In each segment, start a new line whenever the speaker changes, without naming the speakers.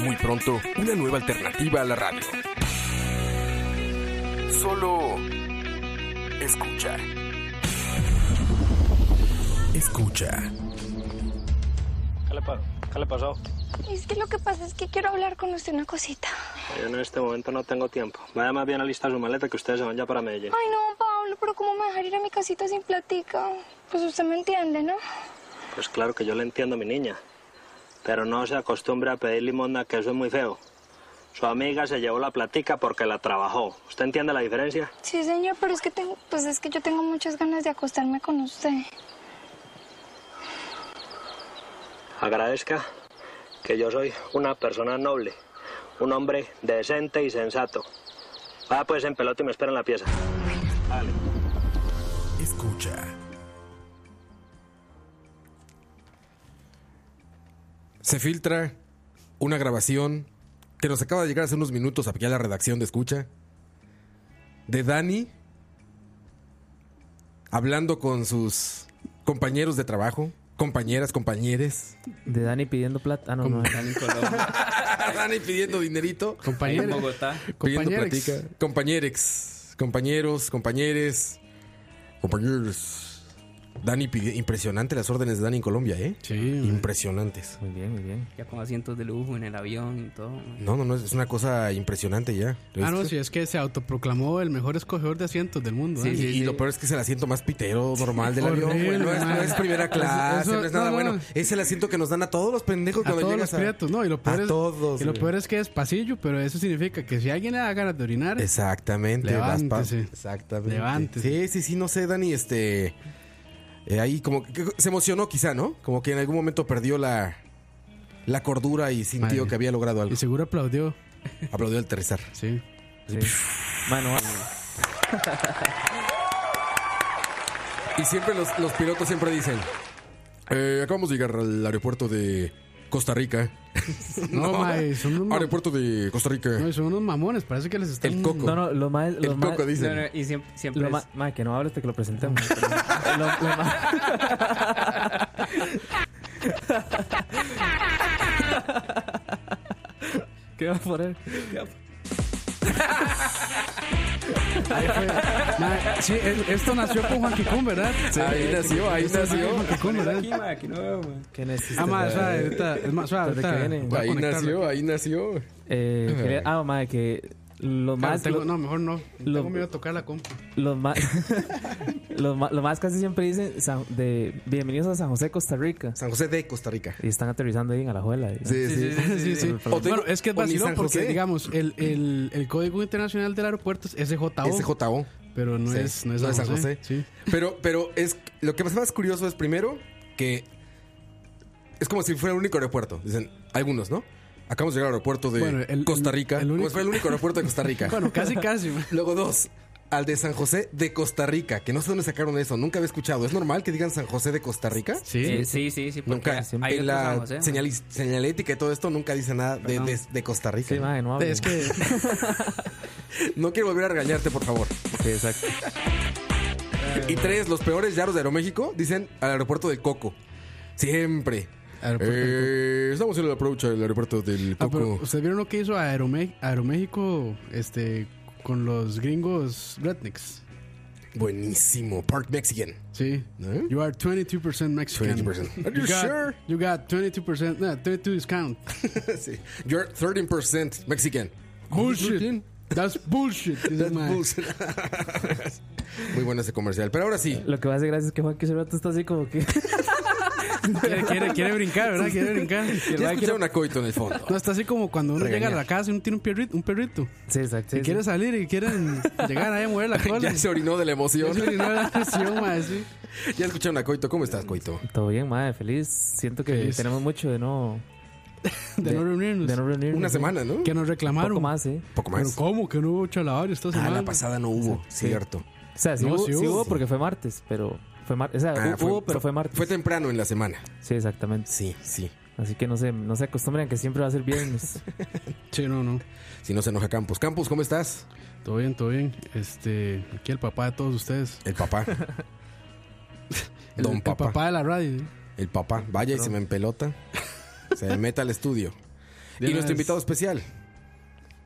Muy pronto, una nueva alternativa a la radio. Solo escucha. Escucha.
¿Qué le, pa- qué le pasó?
Es que lo que pasa es que quiero hablar con usted una cosita.
Yo en este momento no tengo tiempo. Vaya más bien a lista su maleta que ustedes se van ya para Medellín.
Ay, no, Pablo, pero ¿cómo me va a dejar ir a mi casita sin platica? Pues usted me entiende, ¿no?
Pues claro que yo le entiendo a mi niña. Pero no se acostumbre a pedir limosna, que eso es muy feo. Su amiga se llevó la platica porque la trabajó. ¿Usted entiende la diferencia?
Sí, señor, pero es que tengo, pues es que yo tengo muchas ganas de acostarme con usted.
Agradezca que yo soy una persona noble, un hombre decente y sensato. Vaya pues en pelota y me espera en la pieza.
Escucha. Se filtra una grabación que nos acaba de llegar hace unos minutos aquí a la redacción de Escucha. De Dani hablando con sus compañeros de trabajo, compañeras, compañeres.
De Dani pidiendo plata. Ah, no, no.
Dani Colón,
Dani pidiendo dinerito.
ahí en
Compañero.
Bogotá.
Pidiendo
Compañerex.
platica. Compañerex. Compañeros, compañeres. Compañeros. Dani pidió. Impresionante las órdenes de Dani en Colombia, ¿eh?
Sí,
Impresionantes.
Muy bien, muy bien.
Ya con asientos de lujo en el avión y todo. man.
No, no, no, es una cosa impresionante ya.
Ah, no,
¿Viste?
sí, es que se autoproclamó el mejor escogedor de asientos del mundo.
Y,
¿eh?
y lo peor es que es el asiento más pitero normal del avión.
Horrible,
güey. No, es, no
man.
es primera clase,
Eso-
no es nada
no, no.
bueno. Es el asiento que nos dan a todos los pendejos
A
cuando
todos los
llegas
prietos, ¿no? Y lo peor
a
es,
todos,
y lo
güey.
peor es que es pasillo, pero eso significa que si alguien le da ganas de orinar,
Exactamente, vas pa-
Levántese.
Exactamente. Sí,
Levántese.
sí, sí, no sé, Dani, este. eh, ahí como que se emocionó quizá, ¿no? Como que en algún momento perdió la, la cordura y sintió
Madre.
que había logrado algo.
y seguro aplaudió.
Aplaudió al aterrizar.
Sí.
Sí. Mano, ah,
Y siempre los, los pilotos siempre dicen: eh, Acabamos de llegar al aeropuerto de Costa Rica.
No, mae, son unos, ma-
Aeropuerto de Costa Rica.
no, son unos mamones, parece que les están...
El coco.
no, no, lo más. Lo
el
más
coco, dicen.
No, no, y siempre, siempre
lo
es-
más, ma, que no hables hasta que lo presentemos. lo, lo más- ¿Qué va a poner?
Ahí fue. Ma, sí, el- esto nació con Juan Kikun, ¿verdad?
Ahí nació, ahí
Esto nació
nació.
con Juan Kikun, ¿verdad?
Aquí, man, aquí no veo, man.
¿Qué necesitas?
Ah, más, suave, ahorita, es más, suave,
Desde que
ahorita
viene.
voy a
Este, Ahí
conectarlo.
nació, ahí nació.
Eh, quería- ah, ma, que lo
Claro,
más.
Ah, tengo-
lo-
no, mejor no.
lo-
tengo miedo a tocar la compu.
Los más, los ma- los más casi siempre dicen San- de bienvenidos a San José, Costa Rica.
San José de Costa Rica.
Y están aterrizando ahí en Alajuela. ¿eh?
sí. sí, sí.
Sí, sí.
O te-
Bueno, es que es
o ni
vacilón
San
porque,
José.
digamos, el, el, el Código Internacional del Aeropuerto es SJO,
SJO.
pero no,
Sí,
es, no es
no es
San
San
José. Sí.
Pero, pero es lo que más, más curioso es primero que es como si fuera el único aeropuerto. Dicen algunos, ¿no? Acabamos de llegar al aeropuerto de
Bueno, el-
Costa Rica.
el
como si
único-
fuera el único aeropuerto de Costa Rica.
Bueno, casi, casi. man.
Luego dos, al de San José de Costa Rica, que no sé dónde sacaron eso, nunca había escuchado. ¿Es normal que digan San José de Costa Rica?
Sí.
Eh, sí, sí, sí. porque
Nunca.
hay ¿eh?
en
otro San
la
José, man.
señal- señalética y todo esto nunca dice nada de,
Perdón.
de- de Costa Rica.
Sí, ma, no hablo.
Es que
no quiero volver a regañarte, por favor.
Sí, exacto.
Y tres, los peores yaros de Aeroméxico dicen al aeropuerto del Coco. Siempre.
Aeropuerto
Eh, estamos en la procha del aeropuerto del
Ah, pero
Coco.
¿Ustedes vieron lo que hizo Aeromé- Aeroméxico este, con los gringos rednecks?
Buenísimo. Park Mexican.
Sí.
¿Eh?
You are 22% Mexican.
22%. Are you
You got,
sure?
You got 22%, no, 22 discount.
Sí. You're 13% Mexican.
Bullshit. That's bullshit. dice el
That's
mae.
bullshit. Muy bueno ese comercial. Pero ahora sí.
Lo que me hace gracia es que Juan Quiserato está así como que.
Quiere, quiere, quiere brincar, ¿verdad? Quiere brincar.
Ya escucharon a Coito en el fondo.
No, está así como cuando uno llega a la casa y uno tiene un perrito. Un perrito.
Sí, exacto.
Si
sí,
quiere
sí.
salir y quieren llegar ahí a mover la cola.
Ya se orinó de la
Eso
emoción.
ni no era presión, mae, sí.
Ya escucharon a Coito. ¿Cómo estás, Coito?
Todo bien, madre, feliz. Siento que
Feliz.
tenemos mucho de no
de, no reunirnos.
De no reunirnos.
Una
sí.
semana, ¿no?
Que nos reclamaron.
Poco más, sí.
Poco más.
Pero ¿cómo que no hubo chalabar esta
Ah,
semana?
la pasada no hubo,
Sí.
cierto.
O sea, sí,
No,
hubo,
sí
sí
hubo.
hubo porque fue martes, pero fue mar- o sea,
Ah,
hubo, pero fue martes.
Fue temprano en la semana.
sí, exactamente.
Sí, sí.
Así que no se, no se acostumbren que siempre va a ser viernes.
Sí, no, no.
Si no se enoja Campos. Campos, ¿cómo estás?
Todo bien, todo bien. Este, aquí el papá de todos ustedes.
El papá.
El,
Don
el
papá.
papá de la radio. ¿eh?
El papá. Vaya y se me empelota. Se me meta al estudio.
De
y
una
nuestro
vez.
invitado especial.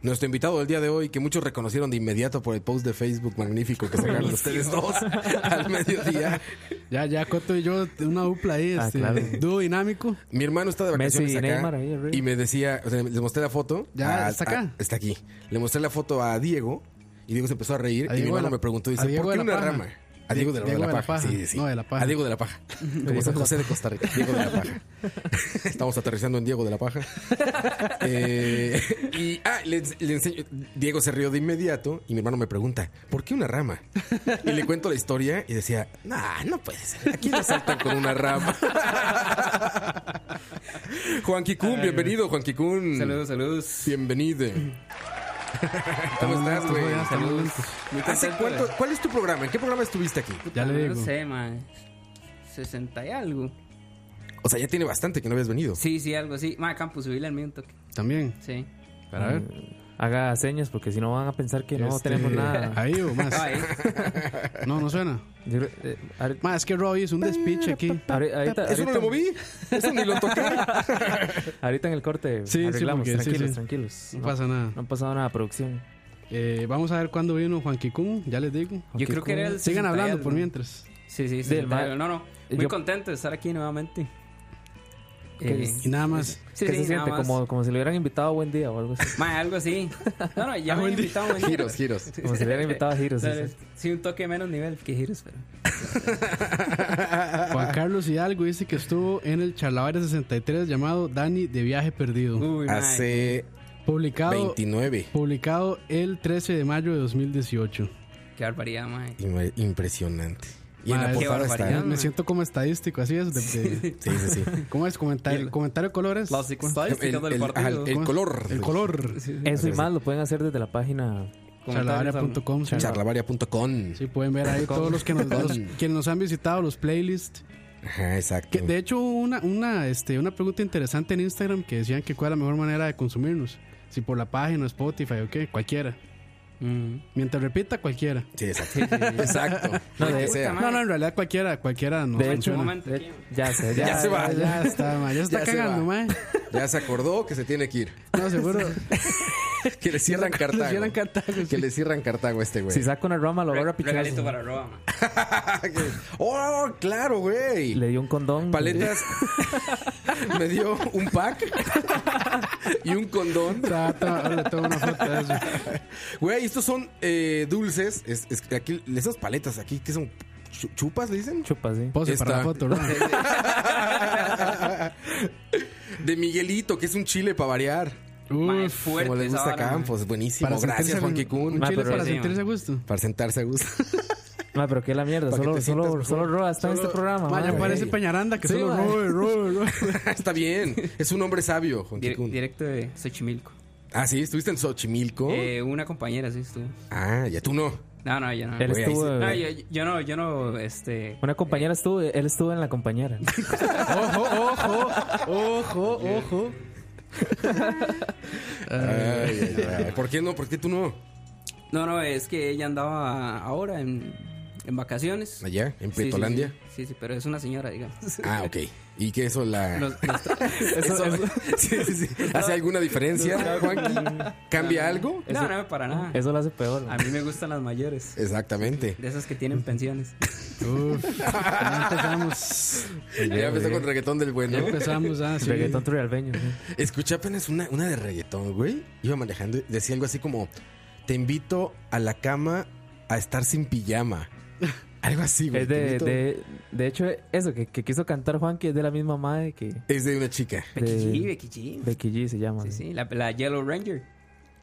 Nuestro invitado del día de hoy, que muchos reconocieron de inmediato por el post de Facebook magnífico que sacaron ustedes dos al mediodía.
Ya, ya, Coto y yo, una dupla ahí,
Ah,
este,
claro.
dúo dinámico.
Mi hermano está de
Messi
vacaciones
y
acá
Neymar ahí arriba.
y me decía, o sea, le mostré la foto.
Ya, está acá.
está aquí. Le mostré la foto a Diego y Diego se empezó a reír
A
y mi
Diego de
hermano
la-
me preguntó,
a
dice,
Diego
¿por qué
de la
una
paja".
rama? A Diego de la,
Diego
de la paja. Sí, sí.
No, de la paja.
A Diego de la paja. Como San José de Costa Rica. Diego de la paja. Estamos aterrizando en Diego de la paja. Eh, y, ah, le, le enseño. Diego se rió de inmediato y mi hermano me pregunta, ¿por qué una rama? Y le cuento la historia y decía, nah, no puede ser. Aquí no saltan con una rama. Juan Kikun, bienvenido, Juan Kikun.
Saludos, saludos.
Bienvenido. ¿Cómo estás,
lentos,
güey?
güey, estamos
Saludos.
lentos.
pues,
Muy
¿Hace
contento,
cuánto-
eh.
¿Cuál es tu programa? ¿En qué programa estuviste aquí?
Puta,
Ya le digo.
No sé, man. 60 y algo.
O sea, ya tiene bastante que no habías venido.
Sí, sí, algo así. Ma, Campus, subíle al mío un toque.
También.
Sí.
Para ver.
Haga señas porque si no van a pensar que no
Este,
tenemos nada.
Ahí o más.
Ay,
No, no suena.
Yo creo- eh, ahori-
Más es que Robbie es un despiche aquí.
ahori- ahorita,
Eso no
ahorita-
lo moví. Eso ni lo toqué.
ahorita en el corte
Sí, sí,
arreglamos.
porque- sí,
tranquilos,
sí.
tranquilos.
No pasa nada.
no ha pasado nada, producción.
Eh, vamos a ver cuándo vino Juan Kikun, ya les digo.
yo creo que era el
Sigan
60 y
hablando
algo.
por mientras.
Sí, sí,
Sí, el
60 y
ma- eh,
algo. No, no. Muy
yo-
contento de estar aquí nuevamente.
¿Qué
Eh,
es?
Y nada más.
¿Qué
sí, sí,
se siente?
nada más.
Como, como si le hubieran invitado a buen día o algo así.
Ma, algo así. No, no, ya me han invitado un día.
Giros, giros.
Como si le hubieran invitado a giros. sí, sí.
Sí, un toque menos nivel que giros, pero.
Juan Carlos Hidalgo dice que estuvo en el Charlavaria 63 llamado Dani de Viaje Perdido.
Uy, ma,
Hace
Publicado,
29.
publicado el 13 de mayo de 2018.
Qué barbaridad, ma.
Im- Impresionante. Y en
Madre,
la
qué
portada
barbaridad.
está.
Me siento como estadístico, así es. de- de-
Sí, Ah. sí, sí.
¿Cómo es? Comentario, comentario de colores.
Las estadísticas
El-
del
el-
partido.
al- el
¿Cómo es?
color.
El color.
Eso y más lo pueden hacer desde la página.
Comentarios,
Charlavaria.com.
Charlavaria.com.
Sí, pueden ver ahí todos los que nos, los- quienes nos han visitado, los playlists.
Ajá,
Que,
exacto.
de hecho, hubo una, una, este, una pregunta interesante en Instagram que decían que cuál es la mejor manera de consumirnos. Si por la página, Spotify o qué, cualquiera.
Mm.
Mientras repita, cualquiera.
Sí, exacto. Exacto.
No,
El
de-
que sea.
Puta
No, no, en realidad cualquiera, cualquiera nos
De hecho,
Un
funciona.
momento, aquí.
Ya se,
Ya
ya,
se va.
Ah, ya está, ma, ya se está
Ya se
cagando,
va.
ma.
Ya se acordó que se tiene que ir.
No, seguro.
Que le cierran Cartago.
Les vieran Cartago.
Que le cierran Cartago a este güey. Ah,
Si saca una rama, lo
Re-
agarra a pichazo.
Regalito para Roa, ma.
Que- ¡Oh, claro, güey!
Le dio un condón.
Paletas. Me dio un pack y un condón.
Ta, ta, Ahora le tomo una foto de eso.
Güey, estos son eh, dulces. Es, es- aquí, esas paletas aquí que son chu- chupas, le dicen.
Chupa, sí.
Pose para
Está.
la foto, ¿no?
De Miguelito, que es un chile para variar.
Ma, es
Uf,
fuerte.
como le
esa
gusta a
vara, ma.
Campos, buenísimo.
para
Gracias,
sentirse-
Juan
Un
Kikun.
Ma,
chile
pero
para
sí,
sentirse a gusto.
Para sentarse a gusto.
Ma, Ah, pero qué la mierda.
Para que
Solo,
te sientas
solo,
mejor.
solo Roa está en
Solo-
este programa.
Ma, ya
madre.
parece Peñaranda que
Sí,
solo
ma.
roe, roe, roe.
Está bien. Es un hombre sabio, Juan
Dire-
Kikun.
directo de Xochimilco.
Ah, sí, estuviste en Xochimilco.
Eh, una compañera, sí, estuvo.
Ah, ya tú no.
No, no, yo no.
Él
Güey, ahí
estuvo.
No, yo, yo no, yo no, este.
Una compañera estuvo. Él estuvo en la compañera.
Ojo, ojo, ojo, ojo.
Ay, ay, ay. ¿Por qué no? ¿Por qué tú no?
No, no, es que ella andaba ahora en, en vacaciones.
Allá, en
Sí, sí,
Petolandia.
Sí, sí, sí, pero es una señora, digamos.
Ah, ok. Y que eso la.
Los- los-
eso- sí, sí, sí. ¿Hace alguna diferencia, Juanqui? ¿Cambia algo?
no, no, para nada.
Eso lo hace peor.
ah. A mí me gustan las mayores.
Exactamente.
De esas que tienen pensiones.
Uf, ya empezamos.
Ya empezó con reggaetón del
Ya
bueno.
empezamos, ah, sí.
Reggaetón turrialbeño. sí.
Escuché apenas una, una de reggaetón, güey. Iba manejando y decía algo así como: Te invito a la cama a estar sin pijama. Algo así, güey.
Es
Te
de,
invito-
de, de hecho, eso que, que quiso cantar Juan, que es de la misma madre que
Es de una chica.
Becky G,
de
Becky G.
Becky G se llama.
Sí,
sí.
sí, la, la Yellow Ranger.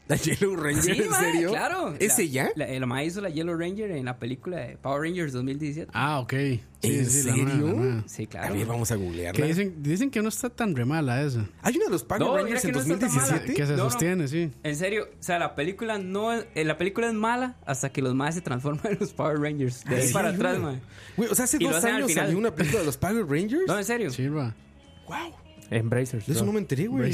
¿La Yellow Ranger?
Sí,
¿En
mae,
serio?
claro.
¿Es
La-
ella?
La, la mae hizo la Yellow Ranger en la película de Power Rangers 2017.
Ah, ok. Sí,
¿En
sí, la nueva, la
serio?
nueva.
Sí,
A
claro.
ver, vamos a
Que
googlearla.
dicen, dicen que no está tan re mala esa.
Hay una de los Power
No, mira
Rangers
que
en
no está tan mala.
2017.
Que se
No, no.
sostiene, sí.
En serio, o sea, la película no es, eh, la película es mala hasta que los maes se transforman en los Power Rangers. De
Ay,
ahí
sí,
para
hay
atrás,
una.
mae.
Güey, o sea, hace
Y lo
dos
hacen al
años
final.
salió una película de los Power Rangers.
No, en serio.
Sirva.
Wow.
Embracers.
De eso
bro.
no me enteré, güey.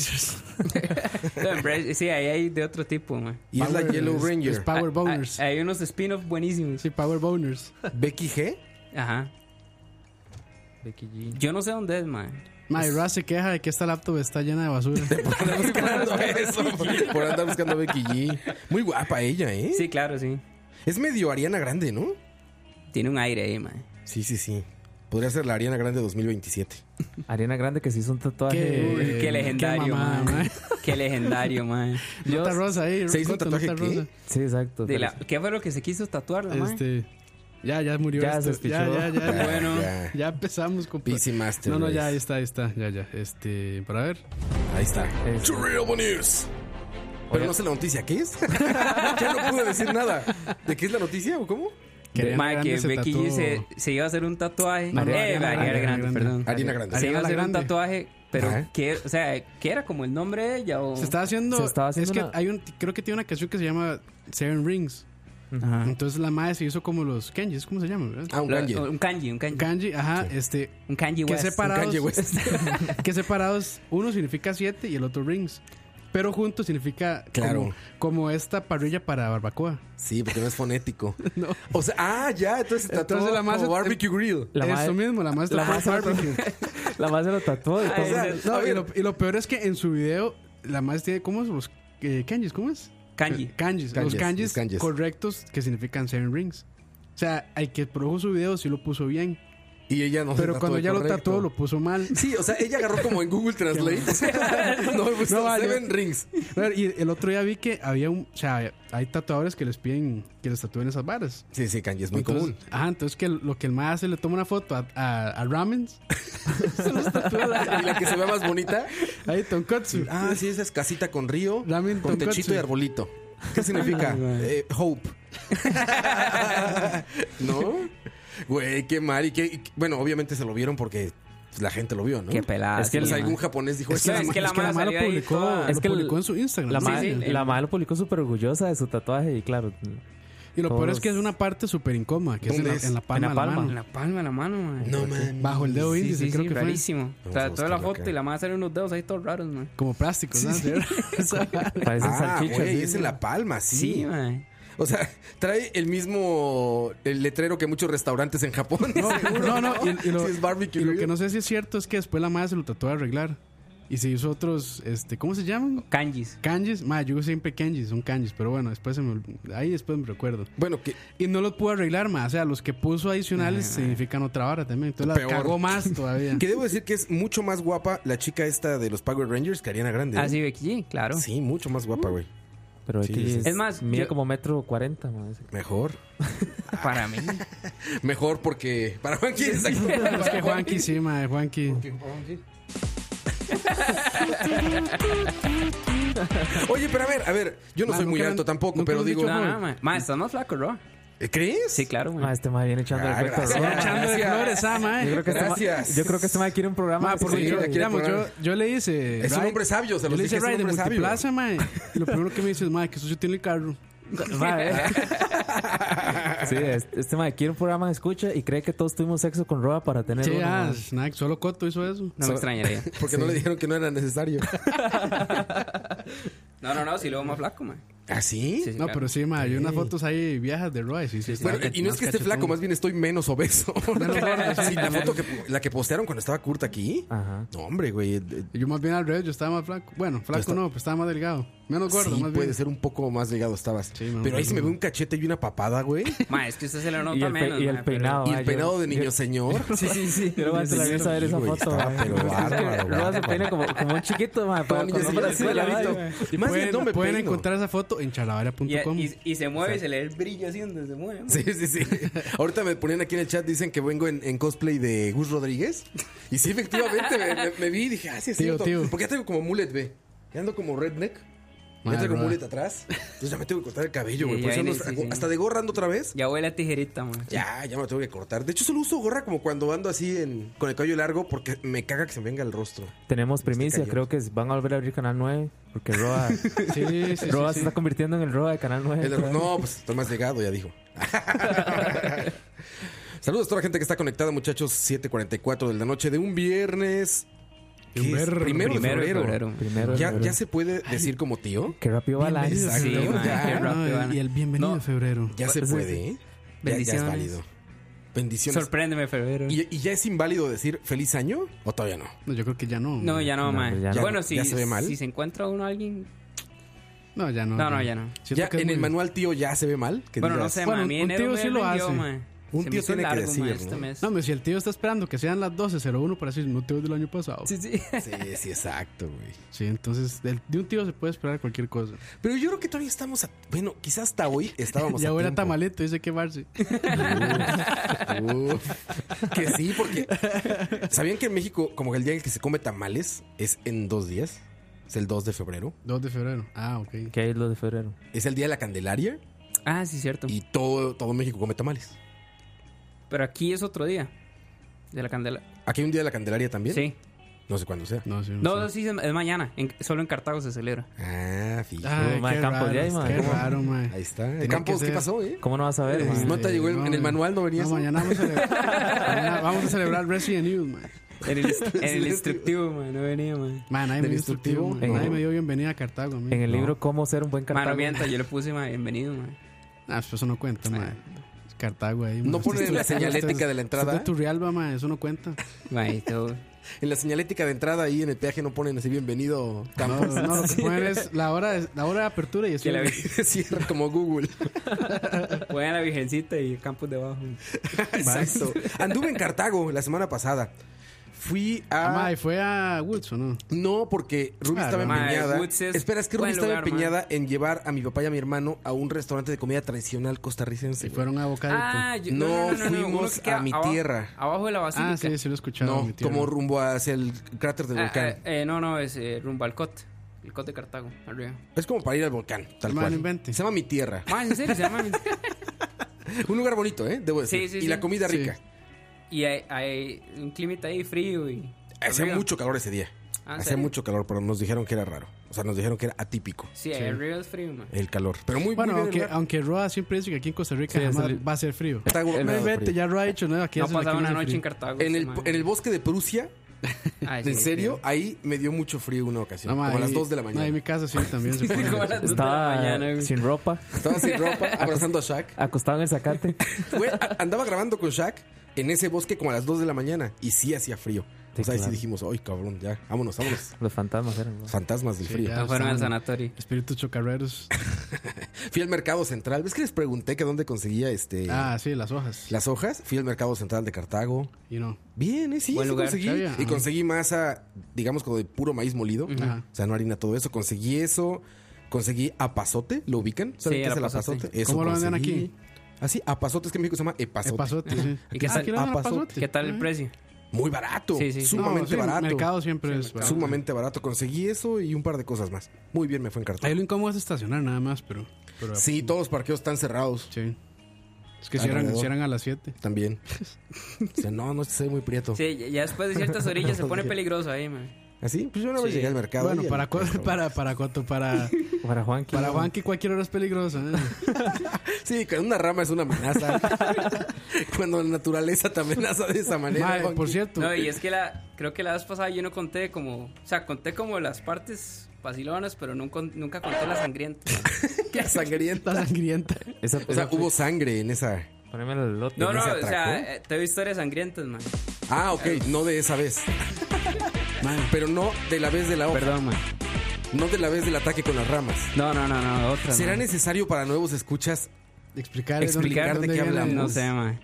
No, en Bra- sí, ahí hay de otro tipo, mae. Ah,
Y es la
Power-
Yellow
es-
Ranger.
Es Power Boners.
Hay, hay unos spin-off buenísimos.
Sí, Power Boners.
Becky G.
Ajá.
Becky G.
Yo no sé dónde es, mae.
Mae, Ross se queja de que esta laptop está llena de basura.
Por andar buscando eso. Por andar buscando a Becky G. Muy guapa ella, ¿eh?
Sí, claro, sí.
Es medio Ariana Grande, ¿no?
Tiene un aire ahí, mae.
Sí, sí, sí. Podría ser la Ariana Grande 2027.
Ariana Grande que se hizo un tatuaje.
Uy, qué legendario,
Eh, mamada,
mae.
mae.
Qué legendario, mae.
Yo-
Nota rosa ahí.
¿Se hizo un
Coto,
tatuaje
nota
qué?
rosa.
Sí, exacto.
De
pero-
la- ¿Qué fue lo que se quiso tatuar, la mae?
Este. Ya, ya murió.
Ya
esto.
se espichó.
ya, ya, ya, ya.
Ah, Bueno.
Ya.
Ya empezamos con.
PC Master
No, no, ya,
Race.
ahí está, ahí está. Ya, ya. Este. Para ver.
Ahí está.
Este.
Eso.
Terrible news. Pero no sé la noticia, ¿qué es? ya no pude decir nada. ¿De qué es la noticia o cómo?
Ariana
Mae, que
Grande se
Becky G
tatuó-
se, se iba a hacer un tatuaje.
No, no,
eh,
Ariana
Ariana,
Grande,
Grande,
Ariana
perdón.
Ariana Grande.
Se iba a hacer
Ariana Grande.
un tatuaje, pero
Ajá.
¿qué, o sea, ¿qué era como el nombre de ella? O...
Se estaba haciendo.
Se estaba haciendo
es que
una-
hay un. Creo que tiene una canción que se llama Seven Rings.
Ajá.
Entonces la madre se hizo como los kanjis. ¿Cómo se llama? verdad?
Ah, un
La-
kanji.
Un kanji, un kanji.
Kanji, ajá, este.
Un kanji
Que
West.
separados.
Kanye West.
que separados, uno significa siete y el otro rings. Pero juntos significa
Claro.
como, como esta parrilla para barbacoa.
Sí, porque no es fonético. O sea, ah, ya, entonces se tatuó
Entonces la masa-
como barbecue grill.
La
Eso
madre-
mismo, la
la
maestra fue
maestra-
barbecue.
La más se lo tatuó. y
Ay,
todo.
o sea,
a
No, y,
ver.
lo, y lo peor es que en su video, la maestra tiene, ¿cómo es? Los eh, kanjis, ¿cómo es?
Kanji.
Eh, Kanjis,
Kanjis,
los kanjis,
los kanjis.
correctos que significan seven rings. O sea, el que produjo su video sí lo puso bien.
Y ella no se
pero
tatuó
cuando
el
ya lo
correcto.
tatuó, lo puso mal.
Sí, o sea, ella agarró como en Google Translate. no, pues
No, vale.
Seven Rings.
Claro, Y el otro día vi que había un. O sea, hay tatuadores que les piden que les tatúen esas varas.
Sí, sí, kanji es muy
entonces,
común.
Ajá, entonces que lo que el más hace le toma una foto a, a, a ramens. se los tatúa
Y la
la-
que se ve más bonita.
Ahí, tonkotsu.
Ah, sí, esa es casita con río,
Ramen
con
tonkatsu.
techito y arbolito. ¿Qué significa? Eh, hope. ¿No? Güey, qué mal. Y qué, y- bueno, obviamente se lo vieron porque la gente lo vio, ¿no?
Qué pelada.
Es que
sí,
Pues
mae.
algún japonés dijo,
Es que-
"Esta
es
ma-
que la mala
mala
salió ahí
publicó,
toda-
lo
Es que el-
publicó en su Instagram.
La
Sí,
madre,
sí.
sí,
la
el-
madre lo publicó súper orgullosa de su tatuaje y claro.
Y lo peor
todos-
es que es una parte súper incómoda, que es en
¿Dónde
la,
es?
en la palma.
En
de
la
la
palma.
En
mano.
la palma de la mano, mae.
No mames.
Bajo el dedo
Sí,
índice,
sí,
creo
sí,
que fue.
rarísimo.
Vamos a
Trató la
buscarlo
foto
acá.
y la madre sale unos dedos ahí todos raros, mae.
Como plástico, ¿no? Esa vara.
Parece
Ah,
salchicha.
güey, es en la palma, sí.
Sí, mae.
O sea, trae el mismo el letrero que muchos restaurantes en Japón.
No, no, y, y lo,
Sí, es barbecue
y lo
grill.
que no sé si es cierto es que después la madre se lo trató de arreglar. Y se hizo otros, este, ¿cómo se llaman?
Kanjis.
Kanjis. Ma, yo siempre kanjis, son kanjis, pero bueno, después se me, ol- ahí después me recuerdo.
Bueno, que
Y no los pudo arreglar más, o sea, los que puso adicionales significan otra hora también. Entonces
Peor.
la cagó más todavía.
Que debo decir que es mucho más guapa la chica esta de los Power Rangers que Ariana Grande. ¿eh?
Ah, sí, Becky G, claro.
Sí, mucho más guapa, güey.
Pero
Sí,
aquí
sí, sí.
es,
Es más,
mide
yo-
como metro cuarenta. mae.
Mejor.
Para mí.
Mejor porque. Para Juan, ¿quién es aquí?
Es que Juanqui, sí, ma, Juanqui.
Oye, pero a ver, a ver, yo no
Ma,
soy muy
nunca me-
alto tampoco,
nunca
pero
me han
digo.
No,
dicho-
no, mae. Mae, estás más flaco, bro.
¿Eh, ¿Crees?
Sí, claro,
Mae,
mae.
este mae viene echando
Ah,
el cuento.
gracias.
bro.
Echando de
Gracias.
flores, ah, ma.
Yo creo que este mae-
Gracias. Ah,
yo creo que este mae quiere un programa.
Ma,
de
porque
sí,
yo,
la quiere
digamos, yo,
probar.
yo le hice.
Es un hombre sabio, se
yo
los
le
dije,
hice
es un
Ray de
hombre sabio.
Multiplaza, ma. eh. Y lo primero que me dice es, ma, que sucio tiene el carro.
Mae, eh. Sí, es- este mae quiere un programa de escucha y cree que todos tuvimos sexo con Roa para tener
Che,
uno,
ah,
mae.
snack, solo Coto hizo eso.
No me extrañaría.
Porque no le dijeron que no era necesario.
No, no, no, si lo veo más flaco, mae.
¿Ah, sí?
Sí, sí.
No, pero sí, ma, hay unas fotos ahí viejas de Roy. Sí, sí,
Bueno, y no es que esté flaco, más bien estoy menos obeso. Sí, la foto que la que postearon cuando estaba Kurt aquí.
Ajá.
No, hombre, güey. eh,
Yo más bien al revés, yo estaba más flaco. Bueno, flaco
está-
no, pues estaba más delgado. Menos gordo,
sí,
más
puede
bien.
ser un poco más delgado estabas.
Sí, no,
pero ahí
no,
se me
no.
ve un cachete y una papada, güey.
Mae, es que usted se lo nota
Y el, pe-
menos.
y el
mae, pero-
peinado.
Y
mae,
el
yo-
peinado de niño
yo-
señor.
Sí, sí, sí.
Yo levanto la
Sí,
vez a ver
sí,
esa
güey,
foto.
estaba,
mae.
Ah, pero bárbaro,
Roa se
bárbaro.
peina como, como un chiquito, mae, para-
Como niño
cuando va a la
señor, sí,
escuela,
la he
mae.
visto.
Y
Más bien,
pueden,
no me
pueden
peino.
encontrar esa foto en chalavara.com.
Y, y- y se mueve y se le ve el brillo así donde se mueve. mae.
Sí, sí, sí. Ahorita me ponían aquí en el chat, dicen que vengo en, en cosplay de Gus Rodríguez. Y sí, efectivamente, me, me- me vi y dije, ah, sí, es
Tío,
cierto.
tío.
Porque ya tengo como mullet, ve. Ya ando como redneck.
Madre,
Entra con
bro.
muleta atrás. Entonces ya me tengo que cortar el cabello, güey.
Sí,
Por
ya
eso
viene,
nos-
sí, sí.
Hasta de gorra ando otra vez.
Ya huele a tijerita, man.
Ya, ya me lo tengo que cortar. De hecho, solo uso gorra como cuando ando así en, con el cabello largo porque me caga que se me venga el rostro.
Tenemos primicia,
cayó.
creo que van a volver a abrir Canal 9 porque Roa,
Sí, sí, sí,
Roa
sí.
se está convirtiendo en el Roa de Canal 9.
El- no, pues estoy más llegado, ya dijo. Saludos a toda la gente que está conectada, muchachos. 7:44 de la noche de un viernes.
De un
¿Qué es?
ver-
primero,
primero de
de febrero.
febrero.
Primero,
¿Ya,
febrero.
ya se puede decir como tío?
Qué rápido va la
Bienvenido a
año.
Sí,
febrero,
man,
ya.
qué rápido,
No, y-
man.
y el bienvenido
No.
de febrero.
Ya se
Sí,
puede,
sí.
¿eh? Ya- Ya, es
Bendiciones.
válido. Bendiciones.
Sorpréndeme, febrero.
¿Y, y ya es inválido decir feliz año? ¿O todavía no?
No, yo creo que ya no.
No, ya
No,
no, man.
ya no.
Bueno,
¿Ya-
si,
ya se ve mal?
si se encuentra uno a alguien.
No, ya no.
No, no, ya no.
Siento
Ya
que es
en el
muy-
manual tío ya se ve mal. que
Bueno, no
digas,
sé,
Bueno,
man. A mí
un
enero
tío
me
sí lo
rindió,
hace.
man.
Un
Se me
tío
hizo
tiene que
largo,
decir,
man,
¿no?
este mes.
No, hombre, si el tío está esperando que sean las 12.01 para decir, no, tío, es del año pasado. Sí,
Sí, sí.
Sí, sí, exacto, güey.
entonces, del- de un tío se puede esperar cualquier cosa.
Pero yo creo que todavía estamos a- Bueno, quizás hasta hoy estábamos
ya
a
huele a
tiempo.
tamalete, dice que Barsi.
Uf, que sí, porque ¿sabían que en México como que el día en el que se come tamales es en dos días? Es el 2 de febrero.
2 de febrero. Ah, ok.
Que hay lo de febrero.
Es el día de la Candelaria
Ah, sí, cierto.
y todo, todo México come tamales.
Pero aquí es otro día. De la candela.
Aquí hay un día de la Candelaria también.
Sí.
No sé cuándo sea.
No, sí,
No,
no
no,
sé.
sí, es mañana. En- solo en Cartago se celebra.
Ah, fíjate.
Ay,
No, ma,
qué
Campos,
raro,
ya hay, ma.
qué
¿Cómo?
raro, ma.
Ahí está.
Tenía
Campos,
que
¿qué
ser.
pasó, eh?
¿Cómo no vas a ver,
Eh,
man?
¿No te llegó el-
no,
en el
ma.
manual? ¿No venía
No,
eso?
mañana vamos a celebrar, mañana vamos a celebrar Resident Evil, man.
En el, en el instructivo, man. No venía, man.
Man, nadie me
¿Del
dio instructivo,
instructivo?
man.
No.
nadie me dio bienvenida a Cartago, man.
En el libro Cómo ser un buen
Man, no
cartago.
mienta, yo le puse, man, bienvenido, man.
Ah, pues eso no cuenta, man. Es Cartago ahí, man.
No ponen
Usted-
la
usted-
señalética
usted-
de la entrada,
usted es
¿eh?
de Turrialba, man, eso no cuenta.
Man, y todo.
En la señalética de entrada ahí en el peaje no ponen así bienvenido
No,
Campos.
no, lo que ponen es la hora de, la hora de apertura y eso.
Que la vi-
Cierra como Google.
Ponen a la virgencita y campos debajo.
Exacto. Anduve en Cartago la semana pasada. Fui a...
Ah, ma, ¿y fue a Woods o no?
No, porque Ruby
Claro.
estaba
Mae,
empeñada.
Woods es
Espera, es que
buen
Ruby estaba
lugar,
empeñada en llevar a mi papá y a mi hermano a un restaurante de comida tradicional costarricense.
Se
güey.
fueron a Bocadito. Ah,
yo-
No
uno
fuimos
que queda
a mi
abajo-
tierra. Ah,
Abajo de la basílica.
sí, sí lo he escuchado.
No,
mi tierra.
como rumbo hacia el cráter del
Ah,
volcán.
ah, eh, no, no, es eh, rumbo al cot. El cot de Cartago, arriba.
Es como para ir al volcán, tal
Mae, no
cual. Se
invente.
llama Mi Tierra.
Man, en serio, se llama.
Un lugar bonito, ¿eh? Debo decir.
Sí, sí,
y
sí.
la comida
Sí.
rica.
Y hay, hay un climita ahí frío y.
Hacía
arriba.
mucho calor ese día.
Ah, ¿en
Hacía
serio?
mucho calor, pero nos dijeron que era raro. O sea, nos dijeron que era atípico
Sí, ahí arriba es frío, man.
el calor. Pero muy
Bueno,
muy bien el
aunque,
lugar.
aunque Roa siempre dice que aquí en Costa Rica
Sí, es
jamás
el-
va a ser frío.
Está
No,
gobernado por
ah, eh, vete,
ello.
ya Roa ha dicho, no, aquí
No
hace- aquí
pasaba una
hace
noche
frío.
en Cartago.
En
ese
el,
man.
en el bosque de Prusia,
Ay,
en
sí,
serio,
sí.
ahí me dio mucho frío una ocasión.
No, ma,
como a las
ahí-
2 de la
No, en
mañana.
mi casa sí también se pone.
Como a las dos de la mañana,
Estaba
güey.
sin ropa,
Estaba sin ropa, abrazando a Shaq.
acostado en el zacate.
Güey, a- andaba grabando con Shaq en ese bosque como a las 2 de la mañana y sí hacía frío.
Sí,
o sea, ahí sí
claro.
dijimos, ay, cabrón, ya, vámonos, vámonos.
Los fantasmas eran. ¿no?
Fantasmas del frío.
ya.
No fueron
están-
al sanatorio.
Espíritus chocarreros.
Fui al mercado central. ¿Ves que les pregunté que dónde conseguía este
Ah, sí, las hojas.
las hojas? Fui al mercado central de Cartago.
Y no.
Bien, ¿eh? sí,
Buen
sí
lugar,
conseguí.
sabía.
Y
Ajá.
conseguí masa, digamos, como de puro maíz molido.
Ajá.
O sea, no harina, todo eso. Conseguí eso. Conseguí apazote. ¿Lo ubican? ¿Saben
Sí,
qué es el
apazote.
apazote? Eso
¿Cómo lo venden
conseguí.
aquí?
Así, apazote. Es que en México se llama epazote.
Epazote, sí.
¿Y qué
Ah,
tal-
aquí lo dan
epazote?
epazote.
¿Qué tal el precio?
Muy barato.
Sí, sí.
No,
Sumamente
sí, pues,
barato.
mercado siempre es barato.
Sumamente barato. Conseguí eso y un par de cosas más. Muy bien, me fue en
Ahí
Cartago.
lo incómodo es estacionar nada más, pero. pero
Sí, todos los parqueos están cerrados
sí. Es que cierran,
Alrededor.
cierran a las 7.
también. O sea, no, no sé, muy prieto.
Sí, ya- ya después de ciertas orillas se pone peligroso ahí, man.
¿Así? Pues yo una vez
Sí.
llegué al mercado.
Bueno,
y-
para, cu- para, para cuánto, para,
Para Juan,
para Juan que cualquier hora es peligrosa. ¿eh?
Sí, que una rama es una amenaza. Cuando la naturaleza te amenaza de esa manera.
Mae, por
Juanqui.
cierto,
No, y es que la, creo que la vez pasada yo no conté como, o sea, conté como las partes vacilonas, pero nunca, nunca conté la sangrienta.
La sangrienta.
la sangrienta.
Esa,
O sea, hubo sangre en esa.
Poneme el lote.
No,
¿Y
no,
se
o
atracó?
sea, eh, te he historias sangrientas, man.
Ah, ok, no de esa vez.
Mae,
Pero no de la vez de la hoja.
Perdón, man.
No de la vez del ataque con las ramas.
No, no, no, no, otra.
¿Será necesario para nuevos escuchas?
explicar,
Explicar de qué hablamos.
No sé, man.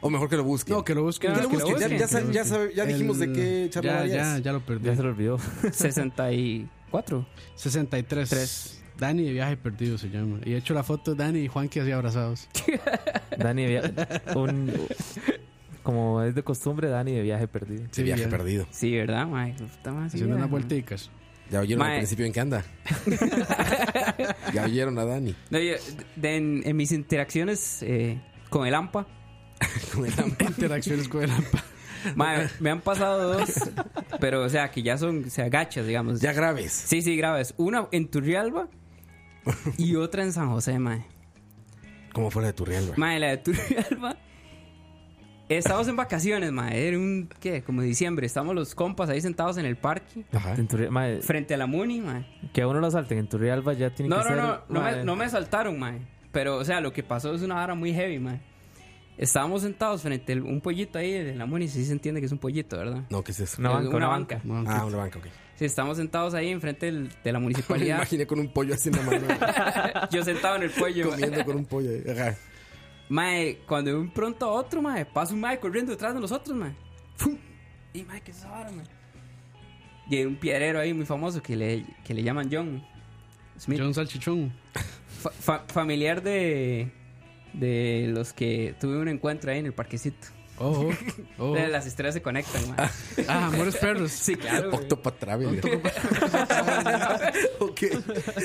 O mejor que lo busquen.
No, que lo busquen.
Que lo
que lo
busquen. Ya,
busquen,
ya
que
saben- ya saben- ya dijimos de
El-
qué charla
ya, ya, ya lo perdí.
Ya se lo olvidó.
64.
63. Dani de viaje perdido se llama. Y he hecho la foto de Dani y Juan que así abrazados.
Dani, de via- un, como es de costumbre, Dani de viaje perdido.
Ese viaje
Sí, ya.
perdido.
Sí, ¿verdad, man? Puta, man, sí,
Haciendo
man.
unas vuelticas.
Ya oyeron
Mae.
al principio en qué anda. ya oyeron a Dani.
No, yo- de- en, en mis interacciones eh, con el AMPA,
Con el am-
Interacciones con el AMPA.
mae, me han pasado dos, pero o sea, que ya son, o sea, gachas, digamos.
ya graves.
Sí, sí, graves. Una en Turrialba y otra en San José, mae.
Como fuera de tu real,
Mae, la de Turrialba. Estábamos en vacaciones, mae. Era un, ¿qué? Como diciembre. Estábamos los compas ahí sentados en el parque,
Ajá.
En Turri- mae,
frente a la Muni, mae.
que a uno lo salten en Turrialba ya tiene
No,
que
no,
ser.
no, no
mae,
me, no me saltaron, mae. Pero, o sea, lo que pasó es una vara muy heavy, mae. Estábamos sentados frente a un pollito ahí de la Muni, sí se entiende que es un pollito, ¿verdad?
No, ¿qué es eso?
Una
Es
banca,
una
una
banca.
banca.
No,
Ah, una banca, ok.
Sí, estamos sentados ahí enfrente del- de la
Me lo
municipalidad.
imaginé con un pollo así en la mano.
Yo sentado en el cuello. mae.
comiendo con un pollo. eh. Ajá.
Mae, cuando de un pronto a otro, mae, pasa un mae corriendo detrás de nosotros, mae. ¡Fum! Y mae, ¿qué es esa vara, mae? Y hay un piedrero ahí muy famoso que le, que le llaman John Smith.
John Salchichón.
Fa- fa- familiar de, de los que tuve un encuentro ahí en el parquecito.
Oh, oh. oh.
Eh, Las estrellas se conectan, mae.
Ah, amores perros.
Sí, claro. güey.
Octopath Traveler. ok.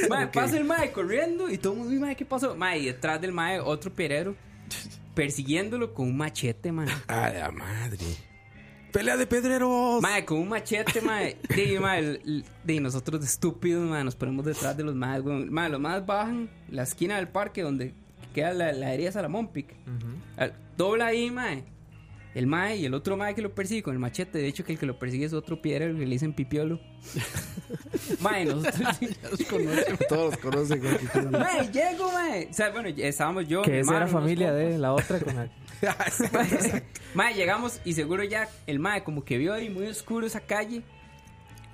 Mae, pasa el mae corriendo y todo el mundo, "Uy, mae, ¿qué pasó? Mae, y detrás del mae otro piedrero persiguiéndolo con un machete, mae.
A la madre. ¡Pelea de
Pues,
pedreros!
Mae, con un machete, mae. De, mae, el- el- de nosotros de estúpidos, mae, nos ponemos detrás de los más, weón. Mae, los más bajan la esquina del parque donde queda la heladería Salamonpic. Al- Dobla ahí, mae. El mae y el otro mae que lo persigue con el machete. De hecho, que el que lo persigue es otro piedra que le dicen pipiolo. mae, nosotros.
Todos los conocen. güey, que tienen-
mae, llego, mae. O sea, bueno, estábamos yo. mi
Que esa
hermano,
era
unos
familia
compas.
de la otra con la-
Mae, mae, llegamos y seguro ya el mae como que vio ahí muy oscuro esa calle.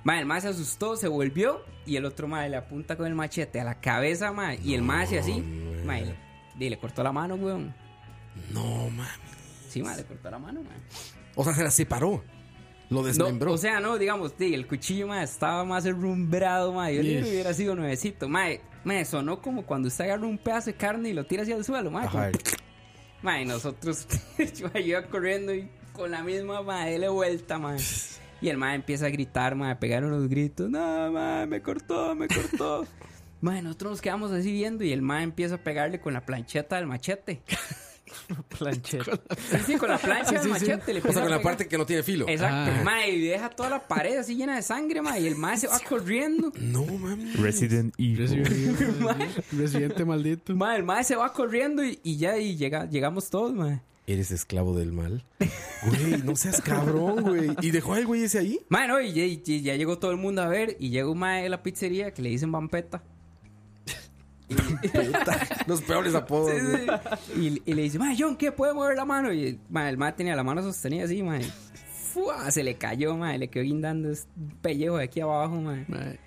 Mae, el mae se asustó, se volvió y el otro mae le apunta con el machete a la cabeza, mae. Y el mae hace así, mae, le- y le cortó la mano, weón.
No, mami.
Sí, mae, le cortó la mano, mae.
O sea, se la separó. Lo
No,
desmembró.
o sea, no, digamos, sí, el cuchillo, mae, estaba más herrumbrado, mae. Yo le
Yes.
hubiera sido nuevecito, mae. Mae, sonó como cuando usted agarra un pedazo de carne y lo tira hacia el suelo, mae. como-
Ajá.
Mae, nosotros, yo iba corriendo y con la misma madre le vuelta, mae. Y el mae empieza a gritar, mae, a pegar unos gritos. No, mae, me cortó, me cortó. mae, nosotros nos quedamos así viendo y el mae empieza a pegarle con la plancheta del machete.
plancheta.
Sí, sí, con la plancha del machete. Le
O
empieza
sea,
a
con la
pegar.
parte que no tiene filo.
Exacto,
Ah.
mae, y deja toda la pared así llena de sangre, mae, y el mae se va corriendo.
No, mami.
Resident
Residente, residente maldito.
Mae, el mae se va corriendo y, y ya y llega, llegamos todos, mae.
Eres esclavo del mal. Güey, no seas cabrón, güey. ¿Y dejó al güey ese ahí?
Mae, no, y, y- y ya llegó todo el mundo a ver y llega un mae de la pizzería que le dicen vampeta.
Los peores apodos. güey.
Y, y le dice, mae, John, ¿qué? ¿Puede mover la mano? Y mae, el mae tenía la mano sostenida así, mae. Fua, se le cayó, mae, le quedó guindando este pellejo de aquí abajo, mae.
Mae.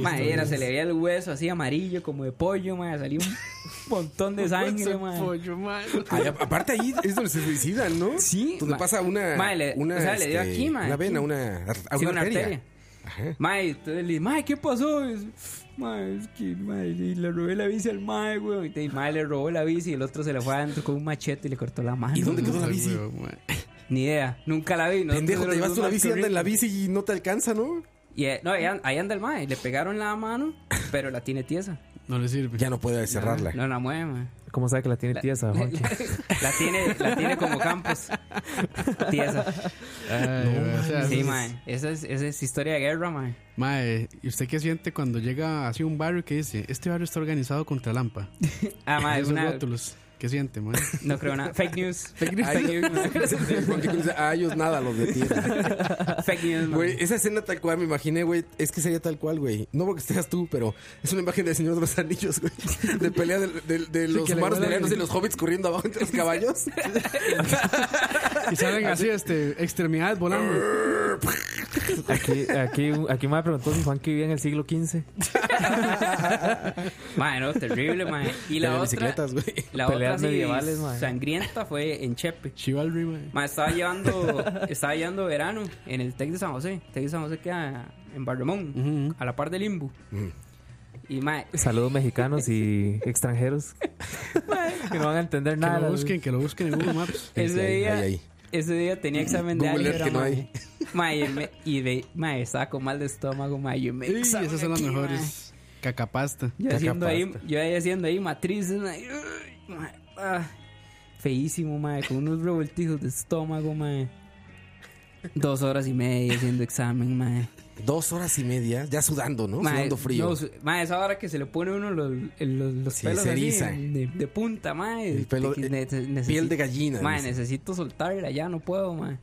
Mae, era, se le veía el hueso así amarillo como de pollo, mae, salió un montón de sangre,
Ese
mae.
pollo, mae.
Ahí, a- aparte ahí es donde se suicidan, ¿no?
Sí,
Donde
ma-
pasa una...
ma, le-
una
o sea, le dio
este,
aquí, ma,
Una
aquí.
vena, una, ar-
Sí,
una
una
arteria.
arteria.
Ajá.
Mae, entonces le dice, mae, ¿qué pasó? Y dice, Mae, es que, mae, y le robé la bici al mae, weón. Y el mae le robó la bici y el otro se le fue adentro con un machete y le cortó la mano.
¿Y dónde quedó la
Ay,
bici?
weón, mae.
Ni idea, nunca la vi. ¿no?
Pendejo,
Pero
te llevas
los
una
más
bici,
que
anda en la
horrible.
bici y no te alcanza, ¿no?
Y, eh, no, ahí, an- ahí anda el mae. Le pegaron la mano, pero la tiene tiesa.
No le sirve.
Ya no puede cerrarla.
No la mueve, mae.
¿Cómo sabe que la tiene tiesa, Juancho?
La tiene, la tiene como campos. Tiesa.
Ay, weón, o sea,
Sí,
eso es-
mae. Esa es, esa es historia de guerra, mae.
Mae, ¿y usted qué siente cuando llega así un barrio que dice, este barrio está organizado contra Lampa?
Ah, mae,
Esos
una,
rótulos. ¿Qué siente, mae?
no creo nada. Fake news. Fake
Ay, cualquier cosa, a "Ah, ellos nada los detiene.
news, mae.
Güey, esa escena tal cual me imaginé, güey. Es que sería tal cual, güey. No porque seas tú, pero es una imagen del Señor de los Anillos, güey. De pelea de, de- de los
que le
malos
vuelan.
y los hobbits corriendo abajo entre los caballos.
Y salen así, este, extremidades volando.
Aquí, aquí, aquí me preguntó si Juan que vivía en el siglo XV.
Mae, no, terrible, mae. Y la
De
otra,
bicicletas, güey.
la
Peleas
otra sí,
medievales, mae.
sangrienta fue en Chepe.
Chivalry, mae.
Mae, estaba llevando, estaba llevando verano en el Tec de San José. Tec de San José queda en Barramón, a la par de Limbo.
Mm.
Y mae,
Saludos mexicanos y extranjeros que no van a entender
Que
nada.
lo busquen, que lo busquen en Google Maps.
Ahí,
ese
ahí,
día,
ahí, ahí.
ese día tenía examen de
Google Earth
álgebra,
que no
mae.
hay.
Mae, y me- y de, mae, estaba con mal de estómago, mae. Yo me
Sí, esas son las
aquí, mae.
mejores. Cacapasta.
Yo
Caca
haciendo ahí,
pasta.
yo ahí haciendo ahí matrices, mae. Uy, mae, ah. feísimo, mae, con unos revoltijos de estómago, mae. Dos horas y media haciendo examen, mae.
Dos horas y media, ya sudando, ¿no?
Mae,
sudando frío.
no, su- mae, esa hora que se le pone uno los, el- los, los
Sí,
pelos
se
así,
eriza.
de, de punta, mae.
El pelo-
Te-
eh,
ne- te-
Piel
necesi-
de gallina.
Mae,
dice.
necesito soltarla, ya no puedo, mae.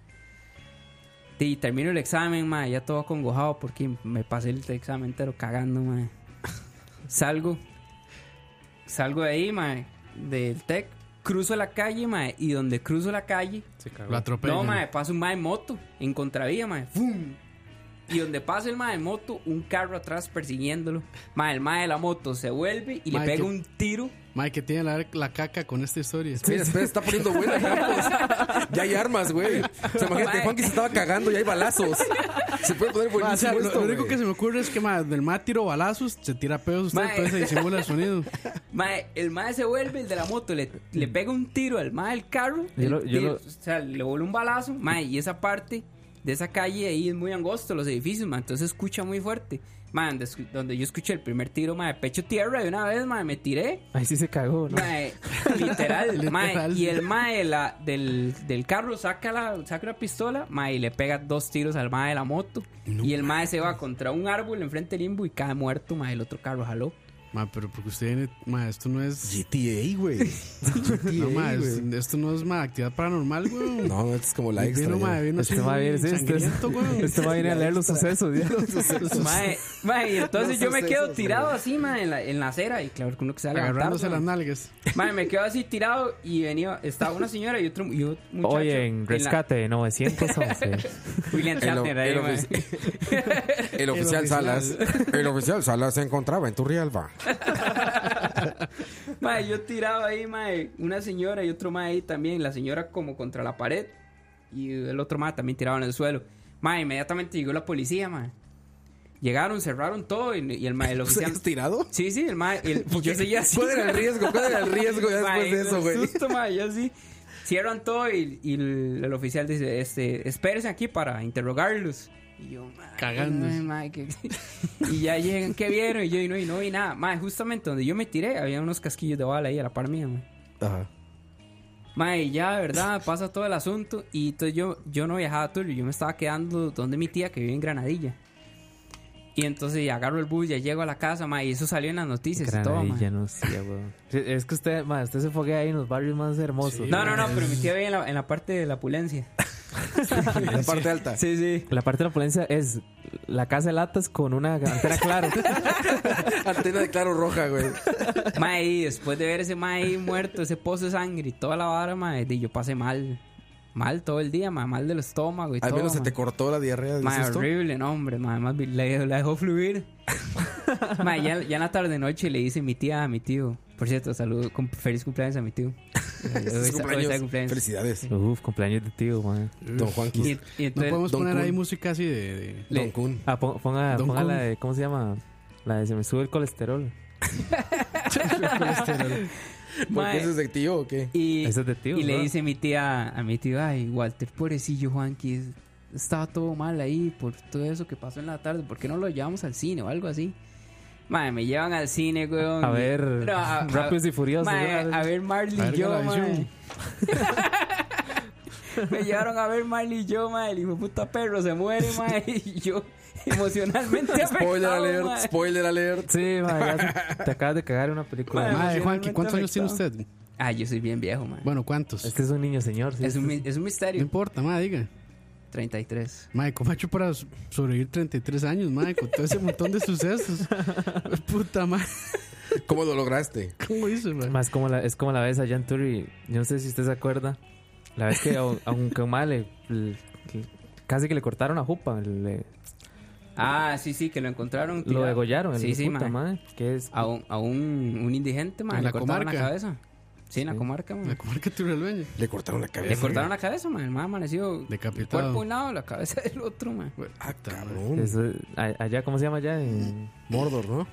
Y termino el examen, mae, ya todo acongojado porque me pasé el examen entero cagando, mae. Salgo. Salgo de ahí, mae, del TEC, cruzo la calle, mae, y donde cruzo la calle,
Se cagó.
Lo atropellan.
no, mae, pasa un mae en moto en contravía, mae. ¡Fum! Y donde pasa el mae en moto, un carro atrás persiguiéndolo. Mae, el mae de la moto se vuelve y
Mae,
le pega
qué-
un tiro.
Mae, que tiene la, la caca con esta historia.
Espera, espera, está poniendo buena, Campos. Ya hay armas, güey. O sea, imagínate,
Mae.
Juan que se estaba cagando y hay balazos. Se puede poner
Mae, o
buenísimo
sea, lo,
esto,
lo único
güey.
que se me ocurre es que mae, del mae tiro balazos, se tira pedos usted,
Mae.
entonces se disimula el sonido.
Mae, el mae se vuelve, el de la moto le, le pega un tiro al mae del carro.
Yo
el
lo- yo
tiro-
lo-
O sea, le vuelve un balazo. Mae, y esa parte de esa calle ahí es muy angosto, los edificios, mae. Entonces se escucha muy fuerte. Mae, donde, escu- donde yo escuché el primer tiro, mae, pecho tierra, de una vez, mae, me tiré.
Ahí sí se cagó, ¿no?
Mae, literal, mae,
Literal.
y el mae de la- del, del carro saca la saca una pistola, mae, y le pega dos tiros al mae de la moto. y el mae se va contra un árbol enfrente del limbo y cae muerto, mae, el otro carro jaló.
Mae, pero porque usted viene. Mae, esto no es.
GTA, güey.
No, mae, es-
güey.
esto no es mae, actividad paranormal, güey.
No, no, esto es como la extra.
Vino,
ya.
mae, vino
Este
así
va a ver, este,
sangriento, güey.
este va a venir a leer los sucesos. ya.
Mae, mae, y entonces
No
yo me
sucesos,
quedo
güey.
tirado así, mae, en la, en la acera. Y claro, que uno que se va a levantar,
Agarrándose las
mae.
nalgas.
Mae, me quedo así tirado y venía, estaba una señora y otro y otro muchacho.
Oye, en
la-
rescate de 911.
William
El o-
Shatner ahí,
el
mae.
El oficial
oficial.
Salas. El oficial Salas se encontraba en Turrialba.
Mae, yo tiraba ahí, mae, una señora y otro mae ahí también, la señora como contra la pared y el otro mae también tirado en el suelo. Mae, inmediatamente llegó la policía, mae. Llegaron, cerraron todo y, y el mae, el
¿Se
oficial...
has tirado?
Sí, sí, el mae, el, y yo seguía así.
¿Cuál era el riesgo? ¿Cuál era el riesgo ya
Mae,
después de eso,
el
güey?
susto, mae, yo así. Cierran todo y, y el, el oficial dice, este, espérense aquí para interrogarlos. Y yo, mae,
Cagando.
ay, mae, que- Y ya llegan, ¿qué vieron? Y yo, y no, y no vi nada. Mae, justamente donde yo me tiré, había unos casquillos de bala ahí a la par mía, mae.
Ajá.
Mae, ya, de ¿verdad? Pasa todo el asunto. Y entonces yo, yo no viajaba a Tulio, yo me estaba quedando donde mi tía que vive en Granadilla. Y entonces ya agarro el bus, ya llego a la casa, mae, y eso salió en las noticias y todo, mae.
Granadilla, no sé, weón. Sí, Es que usted, ma, usted se foguea ahí en los barrios más hermosos.
No, no, no, pero mi tía vive en la, en la parte de la pulencia.
En la parte alta.
Sí, sí.
La parte de la polencia es la casa de latas con una cantera claro.
Antena de claro roja, güey.
Mae, y después de ver ese mae ahí muerto, ese pozo de sangre y toda la vara, mae, di, yo pasé mal. Mal todo el día, mae, mal del estómago y
Al
todo.
menos se
mae.
te cortó la diarrea de
Mae,
susto.
horrible, no, hombre, mae, más bien la, la dejó fluir. mae, ya, ya en la tarde noche le dice mi tía a mi tío. Por cierto, saludo, cum- feliz cumpleaños a mi tío. Hoy
Feliz
está- hoy
Este cumpleaños.
está de cumpleaños.
Felicidades,
Uf, cumpleaños de tío, man.
don Juanquis.
Y, y
No
entonces,
podemos
Don
poner ahí
Kun.
música así de. de-
Don Kun.
Ah, pon- ponga,
Don
ponga la
Kun.
de, ¿cómo se llama? La de se me sube el colesterol.
¿Por
mae,
qué ese es de tío o qué?
Y,
Eso es de tío,
y le
¿verdad?
dice mi tía a mi tío, ay, Walter, pobrecillo Juanqui, es- estaba todo mal ahí por todo eso que pasó en la tarde, ¿por qué no lo llevamos al cine o algo así? Madre, me llevan al cine, weón.
A ver,
No, a- a-
Rápidos y Furiosos.
Mae,
¿verdad?
a ver Marley
A ver
y yo, mae.
Galavisión.
Me llevaron a ver Marley y yo, mae. El hijo de puta perro se muere, mae. Y yo emocionalmente
Spoiler
afectado,
alert,
mae.
spoiler alert.
Sí, ma, ya se- te acabas de cagar en una película.
Ma,
Mae, Juanqui,
emocionalmente
¿cuántos años tiene
afectado.
usted?
Ah, yo soy bien viejo, mae.
Bueno, ¿cuántos?
Este es un niño señor. sí.
es, un, mi- es un
No
misterio.
importa, mae, diga.
33.
Mae, ¿cómo ha hecho para so- sobrevivir 33 años, mae? Con todo ese montón de sucesos. Puta madre,
¿Cómo lo lograste?
¿cómo hizo, mae?
Más como la, es como la vez a Jan Turi, yo no sé si usted se acuerda, la vez que a- aunque mal casi que le cortaron la jupa, le-
Ah, sí, sí, que lo encontraron.
lo
tirado.
degollaron, el
Sí,
hijo
sí,
puta,
mae.
madre, que es
A un, a un, un indigente, mae.
En
Le
la
cortaron la
comarca.
cabeza. Sí, en la
Sí.
comarca, mae.
La comarca turralbeña.
Le cortaron la cabeza.
Le cortaron la cabeza, mae. El mae amaneció.
Decapitado.
El cuerpo de un lado, la cabeza del otro, mae.
Ah, cabrón.
es, eh, a- allá cómo se llama allá en
Mordor, ¿no?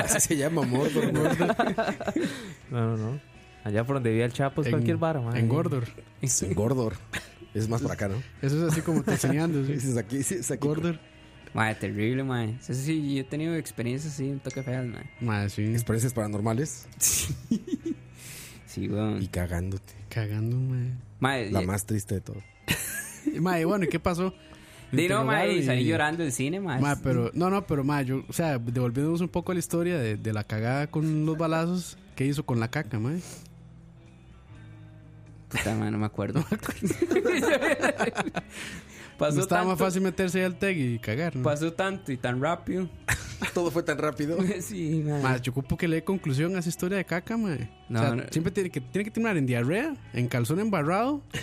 Así se llama Mordor, güey.
no, no, no. Allá por donde vivía el Chapo es
En-
Pues
cualquier vara, madre.
En Gordor.
Es Gordor. Es más por acá, ¿no?
Eso es así como tercineando. ¿sí?
Dices aquí, dices aquí.
Gorder.
Mae, terrible, mae. Sí, sí, sí, yo he tenido experiencias así un toque feas, mae.
Madre, sí.
Experiencias paranormales
Sí, weón.
y cagándote.
Cagando, madre.
Mae, eh,
La
y-
más triste de todo.
Madre, bueno, ¿y qué pasó?
di no, mae, y salí
y-
llorando del cine, mae.
Ma, pero, no, no, pero ma, yo, o sea, devolviéndonos un poco a la historia de, de la cagada con los balazos, ¿qué hizo con la caca, ma?
Puta, mae, no me acuerdo.
No
pasó,
estaba más
tanto,
fácil meterse ahí al tag y cagar, ¿no?
pasó tanto y tan rápido.
Todo fue tan rápido.
sí, mae.
Ma, yo ocupo que le dé conclusión a esa historia de caca, ma.
No,
o sea,
no.
siempre tiene que, tiene que terminar en diarrea, en calzón embarrado,
Ah,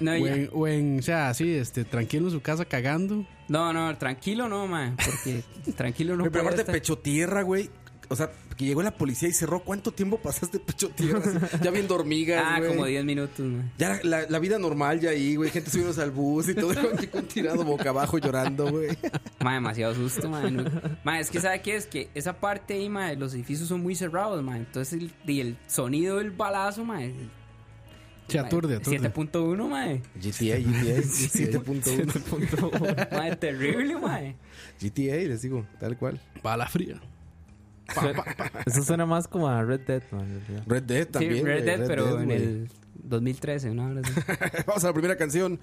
No,
o
ya-
en, o en, o sea, así, este, tranquilo en su casa cagando.
no, no, tranquilo no, mae. Porque tranquilo no
Pero
puedo
aparte,
estar.
pecho tierra, güey. O sea, que llegó la policía y cerró. ¿Cuánto tiempo pasaste pecho tierra? Así, ya viendo hormigas,
Ah,
güey.
como 10 minutos, mae.
Ya la, la- la vida normal ya ahí, güey. Gente subiéndose al bus y todo el chico tirado boca abajo llorando, güey.
Mae, demasiado susto, mae. no. Mae, es que ¿sabe qué es? Que esa parte ahí, mae, los edificios son muy cerrados, mae. Entonces, el, y el sonido del balazo, mae.
Se aturde, aturde.
este
7.1, mae.
GTA, GTA, 7.1.
Mae, terrible, mae.
GTA, les digo, tal cual.
Bala fría.
Eso suena más como a Red Dead, man. en realidad.
Red Dead también.
sí,
güey,
Red Dead, pero en
güey.
el 2013, una hora así.
Vamos a la primera canción.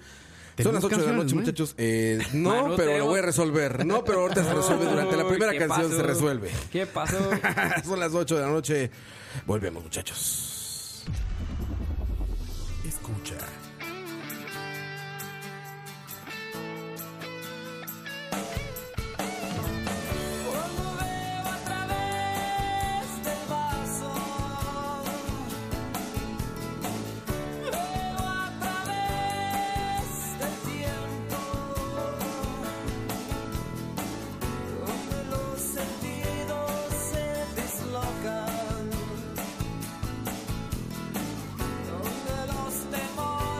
Son las
¿Tenemos
8 de la
canciones,
noche,
güey?
muchachos. Eh, no,
Mano,
pero lo
tenemos-
voy a resolver. No, pero ahorita se resuelve. Durante la
Uy,
primera
¿qué
canción
pasó?
se resuelve.
¿Qué pasó?
Son las 8 de la noche. Volvemos, muchachos.
Escucha.
Donde los temores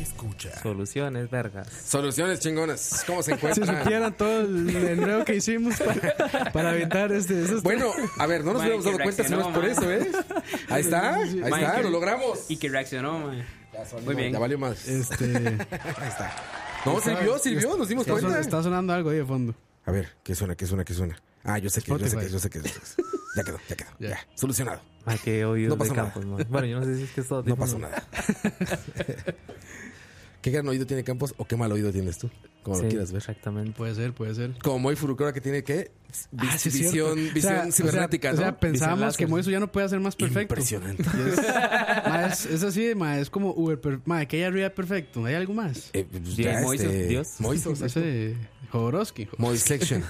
escucha.
Soluciones, vergas.
Soluciones chingonas. ¿Cómo se
Si
encuentran?
supieran todo el enredo que hicimos para, para evitar este, esos-
Bueno, a ver, no nos
Mae,
hubiéramos
que
dado cuenta si no es por eso,
reaccionó,
¿eh? Ahí está, ahí
Mae,
está,
que-
lo logramos.
Y que reaccionó, mae.
Ya son-
Muy bien.
Ya valió más.
este,
Ahí está. No, sirvió, sirvió, nos dimos
está, son-
pues cuenta.
está sonando algo ahí de fondo.
A ver, ¿qué suena? ¿Qué suena? ¿Qué suena? Ah, yo sé que, yo sé que,
Spotify.
yo sé que. yo sé que- Ya quedó, ya quedó. Ya, solucionado.
Ay, qué
No
oídos de
pasó nada.
Campos, mae. Bueno, yo no sé si es que es todo
No
tipo-
pasó nada. ¿Qué gran oído tiene Campos o qué mal oído tienes tú? Como
Sí,
lo quieras ver.
Exactamente.
Puede ser, puede ser.
Como Moy Furukawa que tiene que.
Ah, sí es
visión
cierto.
visión
O sea,
cibernética,
o sea,
¿no?
O sea, pensábamos
láser.
que Moiso ya no puede ser más perfecto.
Impresionante.
Y Es, ma, es, es así, ma, es como Uber. per- ma, que hay arriba perfecto. ¿Hay algo más?
Eh, pues,
Dios,
ya,
Moiso,
este,
Dios.
Moiso,
No sé, Jodorowsky.
Moisection.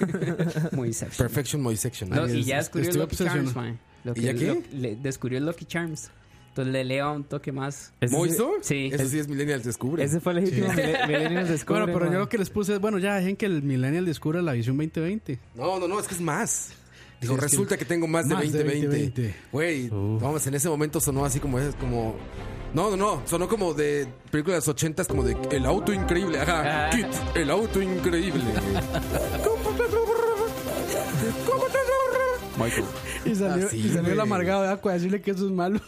Muy sexy.
Perfection Moisection.
No, y ya
es-
descubrió el
estoy
Lucky Charms, mae. Lo
¿Y ya qué?
lo- le- descubrió el Lucky Charms. Entonces le leo un toque más.
Ese,
¿Moiso?
Sí.
Eso sí es Millennial Descubre.
ese fue legítimo. Mille- Millennials descubre,
Bueno, pero
mae.
yo lo que les puse es, bueno, ya dejen que el Millennial descubra la visión 2020.
No, no, no, es que es más. Dijo,
Sí, es que-
resulta que, tengo más de
más de
20-20.
20-20.
Güey,
Uf.
vamos, en ese momento sonó así como es como. No, no, no, sonó como de películas de los ochentas, como de El auto increíble. Ajá, Kit, el auto increíble. Michael.
Y salió,
Ah, sí,
y salió
güey.
el amargado de Aqua a decirle que eso es malo.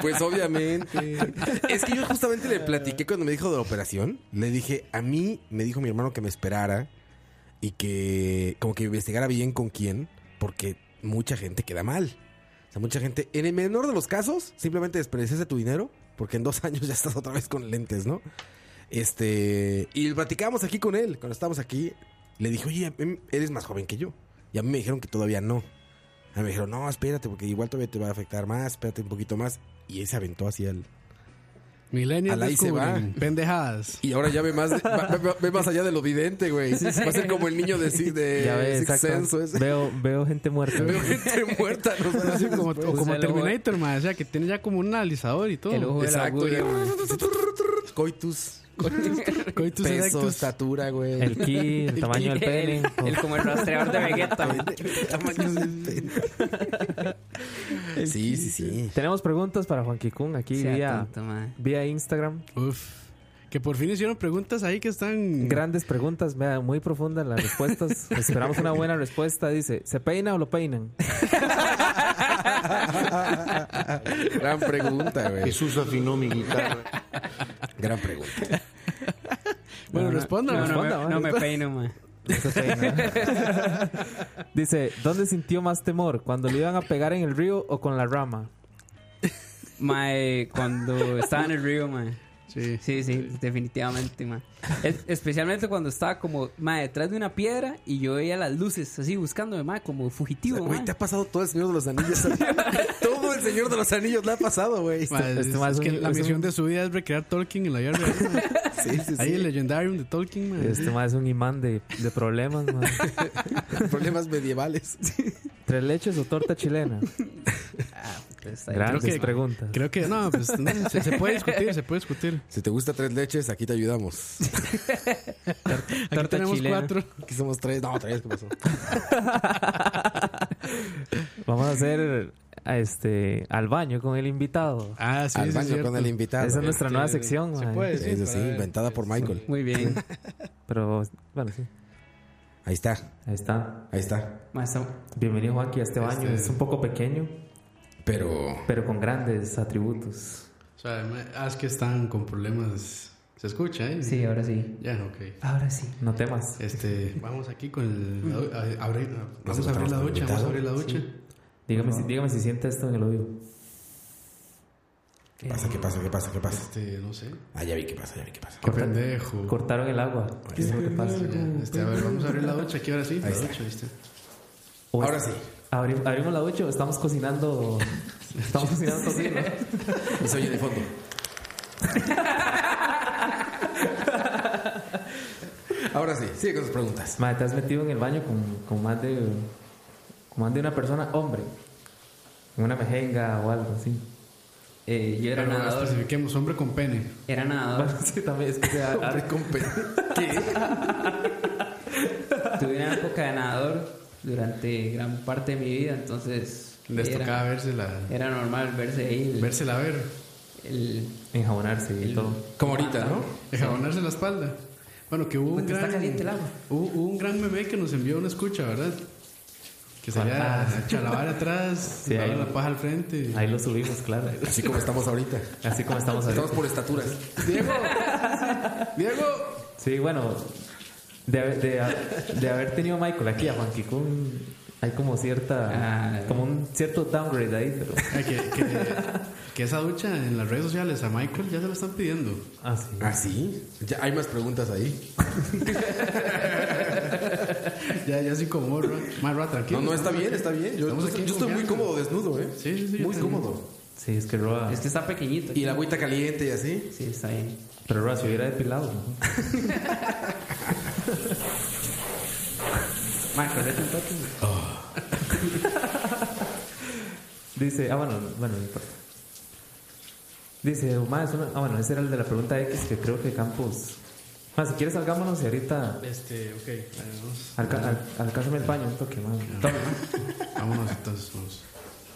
Pues obviamente. Es que yo justamente le platiqué cuando me dijo de la operación. Le dije, a mí me dijo mi hermano que me esperara y que como que investigara bien con quién, porque mucha gente queda mal. O sea, mucha gente, en el menor de los casos, simplemente desprecias tu dinero, porque en dos años ya estás otra vez con lentes, ¿no? Este, y lo platicábamos aquí con él, cuando estábamos aquí, le dije, oye, a mí- eres más joven que yo. Y a mí me dijeron que todavía no. A mí me dijeron, no, espérate, porque igual todavía te va a afectar más, espérate un poquito más. Y él se aventó hacia él.
Millennial
Al ahí se
descubren
va.
pendejadas.
Y ahora ya ve más, va- va- ve más allá de lo vidente, güey. Va a ser como el niño de, Si- de
Ya ves,
Sixth Sense,
exacto.
o ese.
Veo, veo gente muerta.
Veo gente muerta. ¿no?
Bueno, así como,
pues,
o como
Usted lo-
Terminator, ma, o sea, que tiene ya como un analizador y todo.
El ojo del
Exacto.
augurio, mae.
ya. Coitus. Peso,
Coitus erectus.
estatura, güey.
El ki, el tamaño del pene.
El, el como el rastreador de Vegeta. mae.
Tamaño del pene. Sí, sí, sí.
Tenemos preguntas para Juan Kikun aquí
Sea
vía,
tonto, mae.
vía Instagram.
Uf. Que por fin hicieron preguntas ahí que están...
Grandes preguntas, vea, muy profundas las respuestas. Esperamos una buena respuesta. Dice, ¿se peina o lo peinan?
Gran pregunta, güey.
Jesús afinó mi guitarra.
Gran pregunta.
Bueno,
No, no,
responda,
no, no,
responda,
me-
mae.
No me peino, mae.
No se peina. Dice, ¿dónde sintió más temor? ¿Cuando le iban a pegar en el río o con la rama?
Mae, eh, cuando estaba en el río, mae.
Sí.
Sí, sí, definitivamente, mae. Es- especialmente cuando estaba como, mae, detrás de una piedra y yo veía las luces así buscándome, mae, como fugitivo,
Güey,
mae.
te ha pasado todo el Señor de los Anillos. todo el Señor de los Anillos le ha pasado, güey.
Ma, es,
este ma
es
es
que
un-
la
es un-
misión de su vida es recrear Tolkien en la vida real. ma.
Sí, sí,
Ahí el
sí.
Legendarium de Tolkien, ma.
Este más es un imán de, de problemas, man.
Problemas medievales.
¿Tres leches o torta chilena?
Entonces, ahí-
Grandes
creo que-
preguntas.
Creo que no, pues no, se, se puede discutir, se puede discutir.
Si te gusta tres leches, aquí te ayudamos.
Aquí
Torta
tenemos
chilena.
cuatro.
Aquí somos tres. No, tres, ¿qué pasó?
Vamos a hacer a este al baño con el invitado.
Ah, sí,
Al
sí,
baño
cierto.
con el invitado.
Esa es nuestra nueva sección,
Se
man.
puede
Sí,
decir.
sí, inventada por Michael.
Muy bien.
Pero bueno, sí.
Ahí está,
Ahí está.
ahí está.
Mae, está-
Bienvenido Juanqui a este baño. Es un poco pequeño,
Pero
pero con grandes atributos.
O sea, ma, ah, es que están con problemas. ¿Se escucha, eh?
Sí, ahora sí.
Ya, ok.
Ahora sí.
No temas.
Este, vamos aquí con el... a- abrir- vamos a abrir la ducha, vamos a abrir la ducha.
Dígame, si, dígame si siente esto en el oído.
¿qué pasa? ¿Qué pasa? ¿Qué pasa? ¿Qué pasa?
Este, no sé.
Ah, ya vi qué pasa, ya vi qué pasa.
Qué pendejo.
Cortaron el agua. ¿Qué es lo que pasa?
Este, a ver, vamos a abrir la ducha aquí ahora sí. La ducha, ¿viste?
O-
Ahora sí.
abri- abrimos la ducha o estamos cocinando. Estamos cocinando tocino.
Y se oye de fondo. Ahora sí, sigue con sus preguntas.
Madre, te has metido en el baño con, con más de con más de una persona, hombre. En una mejenga o algo así.
Eh, yo era
Pero bueno,
nadador. Este,
especifiquemos, hombre con pene.
Era nadador.
Bueno, sí, también es que sea-
Hombre con pe- ¿Qué?
Tuve una época de nadador durante gran parte de mi vida, entonces.
Les
era,
tocaba verse la...
Era normal verse ahí. el-
Vérsela ver.
el-
Enjabonarse y todo.
Como ahorita, ¿no?
Enjabonarse la espalda. Bueno, que hubo un
Porque
gran...
está caliente el agua.
Hubo, hubo un gran meme que nos envió una escucha, ¿verdad? Que sería chalabar atrás,
Sí, ahí
lavar
lo-
la paja al frente.
Ahí lo subimos, claro.
Así como estamos ahorita.
Así como estamos ahorita.
Estamos por estaturas.
¡Diego! ¡Diego!
Sí, bueno, de, haber- de ha- de haber tenido a Michael aquí a Juan Kikun, hay como cierta,
Ah.
como un cierto downgrade ahí, pero.
Ay, que, que- que esa ducha en las redes sociales a Michael ya se la están pidiendo.
Ah, sí.
¿Ah, sí? Ya hay más preguntas ahí.
Ya, ya así como Ra- más ra, tranquilo.
No, no, está bien, está bien. Yo,
Estamos
yo-
aquí en
yo estoy muy
confianza.
cómodo desnudo, ¿eh?
Sí, sí, sí, yo
Muy
también.
cómodo.
Sí, es que Roa.
Es que está pequeñito.
Y la agüita caliente y así.
Sí, está bien.
Pero Roa se hubiera depilado. ¿no?
Ah.
Mae, correte un toque.
Dice, ah, bueno, bueno, no importa. Dice, más, ah, bueno, ese era el de la pregunta X que creo que Campos. Más, si quieres, salgámonos y ahorita.
Este, ok. vale, Vamos,
Alca al- alcázame el baño, un toque, man. Toma, man.
vámonos entonces. Vamos.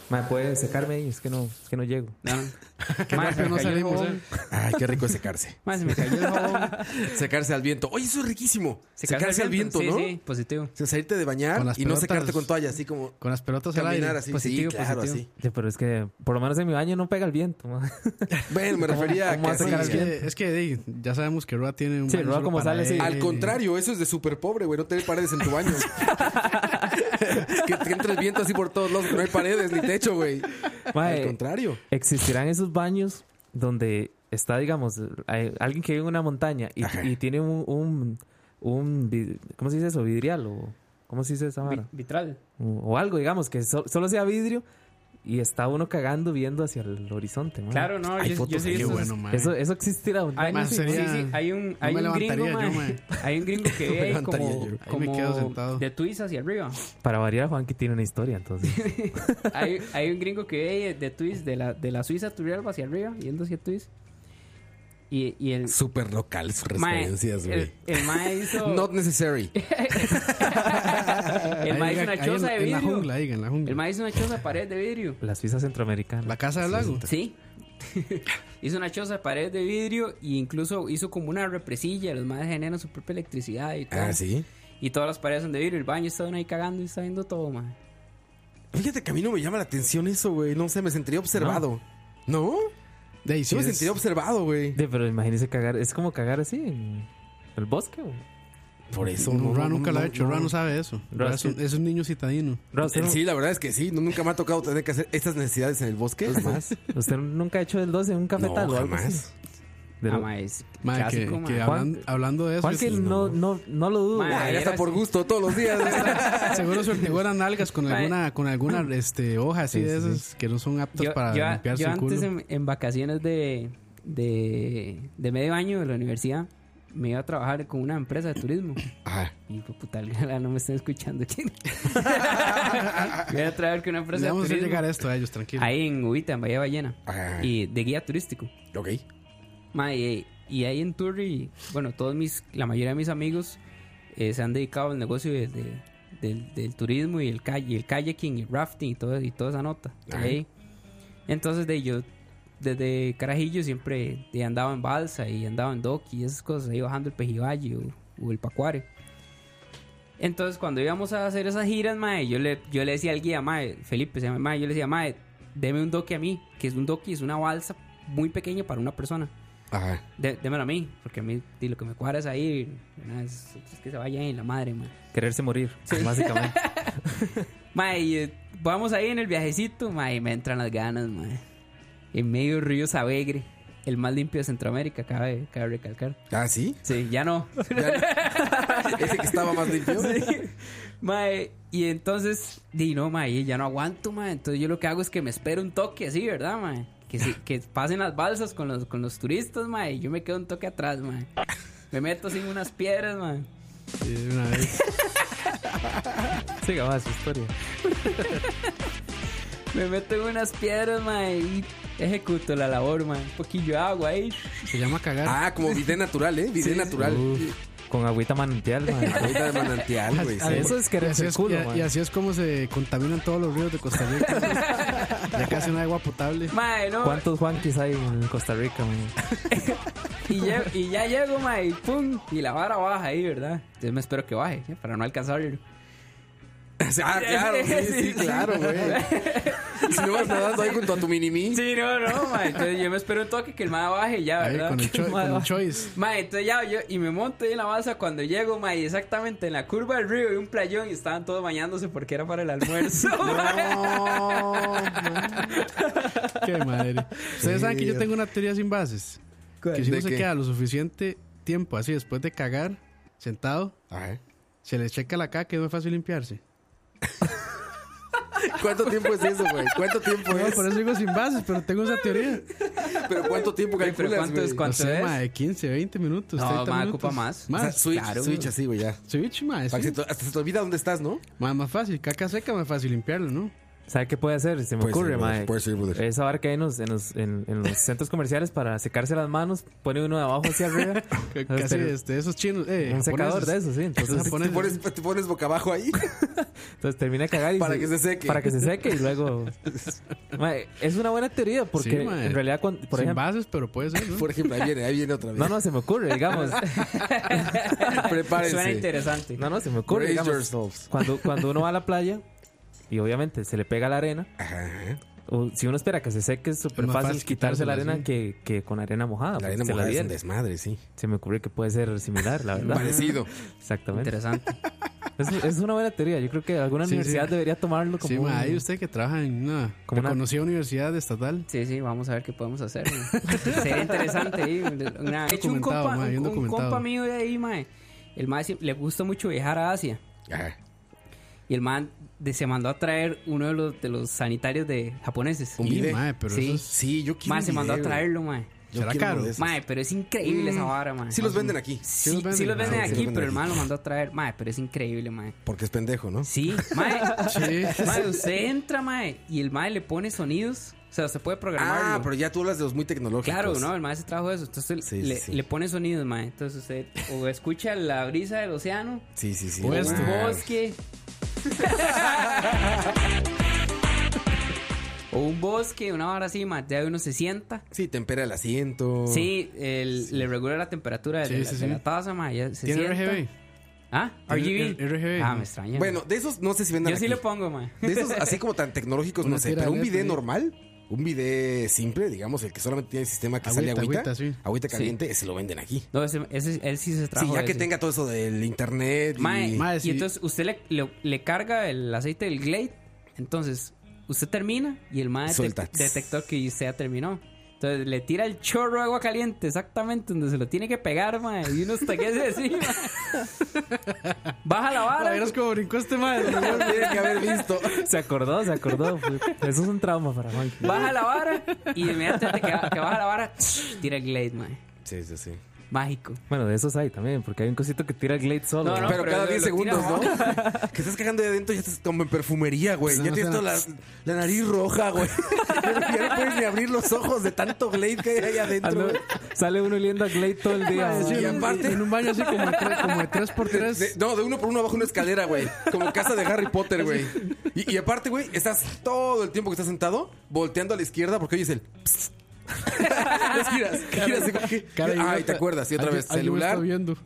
Man, puede secarme ahí, es que no, es que no llego.
No. Mae,
rápido
se me
no
cayó el
salimos,
jabón.
Ay, qué rico es secarse.
Mae, se me cayó el jabón.
Secarse al viento. Oye, eso es riquísimo.
Se
secarse
cansa
al
el
viento, ¿no?
Sí, sí, positivo.
O sea, salirte de bañar
Con las
y no
pelotas.
secarte con toalla, así como
Con las pelotas al aire.
caminar así.
Positivo,
sí, claro,
positivo.
Sí, pero es que por lo menos en mi baño no pega el viento, man.
así. Bueno, me refería a
cómo
que
hace
así-
cara
Es que, es que di, ya sabemos que Roa tiene un.
Sí,
baño
Roa
solo
como
para
sale, sí.
él.
Al contrario, eso es de súper pobre, güey. No tener paredes en tu baño. que te entre el viento así por todos lados. que No hay paredes ni techo, güey.
Mae,
Al contrario.
¿Existirán esos baños donde está, digamos, hay alguien que vive en una montaña y,
Ajá.
y tiene un, un, un vid- ¿Cómo se dice eso? ¿Vidrial? ¿O cómo se dice esa
Vi-
vara?
vitral.
O algo, digamos, que so- solo sea vidrio y está uno cagando viendo hacia el horizonte, man.
Claro, no.
Hay
Yo, yo
fotos
sí he
ahí,
visto
bueno,
esas-
man.
Eso, eso existirá. un
Hay,
baño?
Ah, Más
sí,
sería-
sí, sí, hay un,
no
hay
me
un gringo,
levantaría yo,
mae.
mae.
Hay un gringo que
me
ve ahí
levantaría yo.
como,
Ahí
me
como
quedo sentado.
de Twitch hacia arriba.
Para variar, Juanqui tiene una historia, entonces.
hay, hay un gringo que ve de Twitch, de la, de la Suiza Turrialba hacia arriba, yendo hacia Twitch. Y, y el.
Súper local sus
mae-
referencias,
el,
eh,
güey.
el mae hizo.
Not necessary.
el mae
Ahí, ahí
hizo una choza
en,
de
en la
vidrio.
jungla, ahí, en la jungla.
El mae hizo una choza de pared de vidrio.
La Suiza Centroamericana.
La casa del lago.
Sí. hizo una choza de pared de vidrio y incluso hizo como una represilla. Los maes generan su propia electricidad y todo.
Ah, sí.
Y todas las paredes son de vidrio. El baño está uno ahí cagando y está viendo todo, mae.
Fíjate que a mí no me llama la atención eso, güey. No sé, me sentiría observado. ¿No?
De ahí,
Sí,
sí
me
es-
sentiría observado, güey.
Sí, pero imagínese cagar. Es como cagar así en el bosque. güey.
Por eso.
No, Ra nunca lo ha
no,
hecho,
no.
Ra no sabe eso. Ra
Ra
es, un, es un niño citadino.
Ross, ¿usted,
Sí, la verdad es que sí. No, Nunca me ha tocado tener que hacer estas necesidades en el bosque.
Pues
Jamás.
usted nunca ha hecho el 12 en un
No,
cafetal o algo así?
jamás.
De lo-
Ah, mae, es
Madre, que,
clásico, mae.
que
Juan-
hablan- hablando de eso,
Juan que
es-
no, no, no lo dudo.
Mae,
güey.
Ah,
era
ya está por
así.
gusto todos los días.
seguro sorteó las nalgas con
Mae.
alguna, con alguna este, hoja así
Sí,
de
sí,
esas que no son aptas para
yo
limpiarse
yo
el culo.
antes en, en vacaciones de, de, de medio año de la universidad me iba a trabajar con una empresa de turismo.
Ajá.
Y hijo de puta, ojalá no me estén escuchando. chino. me iba a trabajar con una
Le
empresa de
vamos a hacer
turismo.
llegar esto a ellos, tranquilo.
Ahí en Ubita, en Bahía Ballena.
Ajá.
Y de guía turístico.
Ok.
Ma, y, y ahí en Turri, bueno, todos mis, la mayoría de mis amigos eh, se han dedicado al negocio de- de- del, del turismo y el, ca- y el kayaking y el rafting y, todo, y toda esa nota.
Ajá.
Ahí. Entonces, de yo, desde Carajillo siempre de, andaba en balsa y andaba en doki y esas cosas, ahí bajando el Pejiballe o, o el Pacuare. Entonces, cuando íbamos a hacer esas giras, mae, yo le, yo le decía al guía, mae, Felipe se llama, mae, yo le decía, mae, deme un doki a mí, que es un doki, es una balsa muy pequeña para una persona.
Ajá.
De, démelo a mí, porque a mí di, lo que me cuadra es ahí. ¿verdad? Es, es que se vaya en la madre, man.
Quererse morir, básicamente.
Mae, y, eh, vamos ahí en el viajecito, mae, y me entran las ganas, mae. En medio del río Sabegre, el más limpio de Centroamérica, cabe, cabe recalcar.
Ah, sí.
Sí, ya no.
Ese que estaba más limpio.
Mae, y entonces, di no, mae, y ya no aguanto, mae. Entonces yo lo que hago es que me espero un toque así, ¿verdad, mae? Que, si- que pasen las balsas con los, con los turistas, mae. y Yo me quedo un toque atrás, mae. Me meto sin unas piedras, mae.
Sí, de una vez.
Siga más su historia.
Me meto en unas piedras, mae, y ejecuto la labor, mae. Un poquillo de agua ahí.
Se llama cagar.
Ah, como video natural, ¿eh? Video natural.
Con agüita manantial, mae.
Ahorita de manantial, güey.
Ah,
sí.
eso es que
Y así es,
culo,
y-
man.
y así es como se contaminan todos los ríos de Costa Rica. ya casi no hay agua potable.
Mae, no.
¿Cuántos Juanquis hay en Costa Rica, man?
Y, lle- y ya llego, mae, y pum. Y la vara baja ahí, ¿verdad? Entonces me espero que baje, ¿sí? para no alcanzarlo.
Ah, claro, sí, sí, claro, güey. Si no vas nadando ahí junto a tu minimi.
Sí, no, no, mae. Entonces yo me espero un toque que el mae baje y ya,
Ahí,
¿verdad?
con el,
Que
cho-
mae
con el
baje.
choice.
Mae, entonces ya yo y me monto ahí en la balsa cuando llego, mae, y exactamente en la curva del río hay un playón y estaban todos bañándose porque era para el almuerzo. mae.
No, man. Qué madre. Ustedes saben que yo tengo una teoría sin bases. Que si
¿De
no se
qué?
queda lo suficiente tiempo así después de cagar, sentado,
Ajá.
se le checa la caca y no es fácil limpiarse.
¿Cuánto tiempo es eso, güey? ¿Cuánto tiempo
No,
es?
por eso digo sin bases, pero tengo esa teoría.
Pero ¿cuánto tiempo
Pero
calculas,
¿cuánto es
güey?
No
cuánto
sé,
es?
ma, de 15, 20 minutos.
No,
30
ma,
minutos.
ocupa más.
O sea,
Más.
switch,
claro,
switch
güey.
así, güey, ya.
Switch, ma, sí.
Para que se te- hasta se te olvida dónde estás, ¿no?
Ma, más fácil. Caca seca, más fácil limpiarlo, ¿no?
¿Sabe qué puede hacer? Se me
Puede ser,
ocurre,
brother,
mae.
puede ser, brother.
Esa barca que hay en los, en, los, en- en los centros comerciales para secarse las manos, pone uno de abajo hacia arriba.
Casi
Pero-
este, esos chinos. Eh,
un secador
japoneses.
de eso, sí. Entonces,
Esos
Te
japoneses.
pones, te pones boca abajo ahí.
entonces termina de cagar y
Para que se seque.
Para que se seque y luego. Mae, es una buena teoría porque
Sí, mae.
en realidad, cuan- por
sin
ejemplo.
bases, pero puede ser, ¿no?
Por ejemplo, ahí viene, ahí viene otra vez.
No, no, se me ocurre, digamos.
Prepárense.
Suena interesante.
No, no, se me ocurre,
Brace
digamos.
yourselves.
Cuando, cuando uno va a la playa y obviamente se le pega la arena,
Ajá.
o si uno espera que se seque, es súper
Es más
fácil,
fácil
quitarse la
quitársela,
arena
sí.
que, que con arena mojada.
La
pues,
arena
se
mojada es un
viene.
desmadre, sí.
Se me ocurre que puede ser similar, la verdad.
Parecido.
Exactamente.
Interesante.
Es, es una buena teoría. Yo creo que alguna
Sí,
universidad
sí.
debería tomarlo como.
Sí,
un-
ma, ahí usted que trabaja en una
Como una-
reconocida universidad estatal.
Sí, sí, vamos a ver qué podemos hacer. mae. Sería interesante. ahí, una- De hecho, un
Documentado,
compa,
mae, bien
un- un
documentado.
compa mío de ahí, mae, el mae sí- le gusta mucho viajar a Asia.
Ajá.
Y el man de- se mandó a traer uno de los, de los sanitarios de japoneses.
Un
Y,
bidet.
ma, pero
Sí.
eso es-
Sí, yo quiero.
Mae,
un
se mandó a
video, güey.
traerlo, mae.
Yo
¿Será
quiero uno
caro?
de esos.
Mae, pero es increíble esa vara, mae.
Sí los venden aquí.
Sí, sí
los
los venden,
venden, mae.
Sí los
aquí,
venden
pero el
aquí.
man lo mandó a traer. Mae, pero es increíble, mae.
Porque es pendejo, ¿no?
Sí, mae.
Sí.
Mae, usted entra, mae, y el mae le pone sonidos. O sea, se puede programar.
Ah, pero ya tú hablas de los muy tecnológicos.
Claro, no, el maestro trajo eso. Entonces
pues, Sí,
le,
sí, sí.
le pone sonidos, mae. Entonces usted o escucha la brisa del océano,
Sí, sí, Ah. sí.
o
Pues,
un
Wow.
bosque. o un bosque, una hora así, mae. Ya uno se sienta.
Sí, tempera el asiento.
Sí, el- le regula la temperatura de,
Sí,
la-
sí,
de
sí.
la taza, mae. ya se
¿Tiene
sienta.
RGB?
¿Ah?
Tiene
RGB.
RGB,
Ah,
¿no?
me extraña.
Bueno, de esos no sé si venden
Yo sí
aquí.
le pongo, mae.
De esos así como tan tecnológicos, no
Una
sé.
tira
Pero un
de
video
LED.
normal, un video simple, digamos, el que solamente tiene el sistema que sale
Agüita,
agüita.
agüita, sí.
agüita caliente, ese lo venden aquí.
No, ese, ese- él sí se trajo.
sí, ya que
ese.
tenga todo eso del internet. y-
Mae,
Mae,
y
sí.
entonces usted le, le- le carga el aceite del Glade. Entonces, usted termina y el mae
Suelta.
detec- detectó que usted ya terminó. Entonces le tira el chorro de agua caliente exactamente donde se lo tiene que pegar, mae. Y uno está que se encima. Baja la
Ah,
vara.
verás cómo brincó este madre.
Tiene que haber visto.
Se acordó, se acordó. Eso es un trauma para Juanqui.
Baja la vara. Y inmediatamente que, ba- que baja la vara, tira el Glade, mae.
Sí, sí, sí.
Mágico.
Bueno, de esos hay también, porque hay un cosito que tira el Glade solo.
No, no,
pero,
pero
cada
lo-
10
lo
segundos,
tira
¿no? que estás cagando de adentro y ya estás como en perfumería, güey.
No,
ya
no
tienes
sea-
toda la, la nariz roja, güey. ya no puedes ni abrir los ojos de tanto glade que hay ahí
Ah,
adentro.
no,
güey.
sale uno oliendo a Glade todo el día.
sí,
güey.
y aparte-
En un baño así como de, tre- como de
De-
3x3.
de- no, de uno por uno abajo una escalera, güey. Como casa de Harry Potter, güey. Y, y aparte, güey, estás todo el tiempo que estás sentado volteando a la izquierda porque oyes el... psst. Entonces giras, giras y como que-
Cara, yo
Ay,
no-
te acuerdas. Y otra
Ay,
vez,
yo- ay, yo me
celular. Pues
estoy viendo.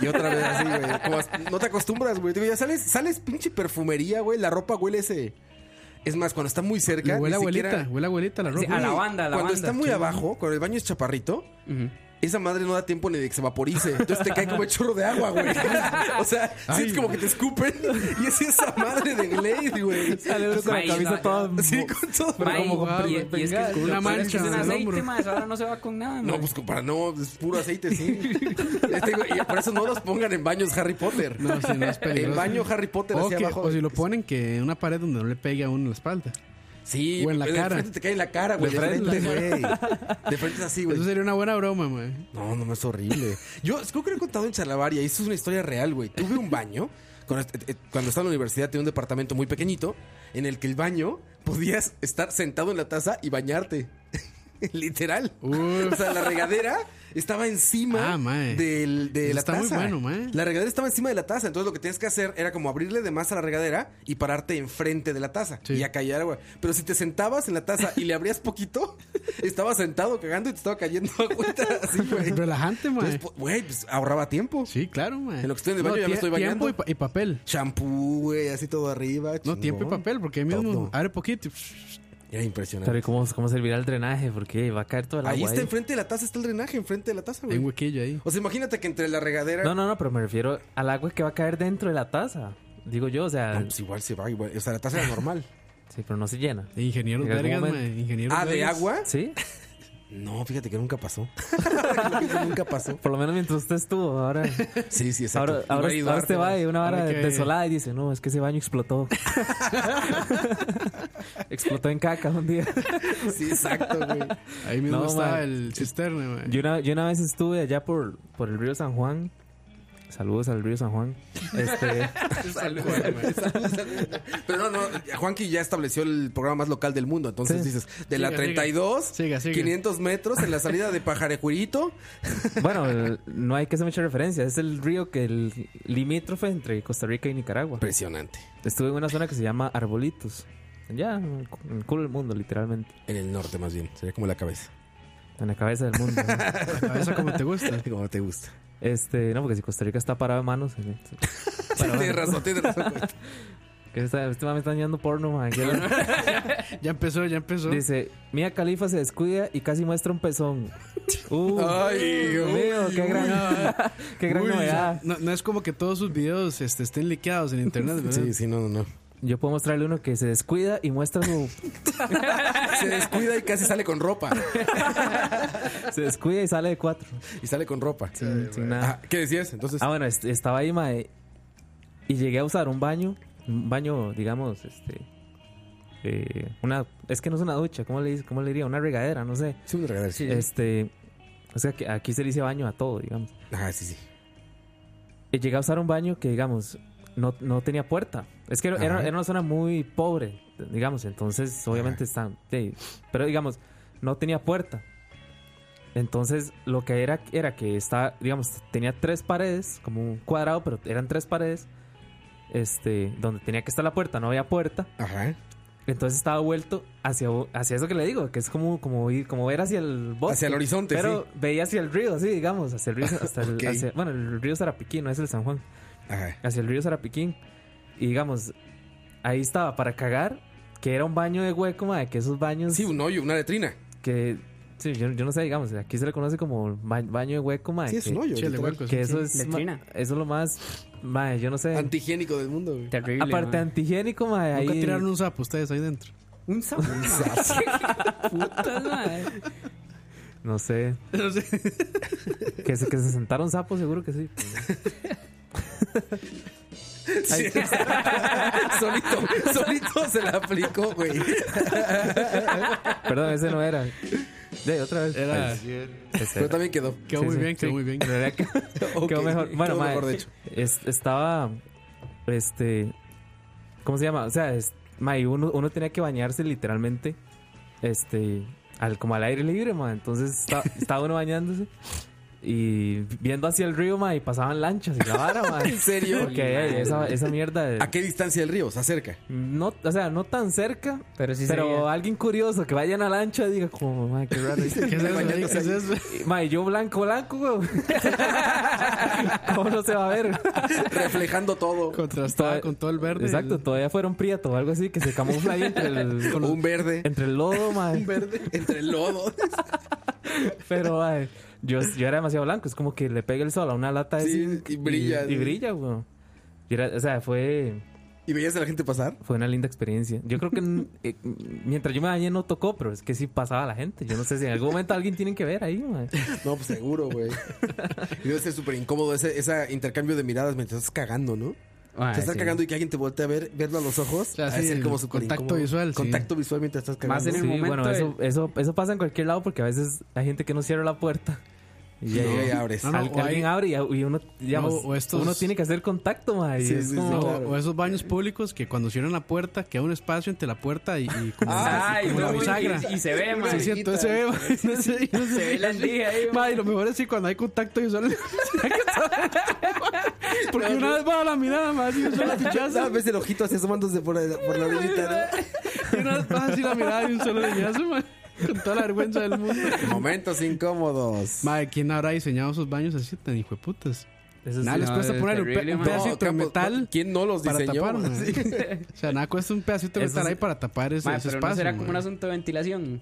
Y otra vez así, güey. Como as- No te acostumbras, güey. Digo, Ya sales, sales pinche perfumería, güey. La ropa huele ese. Es más, cuando está muy
Y
cerca. ni
huele abuelita,
siquiera-
huele abuelita la
Sí,
ropa.
a la banda, a la
cuando
banda.
está muy abajo, cuando el baño es chaparrito,
Ujú.
esa madre no da tiempo ni de que se vaporice. Entonces te cae como el chorro de agua, güey. O sea, sí es como que te escupen. Y es esa madre de Glade, güey.
Sale uno con la
Mae,
camisa
no,
toda.
Sí, con todo.
Mae,
como con
y, y es que
pengada.
Una
lo peor es que
mancha
es un
en el
aceite,
hombro.
mae. Ahora no se va con nada, mae.
No, pues para no, es puro aceite, sí. Este, güey, y por eso no los pongan en baños Harry Potter.
No, sí, no es peligroso.
El baño Harry Potter
o,
hacia
que-
abajo.
o si lo ponen que en una pared donde no le pegue a uno en la espalda.
Sí,
O en la
de
cara.
frente te cae en la cara, güey. De
De
frente,
frente.
güey. De frente es así, güey.
Eso sería una buena broma, man.
No, no, no es horrible. Yo es que creo que lo he contado en Chalabaria, y eso es una historia real, güey. Tuve un baño. Cuando, eh, eh, cuando estaba en la universidad tenía un departamento muy pequeñito en el que el baño podías estar sentado en la taza y bañarte. Literal.
Uf.
O sea, la regadera estaba encima
Ah, mae.
del- de
Eso
la
está
taza.
muy bueno, mae.
La regadera estaba encima de la taza. Entonces lo que tienes que hacer era como abrirle de más a la regadera y pararte enfrente de la taza.
Sí.
Y a callar agua. Pero si te sentabas en la taza y le abrías poquito, estabas sentado cagando y te estaba cayendo agüita así, güey.
Relajante, mae.
Entonces, po- güey, pues ahorraba tiempo.
Sí, claro, mae.
En lo que estoy en el baño ya me
tie-
estoy bañando.
Tiempo y, pa- y papel.
Shampoo, güey, así todo arriba.
No,
chingón.
tiempo y papel, porque ahí
Todo.
mismo abre poquito. y psh,
Era impresionante. eh.
Pero ¿y ¿cómo, cómo servirá el drenaje? Porque va a caer todo el
Ahí
agua.
está
ahí.
enfrente de la taza, está el drenaje enfrente de la taza,
Hay un
güey.
huequillo ahí.
O sea, imagínate que entre la regadera.
No, no, no, pero me refiero al agua que va a caer dentro de la taza. Digo yo, o sea,
No, pues igual se va, igual. O sea, la taza era normal.
sí, pero no se llena.
Ingenieros
En algún
vergas,
momento.
mae. Ingenieros
ah, ¿de
vergas.
agua?
¿Sí?
No, fíjate que nunca pasó. Fíjate que nunca pasó.
Por lo menos mientras usted estuvo, ahora...
Sí, sí, exacto. Igual
Ahora, ahora,
y
ahora
Duarte,
usted va de una vara
Ahora que-
desolada y dice, no, es que ese baño explotó. explotó en caca un día.
¿no? Sí, exacto, güey.
Ahí mismo
No,
está
mae.
el cisterna, mae.
Yo una, yo una vez estuve allá por, por el río San Juan. Saludos al río San Juan. Este,
Pero no, no. Juanqui ya estableció el programa más local del mundo. Entonces
Sí.
dices, de la
Siga, siga.
32,
Siga, siga.
500 metros en la salida de Pajarejurito.
bueno, el- no hay que hacer mucha referencia. Es el río que el limítrofe entre Costa Rica y Nicaragua.
Impresionante.
Estuve en una zona que se llama Arbolitos. Ya, en el cu- en el culo del mundo, literalmente.
En el norte, más bien. Sería como la cabeza.
En la cabeza del mundo. ¿no?
La cabeza Ah, como te gusta.
Como te gusta.
Este, no, porque si Costa Rica está parada de manos. ¿eh?
tienes razón, tienes razón. güey.
Que está- Este man me está enseñando porno, man. Qué bueno.
Ya empezó, ya empezó.
Dice, Mía Califa se descuida y casi muestra un pezón. Uh,
Ay,
Dios
uy,
mío, qué
uy.
gran, qué gran
Uy,
novedad.
No, no es como que todos sus videos este, estén liqueados en internet, ¿verdad?
Sí, sí, no, no, no.
Yo puedo mostrarle uno que se descuida y muestra su...
Se descuida y casi sale con ropa.
se descuida y sale de cuatro.
Y sale con ropa.
Sin, sin
Ah,
nada.
¿Qué decías? Entonces,
Ah, bueno, est- estaba ahí, mae. Y llegué a usar un baño. Un baño, digamos, este... eh, una... Es que no es una ducha. ¿Cómo le, dice- cómo le diría? Una regadera, no sé.
sí, un regadero.
Este... O sea, que aquí se le dice baño a todo, digamos.
Ajá, sí, sí.
Y llegué a usar un baño que, digamos, no, no tenía puerta. Es que era,
Ajá.
era una zona muy pobre, digamos. Entonces, obviamente, están. sí, pero, digamos, no tenía puerta. Entonces, lo que era era que estaba, digamos, tenía tres paredes, como un cuadrado, pero eran tres paredes. Este, donde tenía que estar la puerta, no había puerta.
Ajá.
Entonces estaba vuelto hacia, hacia eso que le digo, que es como, como, ir, como ver hacia el bosque.
Hacia el horizonte,
Pero veía hacia el río, sí, digamos, hacia el río. Hasta el,
Ok.
hacia- bueno, el río Sarapiquí, no es el San Juan
Ajá.
hacia el río Sarapiquín. Y digamos, ahí estaba para cagar, que era un baño de hueco, madre, que esos baños
Sí, un hoyo, una letrina.
que... Sí, yo, yo no sé, digamos, aquí se le conoce como ba- baño de hueco, madre.
Sí, es
que,
un hoyo.
Chele,
literal.
huecos.
que eso
Sí,
es... ma-
letrina.
eso es lo más... Madre, yo no sé.
Antihigiénico del mundo, güey.
Terrible.
Aparte
ma.
antihigiénico, madre,
Nunca
ahí...
tiraron un sapo ustedes ahí dentro.
Un sapo. Putas, madre.
No sé. que, se, que se sentaron sapos, seguro que sí.
Sí. solito, solito se la aplicó, güey.
Perdón, ese no era. De otra vez. este,
Era.
Ese
Pero
era.
también quedó.
Quedó
Sí,
muy
sí,
bien, quedó
sí.
muy bien.
En realidad quedó-
Ok,
quedó mejor. Bueno,
quedó
mae,
mejor, de hecho.
es- estaba. Este. ¿Cómo se llama? O sea, es- mae, uno, uno tenía que bañarse literalmente. Este. Al, como al aire libre, mae. Entonces esta- estaba uno bañándose. Y viendo hacia el río, mae, y pasaban lanchas y la vara, mae.
¿En serio?
Porque eh, esa, esa mierda. de-
¿A qué distancia del río? Se acerca.
No, o sea, no tan cerca.
Pero sí
pero
sería.
alguien curioso que vaya en la lancha y diga, como, mae, qué raro.
¿Qué es eso? ahí? ¿Qué es eso?
Y, Mae, yo blanco, blanco, güey. ¿Cómo no se va a ver?
Reflejando todo.
Contrastaba
Todavía-
con todo el verde.
Exacto,
el-
todavía fueron prieto o algo así que se camufla ahí entre el,
Con un verde.
entre el lodo, mae.
Un verde. Entre el lodo.
Pero, mae, yo, yo era demasiado blanco. Es como que le pega el sol a una lata de
Sí,
zinc
y brilla,
Y,
sí.
brilla, güey. Y era- o sea, fue,
¿Y veías a la gente pasar?
fue una linda experiencia. Yo creo que n- eh, mientras yo me bañé no tocó, pero es que sí pasaba la gente. Yo no sé si en algún momento alguien tiene que ver ahí, mae.
No, pues seguro, güey. Y debe ser súper incómodo ese, ese intercambio de miradas mientras estás cagando, ¿no?
Mae,
te estás
sí.
cagando y que alguien te voltee a ver, verlo a los ojos.
sea,
ha de
sí,
ser como
el
súper
contacto
incómodo.
visual, sí.
Contacto visual mientras estás cagando.
en el
Sí,
momento
bueno, eso,
del-
eso, eso pasa en cualquier lado porque a veces hay gente que no cierra la puerta. Y ya,
No,
ya.
ya abres.
No, no,
Al-
o
alguien
hay-
abre y, y uno, digamos,
No, o estos-
uno tiene que hacer contacto, ma, y
Sí,
es
sí, sí,
como-
O-
claro.
O esos baños públicos que cuando cierran la puerta queda un espacio entre la puerta y, y como,
Ah,
Ay,
como
no,
la
güey,
bisagra.
y, y se ve,
Sí,
mae.
es cierto, ese ve, ma. No sé, no sé.
Se ve la liga ahí,
Ma, y lo mejor es que cuando hay contacto visual. Porque una vez va a la mirada, más y un solo
Ah,
pichazo.
ves el ojito así asomándose por, por la orillita.
Y una vez baja así la mirada y un solo pichazo, ma. Con toda la vergüenza del mundo.
¿no? Momentos incómodos.
Madre, ¿quién habrá diseñado esos baños así tan hijo de putas?
eso
Nada
sí,
les
no,
cuesta
es
poner un, pe-
terrible,
un
ma. No,
pedacito de
Campos,
metal
¿Quién no los
para
diseñó?
tapar, ma.
Sí.
O sea, nada cuesta un pedacito de
Eso
metal
sí.
ahí para tapar ese,
Mae,
ese
pero
espacio.
no será
ma.
como un asunto de ventilación.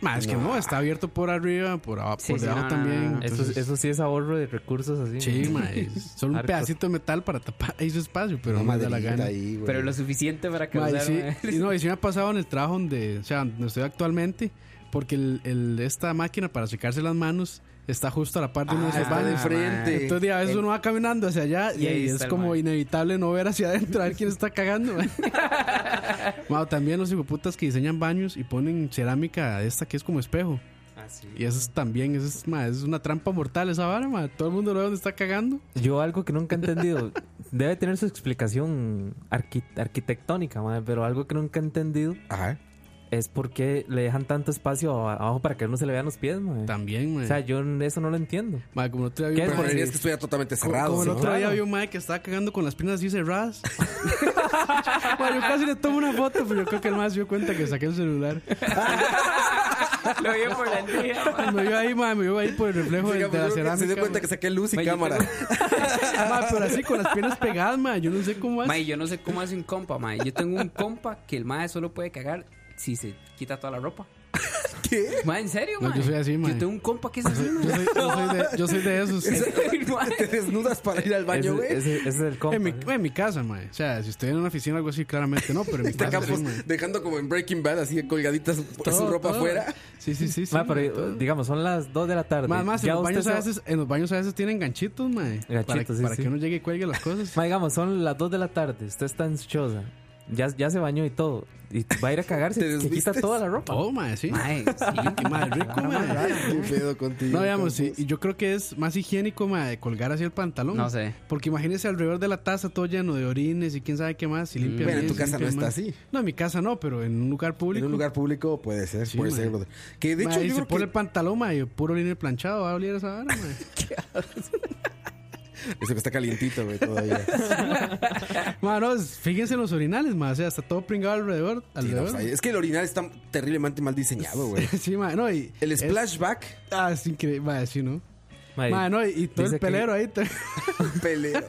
Ma, es que no, está abierto por arriba, por abajo,
Sí,
por
sí,
debajo
no, no,
también.
no.
eso,
entonces-
eso sí es ahorro de recursos así.
Sí,
ma.
ma, es solo un
Hardcore.
pedacito de metal para tapar ahí su espacio, pero
No,
no, me da la
maderita
gana.
ahí, güey.
Pero lo suficiente para
Ma, y
causar.
sí,
mae.
y no, y sí me ha pasado en el trabajo donde, o sea, donde estoy actualmente, porque el, el- esta máquina para secarse las manos está justo a la par de uno
Ah,
de esos
está de
baños.
frente.
Entonces, a veces uno va caminando hacia allá y,
Y ahí
ahí es
está el
como
mae.
inevitable no ver hacia adentro a ver quién está cagando. mae. Mae, también los hijueputas que diseñan baños y ponen cerámica esta que es como espejo.
Ah,
Y eso es también, eso es, mae, es una trampa mortal esa vara, mae. Todo el mundo lo ve donde está cagando.
Yo algo que nunca he entendido, debe tener su explicación arqui- arquitectónica, ma, pero algo que nunca he entendido
Ajá.
es por qué le dejan tanto espacio a- abajo para que no se le vean los pies, ma.
También, mae.
O sea, yo n- eso no lo entiendo.
Mae, como el otro día
¿Qué
vi
es
un-
por-
Preferirías que estuviera totalmente cerrado.
Como el
¿no?
otro día
Claro.
vi un mae que estaba cagando con las piernas así cerradas. Ma, yo casi le tomo una foto, pero yo creo que el mae se dio cuenta que saqué el celular.
Lo vi por la liga, mae.
Me vio ahí, mae, me vio ahí por el reflejo
Sí,
de, de la
cabrón,
cerámica.
pues, se dio cuenta que saqué luz y
Ma, yo
cámara.
Ma, pero así con las piernas pegadas, mae, yo no sé cómo hace.
Mae, yo no sé cómo hace un compa, mae. Yo tengo un compa que el mae solo puede cagar si se quita toda la ropa.
¿Qué?
Mae, ¿en serio,
No,
mae?
yo soy así, mae.
Yo tengo un compa que es así,
Yo
mae.
soy, yo soy de, yo soy de esos. eh,
¿Te desnudas para ir al baño,
ese,
güey?
ese- ese es el compa.
En mi,
¿sí?
en mi casa, mae. O sea, si estoy en una oficina o algo así, claramente no, pero en mi
Está
casa.
Campos
sí, mae.
dejando como en Breaking Bad, así colgaditas su, su
Todo,
ropa
todo.
afuera.
Sí, sí, sí. sí
Ma, pero,
mae, todo.
digamos, son las 2 de la tarde.
Más, más en, los baños
usted
a
se-
veces, en los baños a veces tienen ganchitos, mae.
Ganchitos,
para
sí,
para
sí.
que uno llegue y cuelgue las cosas.
Ma, digamos, son las 2 de la tarde, usted está en su choza, ya, ya se bañó y todo, y va a ir a cagarse,
¿Te
se quita
desvistes?
toda la ropa.
Oh, mae, sí.
Mae, sí.
Qué mal rico, mae.
¿Qué pedo contigo?
No, digamos, sí,
Campos?
y yo creo que es más higiénico, mae, colgar así el pantalón.
No sé.
Porque imagínese alrededor de la taza todo lleno de orines y quién sabe qué más. Y limpia
Bueno, en
bien,
tu
se
casa no
limpia
está
mal.
así.
No, en mi casa no, pero en un lugar público.
En un lugar público puede ser,
Sí,
puede
ma.
ser, brother. Que de
Ma,
hecho
y
yo
se
creo
pone
que
el pantalón, mae, y puro orine planchado, va a oler esa vara, mae.
Eso que está calientito, güey, todavía.
Ma, no, es- fíjense en los orinales, mae, o sea, está todo pringado alrededor.
Sí, no,
alrededor.
pues, ahí- es que el orinal está terriblemente mal diseñado, güey.
sí, mae, no, y...
El
es-
splashback,
ah, es increíble, mae, sí, ¿no?
Ma, y
Mae, no, y, y todo
Dice
el
que-
pelero ahí. te-
pelero.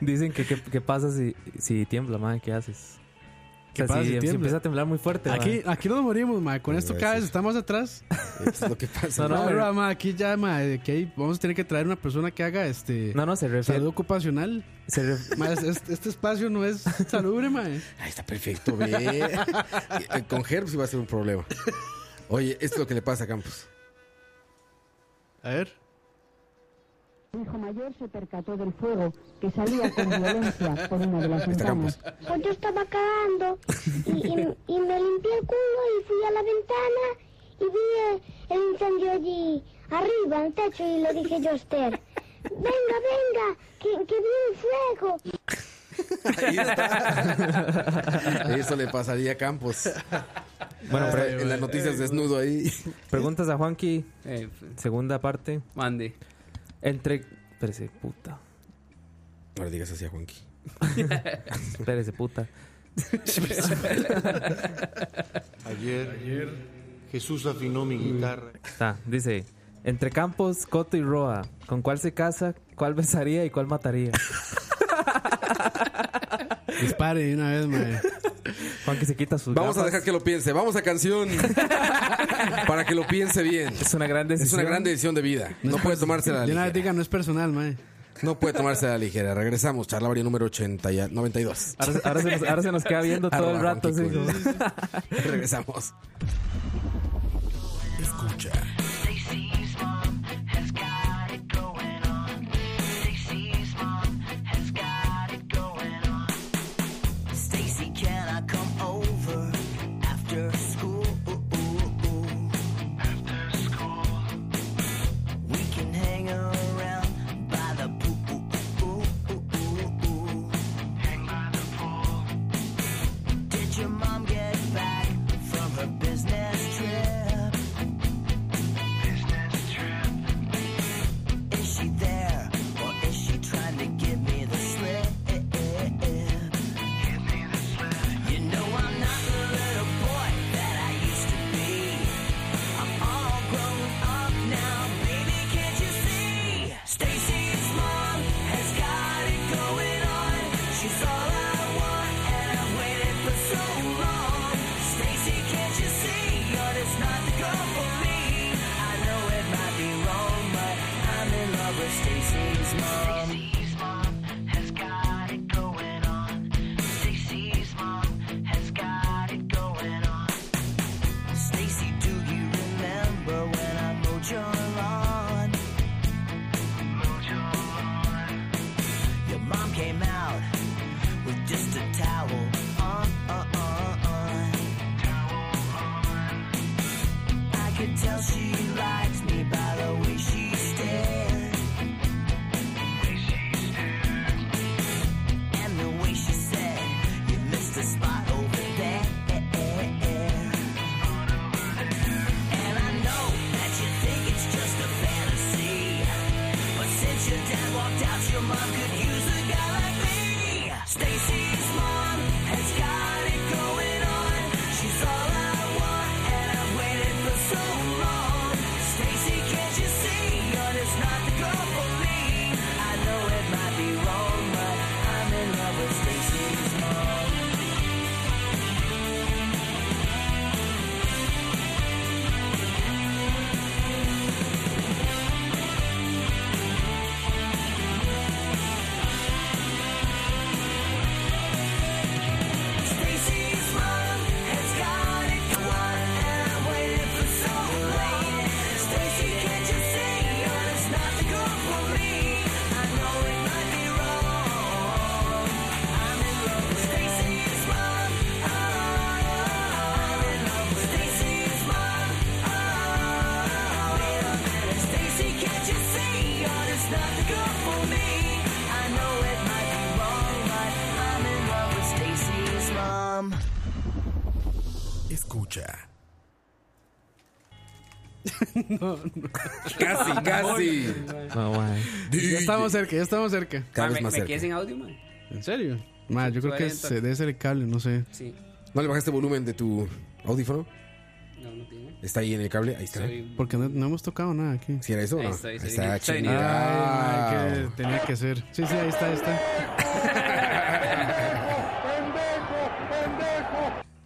Dicen que qué qué pasa si, si tiembla, madre, ¿qué haces? O
¿Qué
sea,
pasa
si, em,
si
si
tiembla?
empieza a temblar muy fuerte.
Aquí,
madre.
aquí nos morimos, mae, con
Te
esto
iba a
cada vez
decir.
estamos atrás.
Eso es lo que pasa.
No,
No,
no, pero-
pero, ma, aquí ya, ma, eh, que ahí vamos a tener que traer una persona que haga este
No, no, se refiere.
salud ocupacional.
se ref-
Ma, es- es- este espacio no es salubre, ma.
Ahí está perfecto, ve. Eh, Con Herbs iba a ser un problema. Oye, esto es lo que le pasa a Campos.
A ver.
Mi hijo mayor se percató del fuego que salía con violencia por una de las ventanas.
Pues yo estaba cagando y, y- y me limpié el culo y fui a la ventana y vi el, el incendio allí arriba, en el techo, y le dije yo a Esther, venga, venga, que, que vi un fuego.
Ahí está. Eso le pasaría a Campos. Bueno,
Bueno, eh, pre-
en las noticias desnudo ahí.
preguntas a Juanqui,
Eh, pues,
segunda parte.
mande.
Entre. Espérese, puta.
No le digas así a Juanqui.
Espérese, puta.
Ayer, Jesús afinó mi guitarra.
Está, dice. Entre Campos, Coto y Roa, ¿con cuál se casa? ¿Cuál besaría y cuál mataría?
Dispare de una vez, ma.
Juanqui se quita sus.
Vamos a
gafas.
dejar que lo piense. Vamos a canción. Para que lo piense bien.
Es una gran
Es
decisión.
una gran decisión de vida. No puede tomársela a la
De una vez
ligera.
diga, no es personal, ma.
No puede tomarse a la ligera. Regresamos. Charla varia número 80 y 92.
Ahora, ahora se nos, ahora se nos queda viendo todo el
Arroba
rato. así
Juanqui Cool.
como-
Regresamos. Escucha.
Stacy, can I come over after school? After school. uh, how she likes me by the way she stares. And the way she said, You missed a spot over there. And I know that you think it's just a fantasy. But since your dad walked out, your mom could use a guy like me. Stacy's mom has got it going on. She's all I want, and I've waited for so long. Stacy, can't you see? You're just not the girl for me. I know it might be wrong, but I'm in love with Stacy's mom. Stacy's mom has got it going, and I waited for so long. Stacy, can't you see? You're just not the girl for me. I know it might be wrong. I'm in love with Stacy's mom. I'm in love with Stacy's mom. Wait a minute, Stacy, can't you see? You're just not the girl for me. I know it might be wrong, but I'm in love with Stacy's mom.
Escucha.
Casi,
casi.
No, mae.
Ya estamos cerca, ya estamos cerca.
Cada vez
me,
más
me quedé
cerca.
sin audio, man.
¿En serio? Ma, yo creo que se debe ser el cable, no sé.
Sí.
¿No le bajaste volumen de tu audífono?
No, no
¿Eh?
tiene.
¿Está ahí en el cable? Ahí está.
Soy-
Porque no, no hemos tocado nada aquí.
¿Si era eso o no?
Ahí está, ahí está.
está.
Está
Ay,
chingada.
ma, que tenía que ser. Sí, sí, ahí está, ahí está.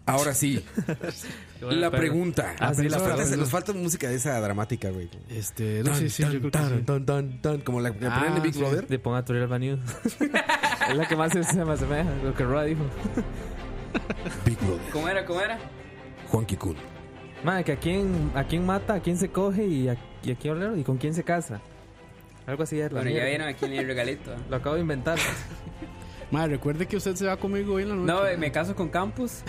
Ahora sí. La pregunta.
Ah, sí, la
nos,
pregunta.
falta, nos falta música de esa dramática, güey.
Este, no, sí, sí, yo creo que sí.
tan, tan, tan, como la, la
Ah,
ponían en Big
sí.
Brother.
De ponga a Turiel Banyu. es la que más se se me asemeja. Lo que Roa dijo.
Big Brother.
¿Cómo era? ¿Cómo era?
Juan Kikun.
Mae, que a quién, a quién mata, a quién se coge y a, y a quién olero y con quién se casa. Algo así es la
Bueno, ya
mierda.
vieron aquí en el regalito. ¿ah?
Lo acabo de inventar.
Ma, recuerde que usted se va conmigo hoy en la noche.
No, eh, me caso con Campos.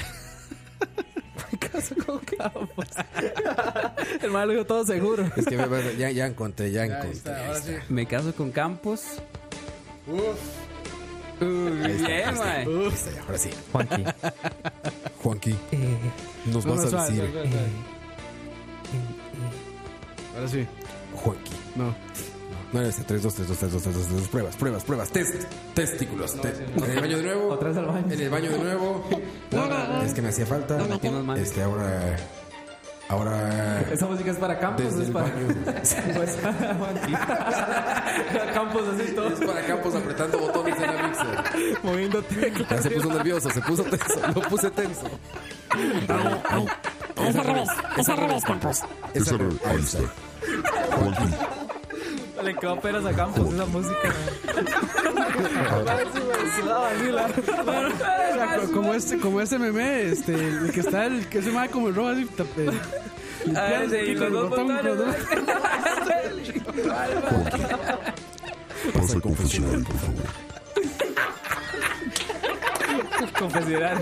El mae lo dijo todo seguro.
Es que me- ya, ya encontré, ya encontré. ahí está.
Me caso con Campos. Uf.
Ahí está, ahí
bien,
está.
man.
Ahí está, ahora sí.
Juanqui. Eh,
Juanqui, nos
No, no,
vas a
suave,
decir,
suave, suave. Ahora sí.
Juanqui.
No.
No eres 3, 2, 3, 2, 3, 2, 3, 2, 3, 2, pruebas, pruebas, pruebas, test, testículos. Te- en el baño de nuevo.
Otra vez al baño.
En el baño de nuevo. Es que me hacía falta.
metimos mal.
Este, ahora. Ahora.
Esa música es para Campos,
Desde
es
el
para.
baño.
es para Juanqui. Campos así todo.
Es para Campos apretando botones en la mixer.
Moviendo teclas.
Ya se puso nervioso, se puso tenso. Lo puse tenso.
Es al revés, es al revés, Campos.
Es al revés. Ahí está.
Le quedó apenas a Campos esa música.
O sea, co- como, este, como este meme, este, el que está, el que se llama como el robo así. tap- eh,
Ah,
limpiando
sí,
aquí
los
con el
dos
botón, con los
botones,
dos.
Pasa el confesionario.
Confesionar.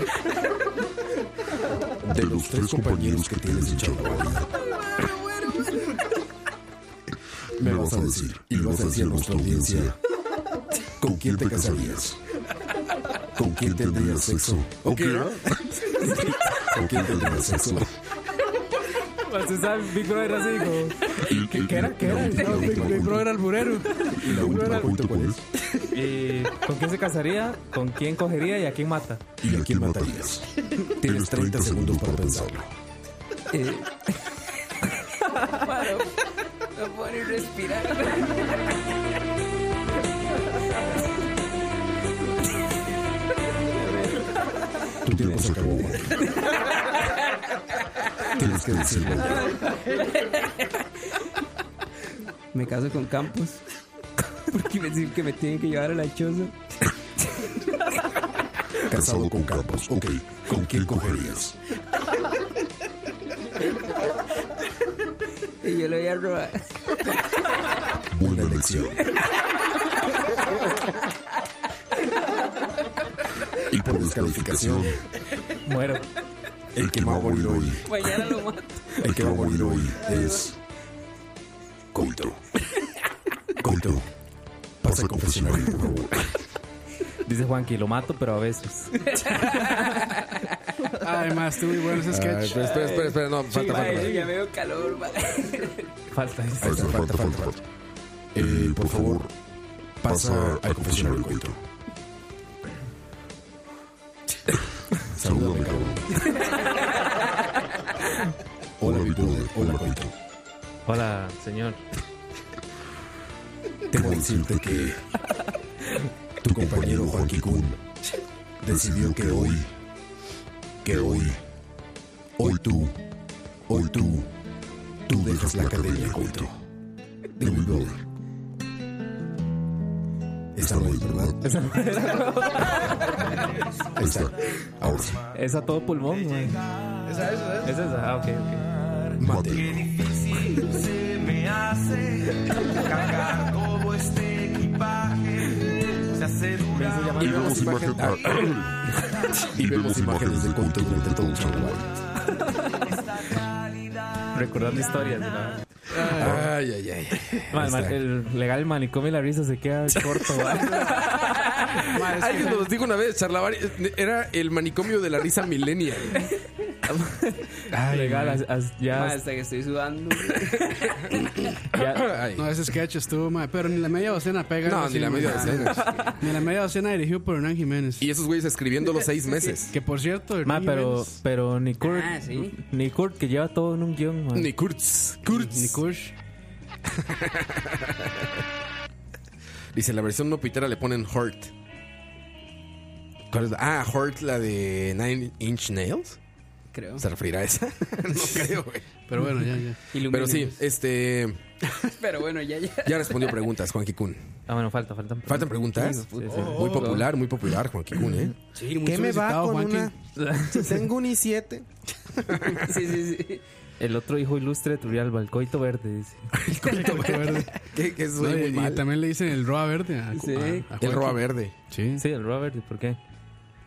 De los tres compañeros que tienes en Chapalita. Me vas a decir, y lo vas a decir a nuestra audiencia, ¿con quién te casarías? ¿Con quién tendrías sexo? ¿O qué? era? ¿Con quién tendrías sexo?
Usted sabe, Pues Big Brother así como. ¿Qué, qué era? ¿Qué era?
No, mi, mi brother alburero.
¿Y la última pregunta cuál es?
Eh, ¿Con quién se casaría? ¿Con quién cogería y a quién mata?
¿Y a quién matarías? Tienes 30 segundos para pensarlo.
Paro. Eh. No puedo ni respirar.
Tu tiempo se acabó. Tienes que decirlo.
Me caso con Campos. Porque me dicen que me tienen que llevar a la choza.
Casado con Campos. Ok, ¿con quién cogerías?
Y yo lo voy a robar.
Buena elección. Y por descalificación,
Muero.
el que más voló hoy
Mañana lo mato.
El que va a morir hoy es. Coito. Coito. Pasa al confesionario, por favor.
Dice Juanqui, lo mato, pero a veces.
Además, estuvo muy bueno ese
Ay,
sketch.
espera, espera, espera, espera, no, falta, falta,
Mae,
falta.
yo ya veo calor, mae.
Falta eso.
Falta, falta, falta, falta. Eh, por favor, pasa al confesionario, Coito. Salúdame, cabrón. Hola, mi brother. Hola, Coito.
Hola, señor.
Tengo que decirte que tu compañero Juan Kun decidió que hoy, que hoy, hoy tú, hoy tú, tú dejas la academia, Coito. De mi brother. Esa no es, ¿verdad? Ahí está. Ahora sí.
Es a todo pulmón, güey.
Esa, esa, esa.
Es esa. Ah, ok, ok.
Mátelo. Y vemos, imagen- y vemos imágenes del Coito durante todo un santuario.
Recordando historias, ¿no?
Ay, ay, ay.
Ma-
Ahí
ma-
está.
el legal el manicomio y la risa se queda corto, ¿va?
Ma, es que-
Alguien nos dijo una vez, charlaban, era el manicomio de la risa millennial.
legal, as- as- ya,
Mae, hasta que estoy sudando.
ya-
Ay.
No, ese sketch estuvo, ma, pero ni la media docena pega.
No,
así,
ni la
ma.
media docena.
Ni la media docena dirigido por Hernán Jiménez.
Y esos güeyes escribiendo los seis meses.
Que por cierto, Hernán
ma, pero,
Jiménez-
pero ni Kurt,
Ah, sí.
ni Kurt que lleva todo en un guión, ma.
Ni Kurtz. Kurtz.
Ni Kush.
Dice, la versión no pitera le ponen Hurt. ¿Cuál es la- Ah, Hurt, la de Nine Inch Nails.
Creo.
¿Se referirá a esa? no creo, güey.
Pero bueno, ya, ya.
Pero sí, este.
Pero bueno, ya, ya.
Ya respondió preguntas, Juan Kikun.
Ah, bueno, falta, faltan.
¿Faltan preguntas?
Sí, pues, oh. sí.
Muy popular, muy popular, Juan Kikun, ¿eh?
¿Qué me va con una?
tengo un i7.
Sí, sí, sí.
El otro hijo ilustre de Turrialba, el coito verde, dice.
Que, que
No,
soy muy
y, y
mal.
también le dicen el Roa Verde. a-
Sí.
a- a
El
Joaquín.
roa verde.
Sí.
Sí, el Robert, ¿y por qué?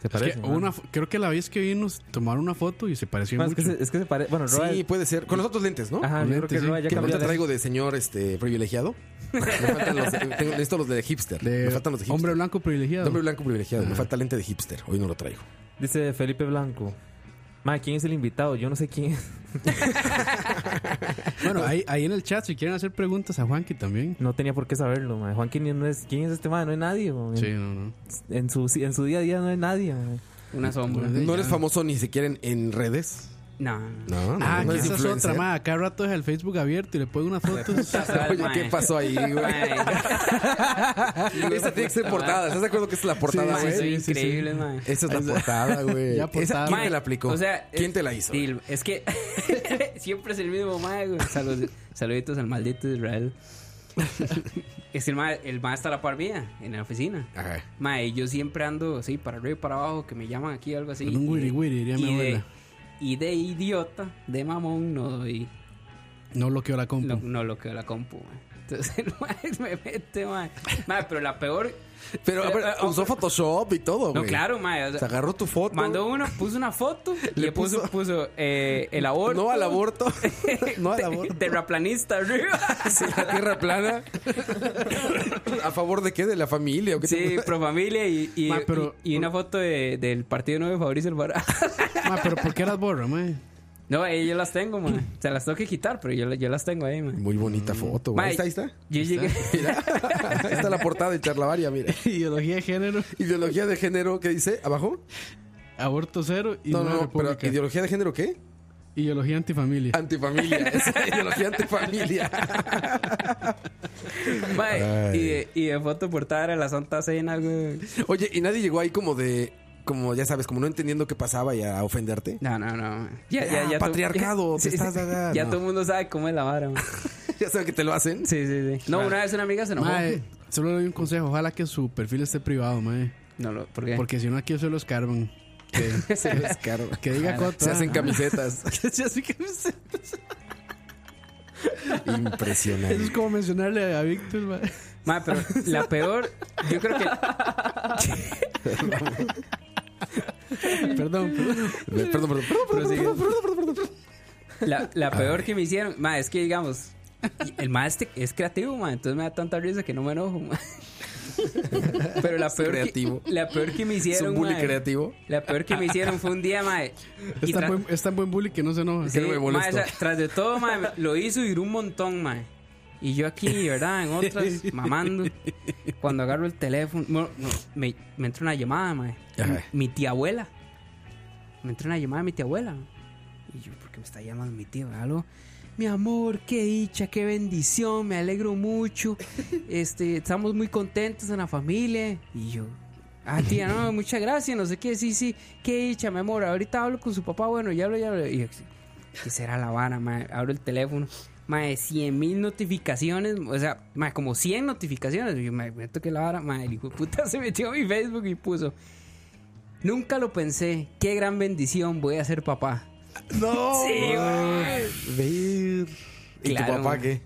Se
Es
parece.
que
¿no?
hubo una fo- creo que la vez que vino tomaron una foto y se pareció
Ma, es,
mucho.
que se, es que se parece. Bueno, Robert.
Sí, puede ser. Con los otros lentes, ¿no?
Ajá, yo creo que
Lentes, sí.
Robert ya
Que
cambió.
ahorita
de-
traigo de señor este privilegiado. Me faltan los de, tengo- necesito los de hipster.
De
me faltan los de hipster.
hombre blanco privilegiado.
De hombre blanco privilegiado. Me falta lente de hipster. Hoy no lo traigo.
Dice Felipe Blanco. Ma, ¿quién es el invitado? Yo no sé quién es.
Bueno, ahí, ahí en el chat, si quieren hacer preguntas a Juanqui también.
No tenía por qué saberlo, ma. Juan, ¿quién no es, quién es este ma? No hay nadie, ma.
Sí, no, no.
En, su, en su día a día no hay nadie, ma.
Una
Ah,
sombra.
No eres famoso ni siquiera en, en redes.
No, no.
No, no.
Ah,
no
que
eres
esa es
influencer.
otra, ma. Acá al rato es el Facebook abierto y le pongo unas fotos.
Oye, ¿qué pasó ahí,
eh.
güey? Esa tiene que ser portada. ¿Estás de acuerdo que esa es la portada,
Mae,
güey?
soy increíble, mae.
Esa es la portada, güey.
Ya
Esa,
portada.
¿Quién
Mae,
te la aplicó?
O sea,
¿Quién
es-
te la hizo?
Dil- es que siempre es el mismo mae, güey. Salud- saluditos al maldito Israel. es el mae, el mae está a la par mía en la oficina.
Ajá.
Mae, yo siempre ando así para arriba y para abajo, que me llaman aquí o algo así.
Con un
Y-
wiri wiri, diría
y
mi
de,
abuela.
y de idiota, de mamón, no doy.
No bloqueó la compu.
No, no lo que la compu, mae. Entonces el mae me mete, mae. Mae, pero la peor.
Pero, a ver,
Pero-
usó Photoshop y todo,
Eh, No,
güey.
claro, mae. o sea,
Se agarró tu foto.
Mandó uno, puso una foto, y
Le
le puso,
puso-
puso, eh, el aborto.
No al aborto. No al aborto.
Terraplanista arriba.
Sí, la tierra plana. ¿A favor de qué? ¿De la familia? ¿O qué
Sí, pro familia y, y,
Ma, pero-
y, y una foto de- del partido nuevo de Fabricio Alvarado.
Ma, pero ¿por qué las borra, ma?
No, ahí yo las tengo, man. Se las tengo que quitar, pero yo, la- yo las tengo ahí, man.
Muy bonita foto, güey.
Ma,
Ahí está, ahí está.
Yo llegué.
Mira. Ahí está la portada de Charlavaria, mira.
Ideología de género,
Ideología de género, ¿qué dice? ¿Abajo?
aborto cero y
No,
nueva
no, no, pero
república.
¿ideología de género qué?
Ideología antifamilia.
Antifamilia. Es ideología antifamilia.
Ma,
Ay.
y, de, y de foto portada era la Santa Cena, güey.
Oye, y nadie llegó ahí como de. Como ya sabes, como no entendiendo qué pasaba y a ofenderte.
No, no, no. man. Ya,
Ah,
ya, ya. to-
patriarcado, te estás acá,
Ya
no.
todo el mundo sabe cómo es la vara, man. Sí,
Ya saben que te lo hacen.
sí, sí. No, una vez una amiga se enojó.
Ma, eh, solo le doy un consejo. Ojalá que su perfil esté privado, ma. eh,
No, lo, ¿por qué?
Porque si no, aquí se los carvan. Que,
Sí.
Claro.
que diga Coto.
Se hacen
ah,
camisetas.
Eso
Impresionante.
es como mencionarle a Víctor, ma.
Ma, pero la peor, yo creo que
Perdón,
Perdón, perdón.
perdón. perdón, perdón, perdón, perdón, perdón, perdón.
La, la peor que me hicieron, ma, es que digamos, el maestro es creativo, ma, entonces me da tanta risa que no me enojo, ma. Pero la peor,
creativo.
Que, la peor que me
Es
hicieron,
un bully
ma,
creativo.
la peor que me hicieron fue un día, ma, y
Es tan,
tra-
buen, es tan buen bully que no se enoja.
Sí,
no me
ma,
molesto.
esa- tras de todo, ma, me- lo hizo ir un montón, ma. Y yo aquí, ¿verdad? En otras, mamando. Cuando agarro el teléfono, bueno, no, me, me entra una llamada, ma.
Ajá.
Mi tía abuela. Me entra una llamada de mi tía abuela. Y yo, ¿por qué me está llamando mi tía? ¿Aló? Mi amor, qué dicha, qué bendición, me alegro mucho. Este, estamos muy contentos en la familia. Y yo, ah, tía, no, muchas gracias, no sé qué, sí, sí, qué dicha, mi amor. Ahorita hablo con su papá, bueno, ya lo, ya lo. Y yo, ¿qué será la vara, mae? Abro el teléfono, mae, 100 mil notificaciones, o sea, mae, como 100 notificaciones. Y yo, mae, me que la vara, mae, el hijo de puta se metió a mi Facebook y puso. Nunca lo pensé, qué gran bendición voy a ser papá.
No.
Sí, güey.
Ver. ¿Y tu
Claro,
papá
güey.
qué?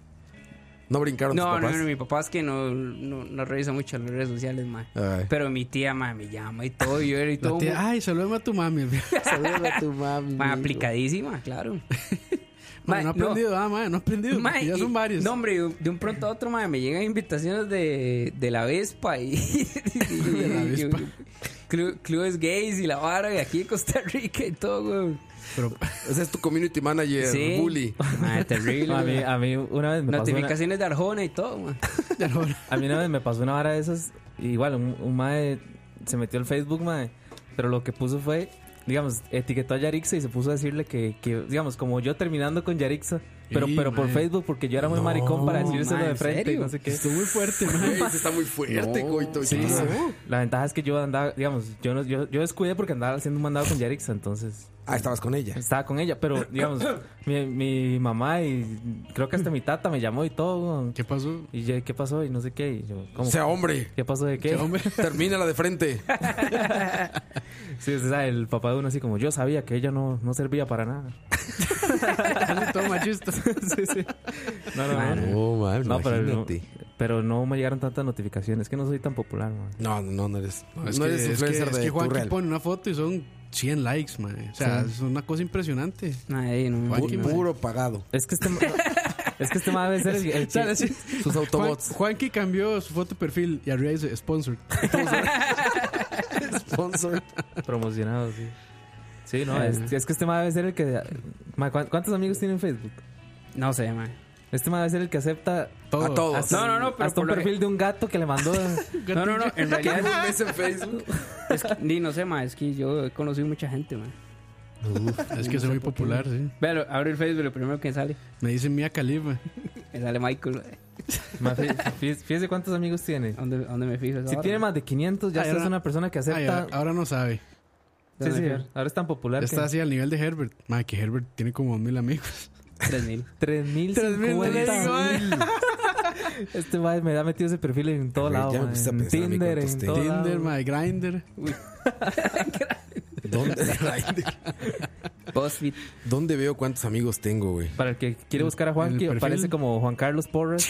¿No brincaron tus
No, no,
papás?
no, mi papá es que no, no, no revisa mucho las redes sociales, mae.
Ay.
Pero mi tía, mae, me llama y todo, y yo era y
La
todo.
tía, ay, saludame a tu mami.
Saluda a tu mami.
mae, aplicadísima, claro.
Mae, no ha
Mae, no.
aprendido, ah, mae, no ha aprendido.
Mae,
porque ya
y-
son varios.
No, hombre, de un pronto a otro, mae, me llegan invitaciones de, de la Vespa y.
De la Vespa.
Clu- clubes gays y la vara, y aquí en Costa Rica y todo, güey.
Pero
Ese es tu community manager,
Sí.
bully.
Mae, terrible.
A mí,
güey.
a mí una vez me pasó una,
Notificaciones de Arjona y todo, mae.
ya no.
a mí una vez me pasó una vara de esas. Igual, un, un mae se metió al Facebook, mae. Pero lo que puso fue, digamos, etiquetó a Yarixa y se puso a decirle que, que digamos, como yo terminando con Yarixa. Pero,
Y,
pero por
mae.
Facebook, porque yo era muy
No,
maricón para decírselo
mae,
de
¿en
frente y
serio?
no sé qué.
Estuvo muy fuerte, mae.
Güey, ese está muy fuerte, coito.
Sí,
¿Qué pasó?
mae. La ventaja es que yo andaba, digamos, yo, no- yo, yo descuidé porque andaba haciendo un mandado con Yarixa, entonces
Ah, estabas con ella.
estaba con ella. Pero, digamos, mi, mi mamá y creo que hasta mi tata me llamó y todo. weón.
¿Qué pasó?
Y yo, ¿qué pasó? Y no sé qué. Y yo,
O
¿cómo?
sea, hombre.
¿Qué pasó de qué?
¿Qué hombre?
Termínala de frente.
Sí, o sea, el papá de uno así como yo sabía que ella no, no servía para nada.
Así todo machista.
sí, sí. No, no, no.
Ah, No, mal,
No, pero no, pero no me llegaron tantas notificaciones. Es que no soy tan popular, man.
No, no, no eres. No,
Es que,
eres
es que,
influencer
es
de
que
tu
Juanqui
real.
pone una foto y son 100 likes, mae. O sea,
Sí.
es una cosa impresionante.
Mae, no,
Juanqui,
no.
mae.
Puro pagado.
Es que este, ma- es que este ma debe ser el, el que...
Sus autobots.
Juan- Juanqui cambió su foto de perfil y arriba dice sponsored.
Sponsor.
promocionado, sí. Sí, no, es, es que este ma debe ser el que... ma, ¿cuán- ¿Cuántos amigos tiene en Facebook?
No sé, mae.
Este ma debe ser el que acepta
Todo.
A todos.
hasta,
No, no, no, pero
hasta un
por lo
perfil de un gato que le mandó...
No, no, no, en realidad.
Un mes en Facebook.
Es que- ni no sé, mae, es que yo he conocido mucha gente, mae.
Es que soy muy popular, sí.
Pero abro el Facebook, lo primero que me sale,
Me dicen Mia Khalifa.
me sale Michael, mae.
Ma, fí- fí- Fíjese cuántos amigos tiene.
¿Dónde, dónde me fijo? esa
Si
vara,
tiene
mae?
más de 500, ya
Ay,
es
ahora-
una persona que
Ay,
acepta...
ahora, ahora no sabe.
Sí, sí,
Dónde
ahora es tan popular
Ya está
que...
así al nivel de Herbert. Mae, que Herbert tiene como mil amigos.
3000.
3050 Este mae me ha metido ese perfil en todo
Güey,
lado.
ya me
mae.
puse a
En
pensar,
Tinder,
amigo,
en
entonces,
todo
Tinder,
lado.
mae, Grindr.
¿Dónde,
BuzzFeed.
¿Dónde veo cuántos amigos tengo, güey?
Para el que quiere buscar a Juanqui,
perfil.
parece como Juan Carlos Porras.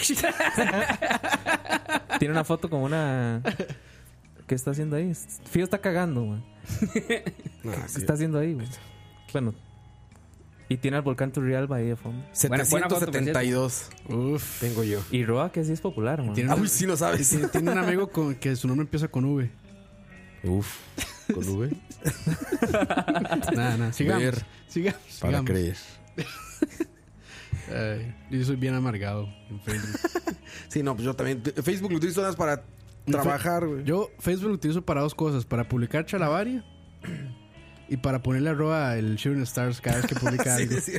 Tiene una foto como una. ¿Qué está haciendo ahí? Fío está cagando, güey.
Ah,
¿Qué
sí.
está haciendo ahí, güey? Bueno. Y tiene al volcán Turrialba ahí de fondo.
Buena- buena foto, por
772
Uf.
tengo yo.
Y Roa, que sí es popular, man.
Tiene,
Ah,
un-
uy, sí lo sabes.
tiene- tiene un amigo con- que su nombre empieza con V.
Uf. Con V.
Nada, nada. Sigamos.
Ver.
sigamos.
Para
sigamos.
creer.
Ay, yo soy bien amargado en Facebook.
Sí, no, pues yo también. Facebook lo utilizo nada más para trabajar, güey.
Yo Facebook lo utilizo para dos cosas: para publicar chalabaria y para ponerle arroba el Shooting Stars cada vez que publica
Sí,
algo.
sí.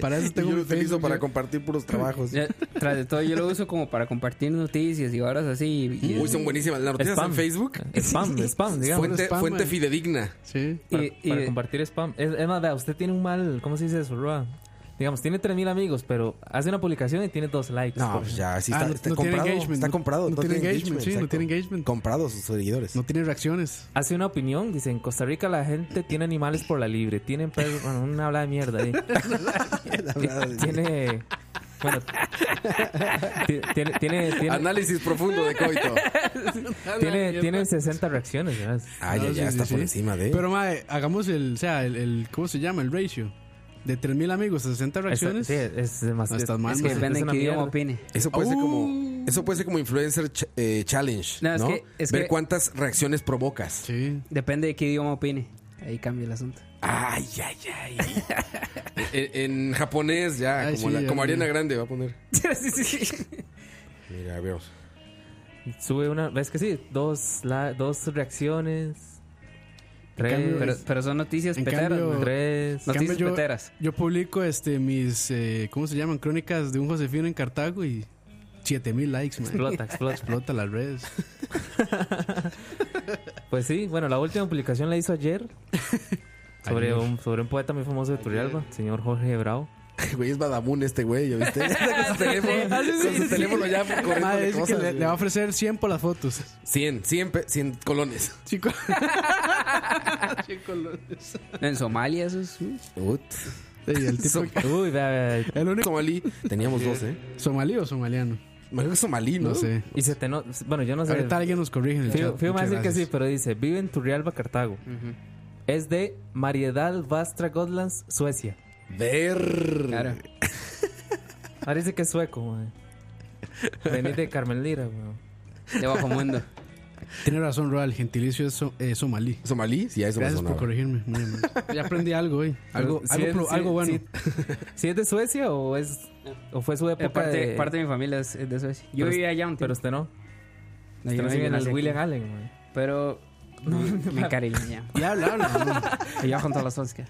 Para eso
Y
tengo
yo
mi
lo utilizo
Facebook.
para
yo-
compartir puros trabajos.
Ya, Tras de todo, yo lo uso como para compartir noticias y horas así. Y,
Uy, son buenísimas. Las noticias
Spam.
en Facebook.
Spam, spam, digamos.
Fuente,
spam,
fuente
güey.
fidedigna.
Sí.
y-
Para,
y-
para compartir spam. Es, es más, vea, usted tiene un mal. ¿Cómo se dice eso, Roa? Digamos, tiene 3.000 amigos, pero hace una publicación y tiene dos likes.
No,
por
pues
ejemplo.
ya, sí
Ah,
está,
no-
está
no tiene
comprado.
engagement,
está
no-
comprado.
no tiene engagement, sí, no
exacto.
tiene engagement.
Comprado sus seguidores.
No tiene reacciones.
hace una opinión. Dice, en Costa Rica la gente tiene animales por la libre. Tienen perros... Bueno, una habla de mierda ahí. tiene... Bueno... ti- Tiene... Tiene... Tiene,
Análisis profundo de coito.
tiene, tiene 60 reacciones. ¿verdad?
Ah,
No,
ya, ya,
sí, sí,
está por
sí.
encima de.
Pero, mae, hagamos el, o sea, el, el- ¿cómo se llama? El ratio. De 3.000 amigos a 60 reacciones.
sí, es demasiado.
Hasta más,
es
Es
no
que
sé,
depende
es
en
una
qué idioma
mierda.
opine.
Eso puede ser como. Eso puede ser como influencer ch- eh, challenge. No,
No, es que- es
Ver
que-
cuántas reacciones provocas.
Sí.
Depende de qué idioma opine. Ahí cambia el asunto.
Ay, ay, ay. en, en japonés, ya,
Ay,
como,
sí,
la-
ya,
como
ya.
Ariana Grande va a poner.
sí, sí, sí.
Mira, veamos.
Sube una. ¿Ves que sí? Dos, la- dos reacciones.
cambio,
Pero,
Tres.
pero son noticias
En
peteras.
cambio-
man.
tres.
En
Noticias
cambio, yo-
peteras.
Yo publico este mis eh, ¿cómo se llaman? Crónicas de un Josefino en Cartago y 7000 likes, man.
Explota, explota.
Explota las redes.
Pues sí, bueno, la última publicación la hizo ayer. Sobre,
Ayer.
Un, sobre un poeta muy famoso de Turrialba, señor Jorge Bravo.
Güey, es Badabun este güey, ¿ya viste? Está con su teléfono, con su teléfono ya
Madre,
corriendo
dice que le, le va a ofrecer 100 por las fotos.
100, 100, pe- 100 colones.
Chico.
En Somalia, eso es. uh,
Ut.
Y el tipo
Som-
Uy, vea, vea, vea.
el único
Somalí. Teníamos dos, ¿eh?
somalí o somaliano,
Imagino que somalí, ¿no?
no sé.
Y se te no- Bueno, yo no sé.
Ahorita alguien nos corrige en el
Fío
chat.
fío me va a
Muchas
decir que sí,
gracias.
pero dice: Vive en Turrialba, Cartago. Es de Mariedal Vastra Gotlands, Suecia.
Ver.
Claro.
Parece que es sueco, man. Venís de Carmen Lira, weón.
De bajo mundo. Eh,
Tiene razón, Roal, el gentilicio es so- eh, somalí.
¿Somalí? Sí, a eso me
Gracias por
sonaba.
corregirme. muy amable. Ya aprendí algo hoy. Algo,
Pero si
algo,
es-
pro-
si-
algo bueno.
Si, si es de Suecia o es o fue su época
Eh, parte,
de,
parte de mi familia es es de Suecia. Yo
Pero-
vivía allá un tiempo.
Pero usted no.
No,
usted
yo
no
no
sigue en
nací
el
aquí.
William Allen, man.
Pero me, me encariñé.
Ya habla, habla.
Allá junto a la Suecia.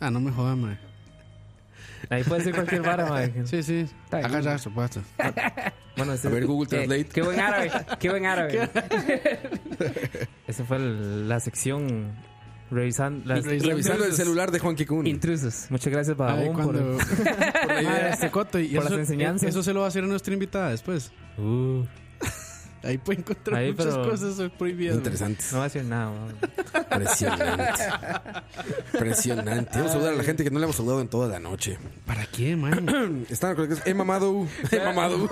Ah, no me jodas, man.
Ahí puede ser cualquier vara, man.
Sí, sí.
bien.
Haga ya su pasta.
Bueno, sí,
A ver, Google
Qué,
Translate.
qué buen árabe. Qué buen árabe.
esa fue el- la sección revisando las-
Revisando-
Revisando el celular de Juan Kikun.
Intrusos.
Muchas gracias,
Ay,
Badabun, por
cuando- Madre, este coto, y
Por las
eso, eh,
enseñanzas.
eso se lo va a hacer a nuestra invitada después.
el- Uh,
Ahí puede encontrar
Ahí,
muchas
pero-
cosas eh, prohibidas.
Interesantes.
no va a decir nada, man.
Impresionante. Impresionante. Vamos a saludar a la gente que no le hemos saludado en toda la noche.
¿Para qué, man?
Están creo que es- he mamado, he mamado.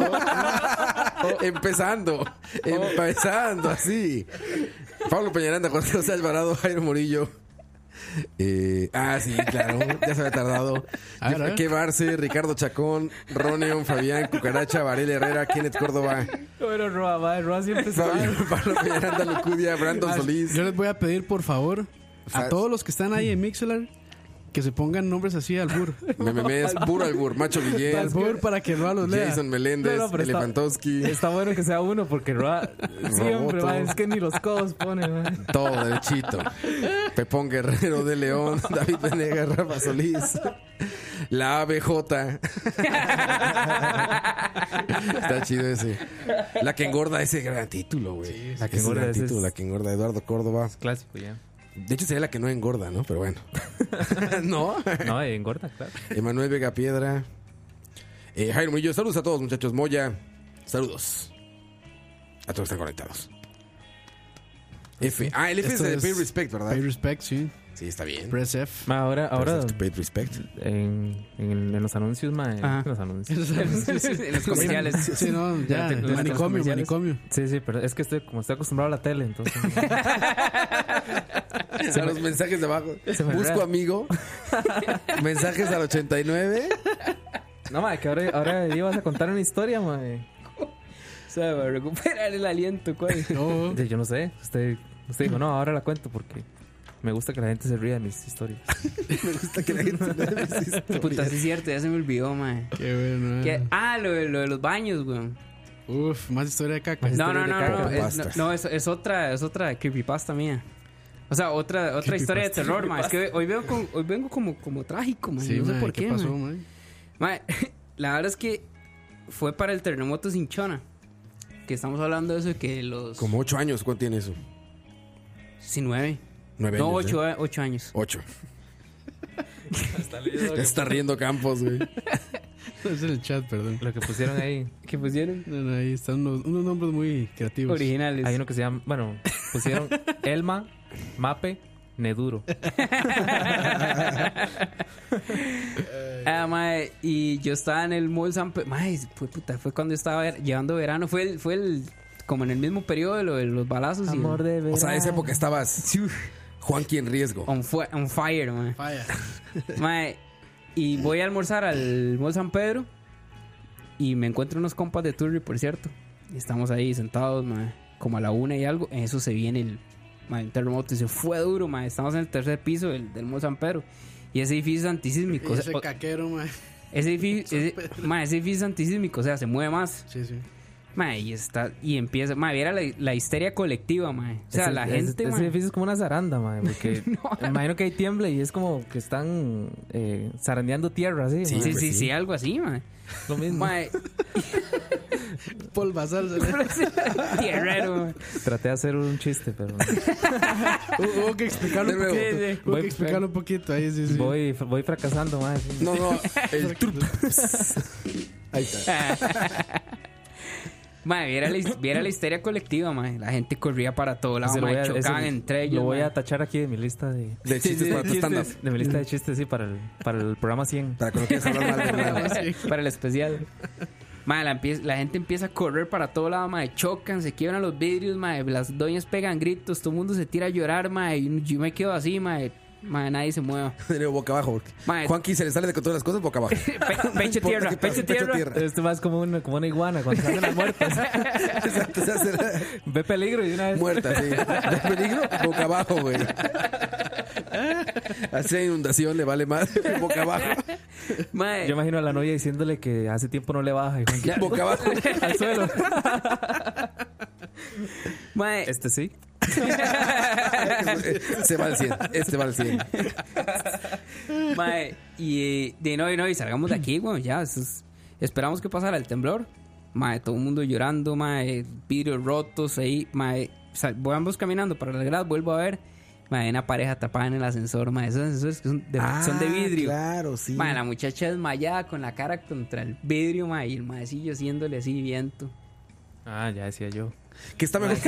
Oh.
empezando, empezando así. Pablo Peñaranda, Juan José Alvarado, Jairo Murillo. Eh, ah, sí, claro, ya se había tardado.
A ver, a ver.
Que Barce, Ricardo Chacón, Roneon, Fabián, Cucaracha, Varela Herrera, Kenneth Córdoba,
Bueno, Roa, man, Roa siempre se va.
Fabio, Pablo Peñaranda, Lucudia, Brandon Solís.
Yo les voy a pedir, por favor,
Fa-
a todos los que están ahí en Mixelar, que se pongan nombres así al bur.
Mememes, Puro Albur, Macho
al
Guillén,
bur para que Roa los lea.
Jason Meléndez,
No, no, pero está-
Elefantowski.
Está bueno que sea uno porque Roa siempre,
Roboto.
man, es que ni los codos pone, man.
Todo derechito. Pepón Guerrero de León, David Venegas, Rafa Solís. La ABJ. Está chido ese. La que engorda ese gran título, güey. la que engorda
ese
título,
es-
la que engorda Eduardo Córdoba.
Clásico, ya.
De hecho sería la que no engorda, ¿no? Pero bueno. no.
No, eh, engorda, claro.
Emanuel Vega Piedra. Eh, Jairo Murillo, saludos a todos, muchachos. Moya, saludos. A todos que están conectados. F. Ah, el F
Esto
es de
es
Pay Respect, ¿verdad?
Pay respect, sí.
Sí, está bien.
Press F.
Ma, ahora, ahora
Perfecto, paid respect.
en, en, en los anuncios, ma, en
Ajá.
los anuncios.
En los comerciales.
Sí, no, ya.
Durante- durante los
manicomio,
comerciales.
manicomio.
Sí, sí, pero es que estoy, como estoy acostumbrado a la tele, entonces.
a los mensajes de abajo.
me
Busco
rea.
amigo. mensajes al 89.
No, ma, que ahora, ahora ibas a contar una historia, ma.
O sea, para recuperar el aliento, ¿cuál?
No.
Sí, Yo no sé. Usted, usted dijo, no, ahora la cuento porque me gusta que la gente se ría de mis historias.
Me gusta que la gente lea mis historias.
Puta, sí es cierto, ya se me olvidó, mae.
Qué bueno.
¿Qué?
eh.
Ah, lo, de- lo de los baños, weón.
Uf, más historia de caca.
No, no,
de
no,
caca.
no, es, no,
Creepypastas.
no, es, es otra, es otra creepypasta mía. O sea, otra, otra historia de terror, mae. Es que hoy, hoy veo con- hoy vengo como, como trágico, mae.
Sí,
no sé
man,
por qué,
¿qué pasó,
mae.
man?
Mae, la verdad es que fue para el terremoto Cinchona. Que estamos hablando de eso de que los
Como 8 años, ¿cuánto tiene eso?
19.
9
No,
años.
8 ocho, eh, ocho años.
8. Está riendo Campos, güey.
Es en el chat, perdón.
Lo que pusieron ahí.
Que pusieron
No, no, ahí están unos, unos nombres muy creativos.
originales.
Hay uno que se llama, bueno, pusieron Elma, Mape, Neduro.
Ah, mae, y yo estaba en el mall San Pedro. Mae, fue, puta, fue cuando yo estaba ver- llevando verano. Fue el, fue el, como en el mismo periodo de, lo de los balazos. y
Amor
el-
de verano.
O sea, esa época estabas. Juanqui en riesgo.
On, fue- on fire, mae.
Falla.
Mae, Y voy a almorzar al Mall San Pedro. Y me encuentro unos compas de Turri, por cierto. Y estamos ahí sentados, mae, como a la una y algo. En eso se viene el, mae, un terremoto y se fue duro, mae. Estamos en el tercer piso del, del Mall San Pedro. Y ese edificio es antisísmico. o sea,
Ese
o-
caquero, mae.
ese edificio, ese,
Pedro.
mae, ese edificio es antisísmico, o sea, se mueve más.
Sí, sí.
Mae, y, está, y empieza. Mae, viera la, la histeria colectiva, mae. O sea,
Ese-
la
ese-
gente.
Ese,
mae,
edificio es como una zaranda, mae. Porque me imagino que hay tiembla y es como que están eh, zarandeando tierra, así.
Sí,
mae. Pues,
sí,
pues,
sí,
sí.
sí, algo así, mae.
Lo mismo.
Mae,
Polvazal. se le-
tierrero, mae.
Traté de hacer un chiste, pero. no.
Hubo hubo que explicarlo
De
un
nuevo.
poquito.
Sí, sí.
Hubo
Voy-
que explicarlo un poquito. Ahí sí, sí.
Voy, voy fracasando, mae. sí.
No, no, el trup. Ahí está.
Mae, viera la, his- viera la histeria colectiva, mae. La gente corría para todo lado,
Se Ah, lo voy
mae.
a-
Chocaban
ese-
entre ellos.
Lo voy
mae.
a tachar aquí de mi lista de.
De
Sí,
chistes
sí,
para tu
chistes.
stand-up.
De mi lista de chistes, sí, para el, para el programa 100.
Para que no quieras hablar mal de nada.
para el especial. Mae, la, empie- la gente empieza a correr para todo lado, mae. Chocan, se quiebran los vidrios, mae. Las doñas pegan gritos, todo el mundo se tira a llorar, mae. Y yo me quedo así, mae. Mae, nadie se mueva.
De nuevo, boca abajo. porque
Mae.
Juanqui se le sale de control las cosas boca abajo.
Pe- pecho tierra,
qué pase,
pecho tierra.
Esto más como una, como una iguana cuando salen las muertas.
Exacto, se hace la-
Ve peligro y de una vez.
muerta, sí. De peligro, boca abajo, güey. Hace inundación, le vale más. Boca abajo.
Mae,
Yo imagino a la novia diciéndole que hace tiempo no le baja y Juan que-
Boca abajo.
al suelo.
mae,
Este sí.
Se va al 100. Este va al 100.
mae. Y eh, de no, y no, y salgamos de aquí, weón. Ya, eso es- esperamos que pasara el temblor. Mae, todo el mundo llorando, mae. Vidrios rotos ahí, mae. sal- vamos caminando para la grada, vuelvo a ver. Mae, una pareja tapada en el ascensor, mae. Esos ascensores que son de, son de
Ah,
vidrio.
Claro, sí.
Mae, la muchacha desmayada con la cara contra el vidrio, mae. Y el maecillo haciéndole así viento.
Ah, ya decía yo.
Que está mejor que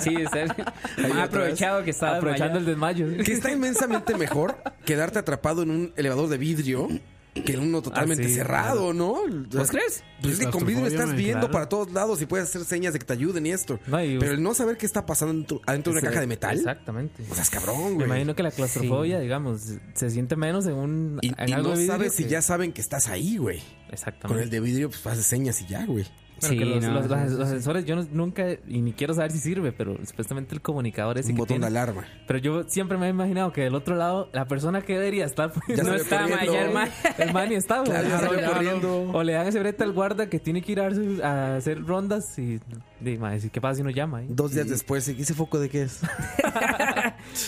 Sí, está
otra
más aprovechado que estaba
Aprovechando el desmayo.
que está inmensamente mejor quedarte atrapado en un elevador de vidrio que en uno totalmente
Ah, sí,
cerrado, ¿no?
¿Vos crees?
Pues es que con vidrio
Claustrofobia,
estás
man,
viendo
claro.
para todos lados y puedes hacer señas de que te ayuden y esto.
No, y-
Pero el no saber qué está pasando adentro- adentro de una caja de metal.
Exactamente.
O sea, es cabrón,
Me
güey.
imagino que la claustrofobia, digamos, se siente menos en un.
Y,
en
y
algo
no
de vidrio
sabes si
que-
ya saben que estás ahí, güey. Con
Exactamente.
el de vidrio, pues haces señas y ya, güey.
Bueno, que
Sí,
los,
no,
los-
sí,
los-
sí,
los sensores, yo no- nunca, y ni quiero saber si sirve, pero supuestamente el comunicador es
Un botón de alarma.
Pero yo siempre me he imaginado que del otro lado, la persona que debería estar pues,
Ya
no
salió
está,
corriendo.
ma, ya el ma- el man ni está, güey.
Claro, ya
O sea,
salió
o-
corriendo.
O le dan ese brete al guarda que tiene que ir a, darse- a hacer rondas y, y, ma, decir, ¿qué pasa si no llama? eh?
Dos días después, ¿y ese foco de qué es?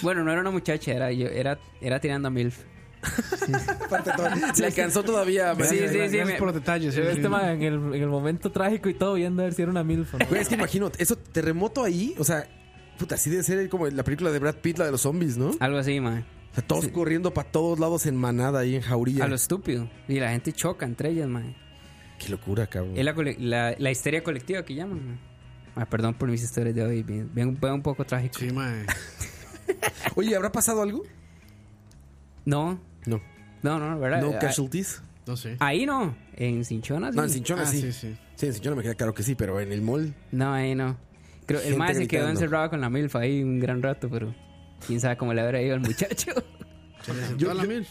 Bueno, no era una muchacha, era yo, era, era tirando a MILF.
Aparte, todo- Se alcanzó todavía. man.
Sí, sí, sí.
Gracias
me-
por los detalles. sí,
Yo
sí.
este ma, en, el, en el momento trágico y todo, viendo a ver si era una milf o no.
Güey, es que imagino, eso terremoto ahí, o sea, puta, así debe ser como la película de Brad Pitt, la de los zombies, ¿no?
Algo así, mae.
O sea, todos corriendo para todos lados en manada ahí en jaurilla.
A lo estúpido. Y la gente choca entre ellas, mae.
Qué locura, cabrón.
Es la, cole- la, la histeria colectiva que llaman, mae. Ah, perdón por mis historias de hoy, bien, bien- fue un poco trágico.
Sí, mae.
Oye, ¿habrá pasado algo?
No,
No.
no, no, ¿verdad?
¿No
Ah,
casualties?
No sé.
ahí no, en Cinchona sí.
No, en Cinchona
Ah,
sí.
sí,
sí.
sí.
en Cinchona me queda claro que sí, pero en el mall.
No, ahí no. Creo, el
Gente
mae se quedó
gritando.
encerrado con la MILF ahí un gran rato, pero quién sabe cómo le habrá ido al muchacho.
Se le sentó
Yo-
a la
yo-
mil.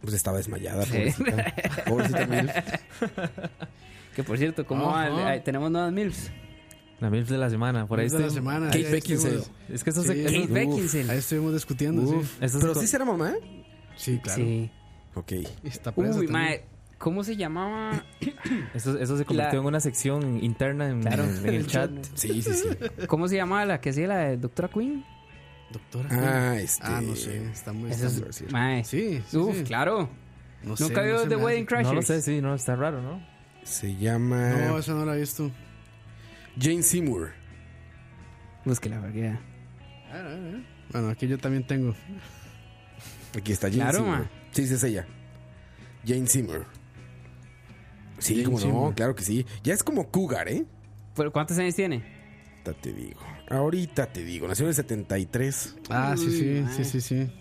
Pues estaba desmayada,
Sí.
pobrecita. pobrecita Milf.
que por cierto, ¿cómo
Ajá.
va el- ah, tenemos nuevas MILFs?
La milf de la semana, por ahí
de la
estoy-
semana.
Kate
ahí estuvimos-
Beckinsale.
Es que eso
Sí,
se.
eso-
Kate
uf,
Beckinsale.
Ahí estuvimos discutiendo, sí.
eso se
Pero
co-
sí será mamá.
Sí, claro.
Sí.
Ok.
Y Está presa
Uy,
también.
mae, ¿cómo se llamaba?
Eso, eso se convirtió
La-
en una sección interna en, en el chat.
Sí, sí, sí.
¿Cómo se llamaba la que hacía la de Doctora Queen?
Doctora.
Ah, este.
Ah, no sé. Está muy.
Esa
está
es-
muy- sí.
mae.
Sí, sí,
Uf,
sí.
claro.
No sé,
Nunca
no
vio
se
The
me
Wedding
hace.
Crashers.
No lo sé, sí, no, está raro, ¿no?
Se llama
No, eso no lo he visto.
Jane Seymour.
Búsquela, porque
Bueno, aquí yo también tengo.
Aquí está Jane
Claro,
Seymour.
ma.
Sí, sí, es ella. Jane Seymour. Sí,
Jane
como no,
Seymour.
claro que sí. Ya es como Cougar, ¿eh?
¿Pero cuántos años tiene?
Ahorita te digo. Ahorita te digo. Nació en el 73.
Ah, sí,
Uy,
sí,
mae.
sí, sí, sí.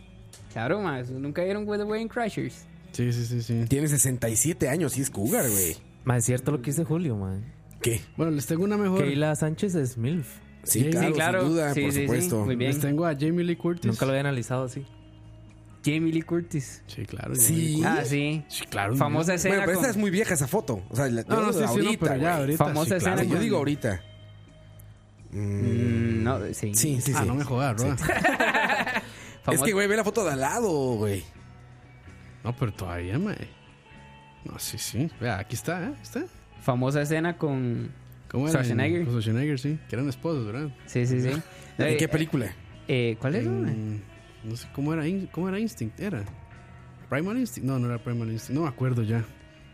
Claro, mae. eso Nunca vieron The Wedding Crashers.
Sí, sí, sí, sí.
Tiene 67 años y es Cougar, güey.
Ma, es cierto lo que dice Julio, man.
¿Qué?
Bueno, les tengo una mejor.
Keila Sánchez es MILF.
Sí,
Sí,
claro,
claro.
sin duda,
Sí,
por
sí, sí.
supuesto.
Muy bien.
Les tengo a Jamie Lee Curtis.
Nunca lo había analizado así.
Jamie Lee Curtis.
Sí, claro. ya.
Sí.
Ah, sí.
Sí, claro.
Famosa escena.
Bueno, pero
con-
esta es muy vieja esa foto. O sea, la-
No,
yo
no, sí, sí, no,
ahorita,
pero ya
güey.
ahorita.
Famosa
sí,
escena
claro.
Sí, yo digo ahorita.
Mm, no,
Sí,
sí.
sí, sí.
Ah, no me jodas, Roa.
Es
Famosa-
que, güey, ve la foto de al lado, güey.
No, pero todavía, mae. No, sí, sí. Vea, aquí está, ¿eh? ¿Está?
Famosa escena con.
¿Cómo era?
Schwarzenegger.
Con Schwarzenegger, sí. Que eran esposos, ¿verdad?
Sí, sí, sí.
¿En
Eh,
qué película?
eh, ¿Cuál es?
En- no sé cómo era, In- cómo era Instinct, era. Primal Instinct, no, no era Primal Instinct, no me acuerdo ya.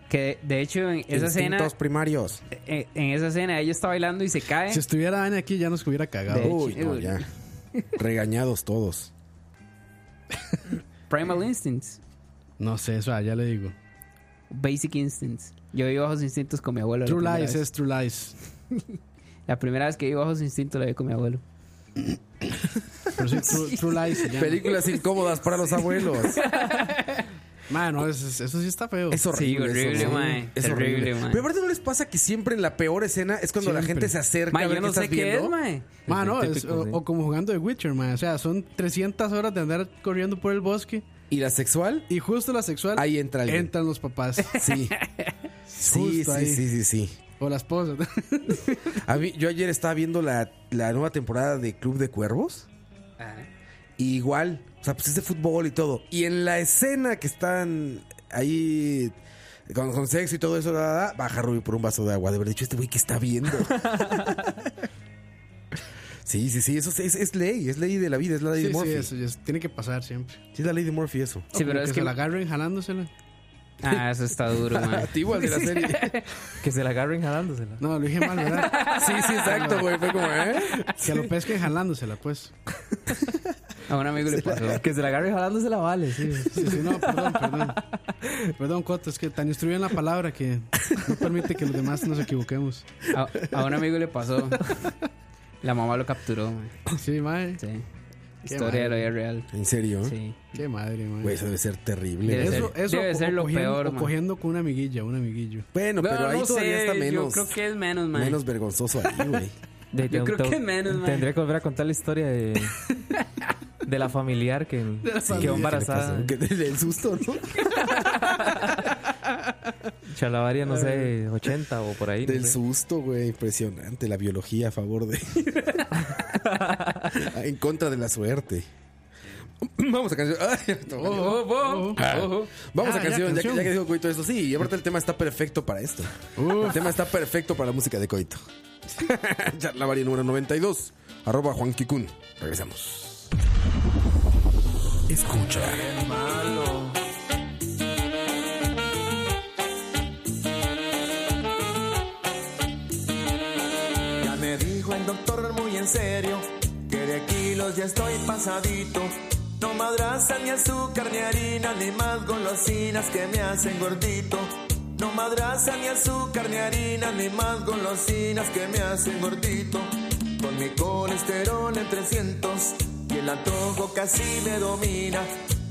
Que de- de hecho en esa escena,
Instintos primarios.
en, en esa escena ella está bailando y se cae.
Si estuviera Ana aquí ya nos hubiera cagado.
Eh. De-
Uy, no, ya. Regañados todos.
Primal Instincts,
No sé, eso ah, ya le digo.
Basic Instincts. Yo vi Bajos Instintos con mi abuelo. la
True
primera
Lies
vez.
es True Lies.
La primera vez que vi Bajos Instintos la vi con mi abuelo.
Pero sí, True, True Lies. se llama.
Películas incómodas para los abuelos.
Mano, eso, es- eso sí está feo.
Es horrible.
horrible,
eso,
mae.
Es
Terrible,
horrible.
mae.
Pero aparte, ¿no les pasa que siempre en la peor escena es cuando la
Siempre.
gente se acerca
Mae,
a ver
yo no
qué
sé
estás
qué
viendo?
es, mae.
Es
Mano,
el
es-
típico,
o,
sí.
o como jugando de Witcher, man. O sea, son 300 horas de andar corriendo por el bosque.
¿Y la sexual?
Y justo la sexual.
Ahí entra alguien.
Entran los papás.
Sí. Sí,
Justo
sí,
ahí.
sí, sí, sí.
o la esposa.
A mí, yo ayer estaba viendo la, la nueva temporada de Club de Cuervos. Y igual, o sea, pues es de fútbol y todo. Y en la escena que están ahí con, con sexo y todo eso, da, da, da, baja Ruby por un vaso de agua. De haber dicho, este güey que está viendo. sí, sí, sí, eso es, es- es ley, es ley de la vida, es la ley
sí,
de
sí,
Murphy. Sí,
eso ya es- tiene que pasar siempre.
es la ley de Murphy eso.
Sí, pero es que...
se la agarren jalándosela.
Ah, eso está duro, mae.
Antiguas de la serie.
Que se la agarren jalándosela.
No, lo dije mal, ¿verdad?
sí, sí, exacto, güey. Fue como, ¿eh?
que lo pesquen jalándosela, pues.
A un amigo le pasó.
Que se la agarren jalándosela vale, sí.
Sí, sí, no, perdón, perdón. Perdón, Coto, es que tan instruido en la palabra que no permite que los demás nos equivoquemos.
A, a un amigo le pasó. La mamá lo capturó, mae.
Sí, mae.
Sí.
Qué
Historia de la
madre.
vida real.
En serio.
Sí.
Qué madre, mae.
Güey, eso debe ser terrible.
Debe
güey.
ser. debe
o-
ser
o
lo
cogiendo-
peor,
o
man.
cogiendo con una amiguilla, un amiguillo.
Bueno, pero
Bueno,
ahí
no
todavía
sé,
está menos.
Yo creo que es menos, mae.
menos vergonzoso ahí, güey.
De-
Yo
te-
creo
te-
que menos, mae.
Tendría que volver a contar la historia de, de la familiar que quedó
¿eh?
embarazada.
Que desde el susto, ¿no?
Chalabaria, no sé, 80 o por ahí. no
Del
sé.
susto, güey. Impresionante. La biología a favor de. en contra de la suerte. Vamos a canción. ah, Ay, no,
Ojo, ojo, ojo.
Vamos
Oh, Ah,
a
ya,
canción, ya, que-
canción.
ya que dijo Coito esto. Sí, y aparte el tema está perfecto para esto. El tema está perfecto para la música de Coito. Charla varia número 92. Arroba Juan Kikun. Regresamos. Escucha.
Ya me dijo el doctor muy en serio que de kilos ya estoy pasadito. No madraza ni azúcar ni harina ni más golosinas que me hacen gordito. No madraza ni azúcar ni harina ni más golosinas que me hacen gordito. Con mi colesterol en 300 y el antojo casi me domina.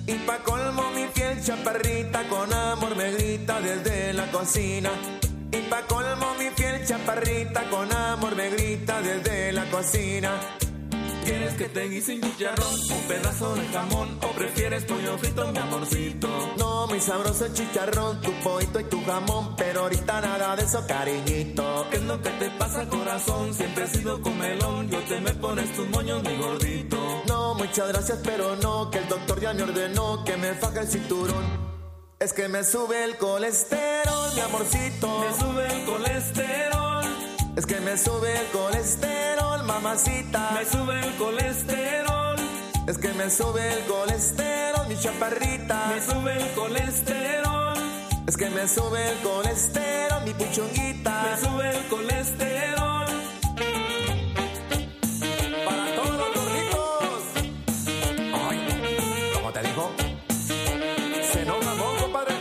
Y pa' colmo mi piel chaparrita con amor me grita desde la cocina. Y pa' colmo mi piel chaparrita con amor me grita desde la cocina. ¿Quieres que te guise un chicharrón, un pedazo de jamón o prefieres pollo frito, mi amorcito? No, mi sabroso chicharrón, tu pollito y tu jamón, pero ahorita nada de eso, cariñito. ¿Qué es lo que te pasa, corazón? Siempre has sido comelón, yo te me pones tus moños, mi gordito. No, muchas gracias, pero no, que el doctor ya me ordenó que me faja el cinturón. Es que me sube el colesterol, mi amorcito. Me sube el colesterol. Es que me sube el colesterol, mamacita. Me sube el colesterol. Es que me sube el colesterol, mi chaparrita. Me sube el colesterol. Es que me sube el colesterol, mi puchonguita. Me sube el colesterol. Para todos los ricos. Ay, ¿cómo te dijo? Se enoja poco, padre.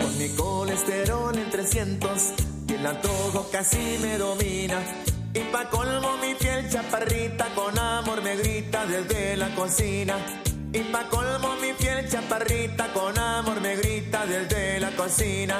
Con mi colesterol en 300 y el antojo casi me domina. Y pa' colmo mi piel chaparrita con amor me grita desde la cocina. Y pa' colmo mi piel chaparrita con amor me grita desde la cocina.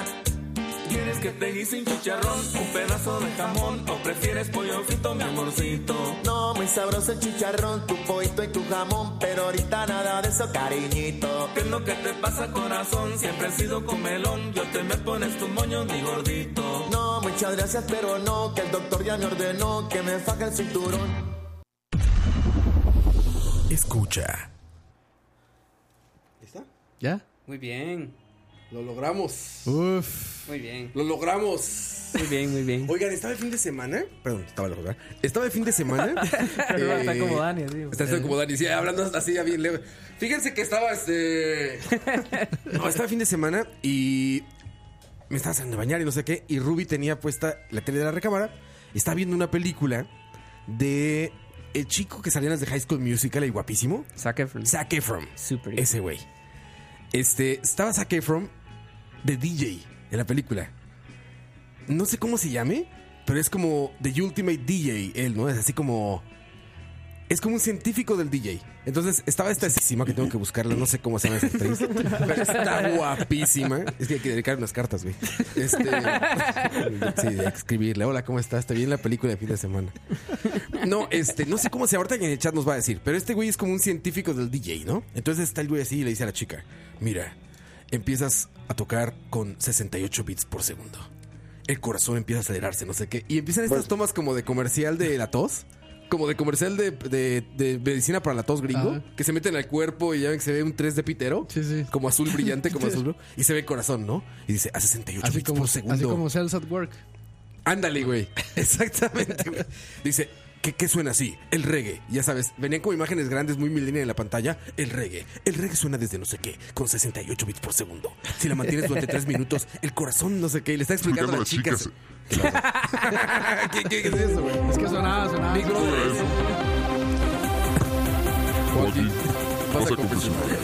quieres
¿Quieres
que te guise un chicharrón, un pedazo de jamón o prefieres pollo frito, mi amorcito?
No, muy sabroso el chicharrón, tu pollito y tu jamón, pero ahorita nada de eso, cariñito.
¿Qué es lo que te pasa, corazón? Siempre he sido comelón, yo te me pones tu moño, mi gordito.
No, muchas gracias, pero no, que el doctor ya me ordenó que me faje el cinturón.
Escucha. ¿Lista?
¿Ya?
Muy bien.
Lo logramos.
Uf.
Muy bien.
Lo logramos.
Muy bien, muy bien.
Oigan, estaba el fin de semana. Perdón, estaba la jugada. Estaba el fin de semana.
Pero está como Dani, así, güey.
Está estoy como Dani, sí, hablando así ya bien leve. Fíjense que estaba este. No, estaba el fin de semana y me estaba saliendo a bañar y no sé qué. Y Ruby tenía puesta la tele de la recámara. Estaba viendo una película de el chico que salía en las de High School Musical, el guapísimo.
Saque
Zac Efron.
Super.
Ese güey. Este, estaba Zac Efron de DJ en la película. No sé cómo se llame, pero es como The Ultimate DJ, él, ¿no? Es así como. Es como un científico del DJ. Entonces estaba esta encima que tengo que buscarla, no sé cómo se llama esa actriz. Pero está guapísima. Es que hay que dedicar unas cartas, güey. Este, sí, hay que escribirle. Hola, ¿cómo estás? Te vi en la película de fin de semana. No, este, no sé cómo se ahorita que en el chat nos va a decir, pero este güey es como un científico del DJ, ¿no? Entonces está el güey así y le dice a la chica, mira, empiezas a tocar con 68 bits por segundo. El corazón empieza a acelerarse, no sé qué. Y empiezan estas tomas como de comercial de la tos. Como de comercial de, de- de medicina para la tos gringo.
Ajá.
Que se meten al cuerpo y ya ven que se ve un 3 de pitero.
Sí, sí.
Como azul brillante, como azul. bro, Y se ve el corazón, ¿no? Y dice a 68
Así
bits
como,
por segundo.
así como Cells at Work.
Ándale, güey. Exactamente, güey. Dice, ¿qué, qué suena así? El reggae. Ya sabes, venían como imágenes grandes muy mileniales en la pantalla. El reggae. El reggae suena desde no sé qué, con 68 bits por segundo. Si la mantienes durante 3 minutos, el corazón no sé qué. Y le está explicando a las chicas. ¿Qué, qué es eso, güey?
Es que sonaba, sonaba.
Big Brother. Joaquín, pasa confesionario.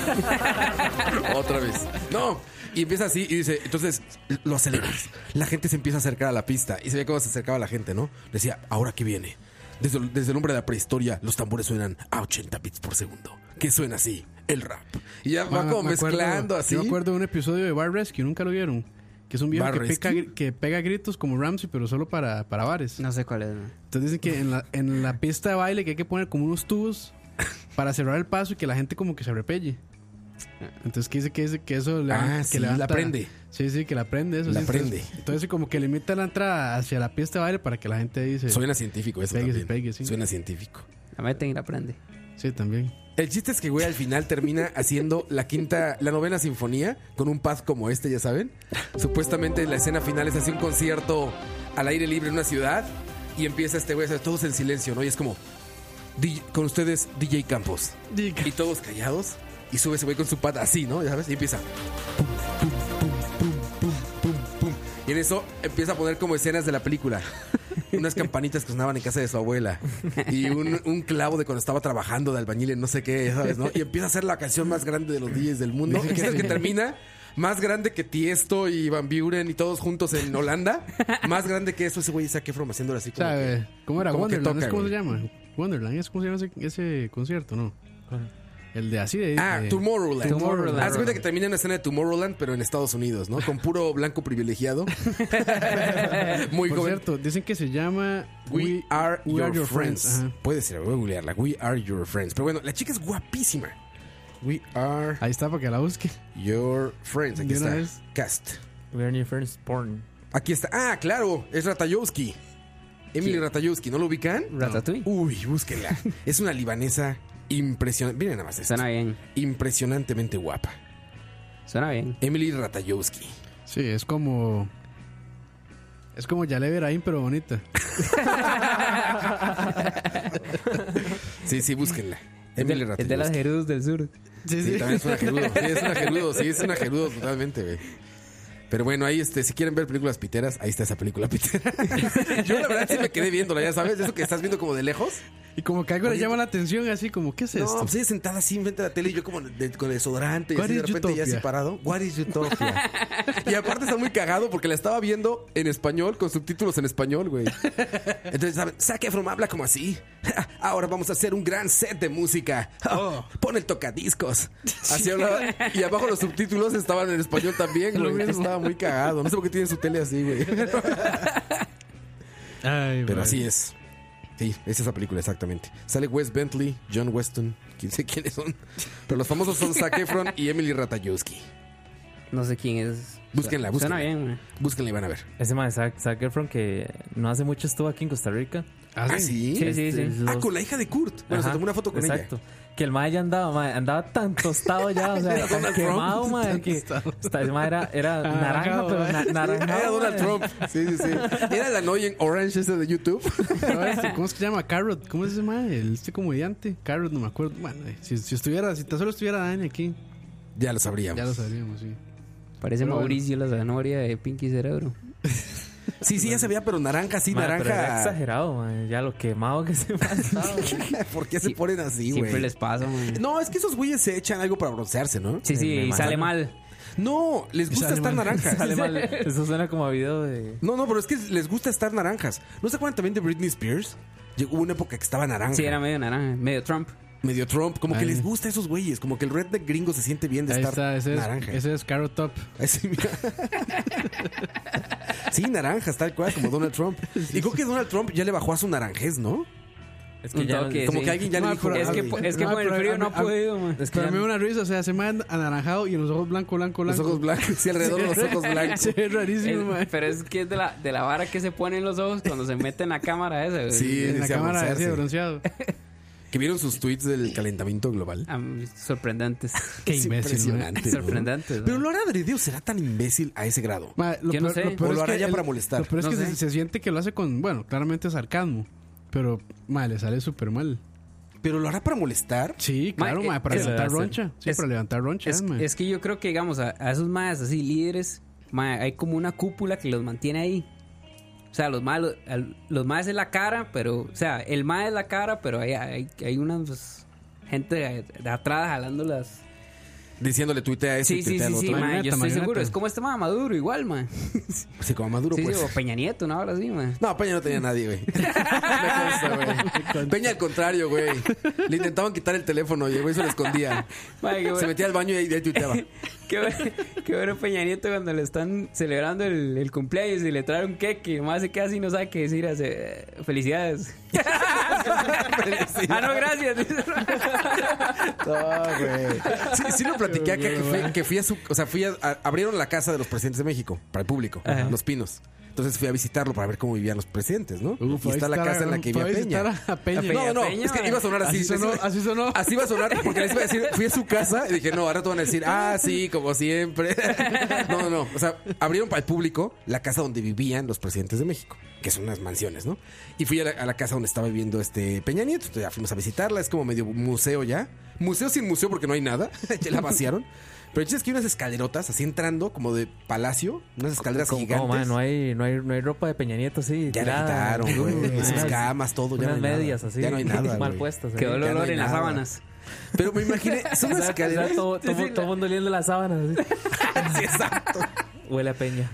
Otra vez. No. Y empieza así y dice, entonces lo aceleras. La gente se empieza a acercar a la pista y se ve cómo se acercaba la gente, ¿no? Decía, ahora que viene. Desde, desde el hombre de la prehistoria, los tambores suenan a 80 bits por segundo. Que suena así, el rap. Y ya va
Ma-
como
Ah, me acuerdo-
mezclando así.
Yo me acuerdo de un episodio de Bar Rescue, nunca lo vieron. Que es un viejo
¿Bar
que pega,
Rescue?
gri- que pega gritos como Ramsey, pero solo para, para bares.
No sé cuál es. ma.
Entonces dicen que en la, en la pista de baile que hay que poner como unos tubos para cerrar el paso y que la gente como que se repelle. Entonces que dice que, dice que eso le
Ah, sí, la prende.
Sí, sí, que la prende eso.
La
sí,
prende.
Entonces, entonces como que limita la entrada hacia la pista de baile para que la gente dice...
Suena científico eso
Pegue, sí,
también.
pegue, sí.
Suena científico.
La meten y la prende.
Sí, también.
El chiste es que, güey, al final termina haciendo la quinta, la novena sinfonía con un pad como este, ya saben. Supuestamente la escena final es así un concierto al aire libre en una ciudad y empieza este güey, o sea, todos en silencio, ¿no? Y es como, "Di- con ustedes, DJ Campos. Y todos callados y sube ese güey con su pad así, ¿no? Ya sabes, y empieza. pum, pum, pum, pum, pum, pum, pum. Y en eso empieza a poner como escenas de la película. Unas campanitas que sonaban en casa de su abuela. Y un, un clavo de cuando estaba trabajando de albañil en no sé qué, ¿sabes? ¿no? Y empieza a ser la canción más grande de los DJs del mundo. Y es que termina más grande que Tiesto y Van Buren y todos juntos en Holanda. Más grande que eso, ese güey saque Efron haciéndolo así
O
como.
sea,
que-
eh, ¿cómo era?
como que
Wonderland,
toca,
¿es ¿cómo se
güey.
llama? Wonderland, ¿es cómo se llama ese, ese concierto? No.
¿Cuál?
El de así de...
Ah,
de-
Tomorrowland.
Tomorrowland.
Haz cuenta que termina en la escena de Tomorrowland, pero en Estados Unidos, ¿no? Con puro blanco privilegiado. Muy
Por
joven.
cierto, dicen que se llama...
We are
We
your,
Are Your
friends.
Friends. Ajá.
Puede ser, voy a googlearla. We are your friends. Pero bueno, la chica es guapísima. We are
Ahí está para que la busque.
your friends. Aquí
De una
está.
vez.
Cast.
We are new friends porn.
Aquí está. Ah, claro. Es Ratayowski. Emily Ratayowski. ¿No lo ubican?
Ratatouille.
Uy, búsquenla. es una libanesa impresionante. Miren nada más esto.
Suena bien.
Impresionantemente guapa.
Suena bien.
Emily Ratayowski.
Sí, es como. Es como Yale Beraín, pero bonita.
Sí, sí, búsquenla.
El de,
Emily
el de las
Ratayowski.
Jerudos del Sur.
Sí,
Sí, también es una gerudo. Sí, es una gerudo. Sí, es una gerudo totalmente, güey. Pero bueno, ahí, este, si quieren ver películas piteras, ahí está esa película pitera. Yo la verdad sí me quedé viéndola, ya sabes, eso que estás viendo como de lejos.
Y como que algo le
Oye,
llama la atención, así como, ¿qué es
No,
esto?
pues ella sentada así enfrente de la tele y yo como de- con desodorante y
What
así de
is
repente ya
utopia?
así parado. What is utopia? y aparte está muy cagado porque la estaba viendo en español con subtítulos en español, güey. Entonces, ¿saben? Zac Efron habla como así. Ahora vamos a hacer un gran set de música.
Oh.
Pon el tocadiscos. Así hablaba. Y abajo los subtítulos estaban en español también, güey. Entonces, Estaba muy cagado. No sé por qué tiene su tele así, güey. Pero así es. Sí, es esa película, exactamente. Sale Wes Bentley, John Weston, quién sé quiénes son. Pero los famosos son Zac Efron y Emily Ratajkowski.
No sé quién es.
Búsquenla,
Suena
búsquenla.
bien, güey.
Búsquenla y van a ver.
Ese man, Zac, Zac Efron, que no hace mucho estuvo aquí en Costa Rica.
¿Ah, sí?
Sí, sí, sí.
Ah, con la hija de Kurt. Bueno, se
Ajá,
tomó una foto con
exacto. Que el mae ya andaba, mae, andaba tan tostado ya, o sea, tan
Donald
quemado,
Trump.
mae, que esta- ese mae era,
Ah,
era naranja,
Anaranjado,
pero na-
¿eh?
naranjado,
ella. Era Donald
mae.
Trump. Sí, sí, sí. Era la Noy en Orange ese de YouTube.
Pero este, ¿Cómo es que se llama? Carrot. ¿Cómo es ese man? El, este comediante. Carrot, no me acuerdo. Bueno, eh, si, si estuviera, si tan solo estuviera Dani aquí,
Ya lo sabríamos.
ya lo sabríamos, sí.
Parece
Pero
Mauricio la zanahoria de Pinky Cerebro.
Sí, sí, ya sabía, pero naranja, sí,
Mae, pero era
naranja.
exagerado, mae, ya lo quemado que se pasaba.
¿Por qué se ponen así,
Siempre
güey?
les pasa, man.
No, es que esos güeyes se echan algo para broncearse, ¿no?
Sí, sí, y sale mal.
No, les gusta
Sale
estar
mal.
naranjas.
Sale mal. Eso suena como a video de...
No, no, pero es que les gusta estar naranjas. ¿No se acuerdan también de Britney Spears? Llegó una época que estaba naranja.
Sí, era medio naranja, medio Trump.
Medio Trump. Como que
Ay.
les gusta a esos güeyes. Como que el redneck gringo se siente bien de
Ahí
estar
está, ese es,
naranja.
ese es Carrot Top.
Ese- mira. sí, naranjas, tal cual, como Donald Trump. Y creo que Donald Trump ya le bajó a su naranjez, ¿no?
Es
Un toque,
Como
sí.
que alguien ya le
No,
dijo...
pero
Es que,
"Ay,
po- es que
No,
con el
pero a
frío
mí-
no
a
ha
mí-
podido, man.
Es que
Pero
ya-
me da una risa, o sea, se me anaranjado y en los ojos blanco, blanco,
Los
blanco.
ojos blancos. Sí, alrededor de los ojos blancos.
Se ve rarísimo,
El-
man.
Eh, pero es que es de la, de la vara que se pone en los ojos cuando se mete en la cámara esa. güey.
Sí,
En la
dice
cámara así de
broncearse.
bronceado.
Que vieron sus tweets del calentamiento global.
Ah, sorprendentes.
Qué
Es
imbécil, man.
impresionante. ¿no?
sorprendentes.
Pero
man.
lo hará adrede o será tan imbécil a ese grado.
Ma, lo
Yo no
peor-
sé.
lo peor
O
es
lo hará
que
ya
él-
para molestar.
Lo peor es
No
que
sé.
se, se siente que lo hace con, bueno, claramente sarcasmo. Pero, ma, le sale súper mal.
Pero lo hará para molestar.
Sí,
Ma,
claro,
eh,
ma, para
es-
levantar
es-
roncha. Sí,
es-
para levantar roncha,
es,
ma.
es que yo creo que, digamos, a, a esos más así líderes, ma, hay como una cúpula que los mantiene ahí. O sea, los más, los, más es la cara, pero, o sea, el más es la cara, pero hay, hay, hay una pues, gente de, de atrás jalando las.
Diciéndole tuitea a ese
Sí,
y
sí,
tuitea
sí,
al
sí,
otro.
ma,
Marioneta,
yo estoy
marioneta.
seguro. Es como este más maduro, igual, man.
Sí, como Maduro,
Sí, sí,
pues.
o Peña Nieto, una hora así, man.
No, Peña no tenía nadie, güey. Me consta, güey. Peña al contrario, güey. Le intentaban quitar el teléfono y el güey se lo escondía.
Madre, qué
Se
bueno.
metía al baño y ahí, ahí tuiteaba.
Qué bueno, qué bueno Peña Nieto cuando le están celebrando el, el cumpleaños y le traen un queque. Más se queda así y no sabe qué decir. hace, eh, felicidades. ah, no, gracias.
Sí, sí lo platiqué acá, que, fui, que fui a su... O sea, fui a, a- Abrieron la casa de los presidentes de México para el público. Los Pinos. Entonces fui a visitarlo para ver cómo vivían los presidentes, ¿no?
Uf,
y
ahí
está la
está
casa en la que vivía
ahí está
Peña.
la- a Peña.
Peña.
No, no,
Peña,
es que
man.
iba a sonar así.
Así sonó,
Eso-
así sonó.
Así va a sonar, porque les iba a decir, fui a su casa y dije, no, ahora te van a decir, ah, sí, como siempre. No, no, no. O sea, abrieron para el público la casa donde vivían los presidentes de México, que son unas mansiones, ¿no? Y fui a la, a la casa donde estaba viviendo este Peña Nieto. Entonces ya fuimos a visitarla, es como medio museo ya. Museo sin museo porque no hay nada. ya la vaciaron. Pero el chiste es que hay unas escalerotas así entrando, como de palacio, unas escaleras
Como-
gigantes.
como, mae, no, hay, no, hay, no hay ropa de Peña Nieto, sí.
Ya la
tirada.
quitaron, güey.
Unas-
Sus camas, todo. Ya no
Unas
hay
medias
nada.
así.
Ya no hay nada.
Mal
güey.
puestas. ahí.
Quedó el
Ya no
olor
hay
en las
nada.
sábanas.
Pero me imaginé, son unas
Exacto,
escaleras.
exacto, todo, todo,
Sí, sí,
todo
la-
mundo oliendo las sábanas. así.
Sí, exacto.
Huele a Peña.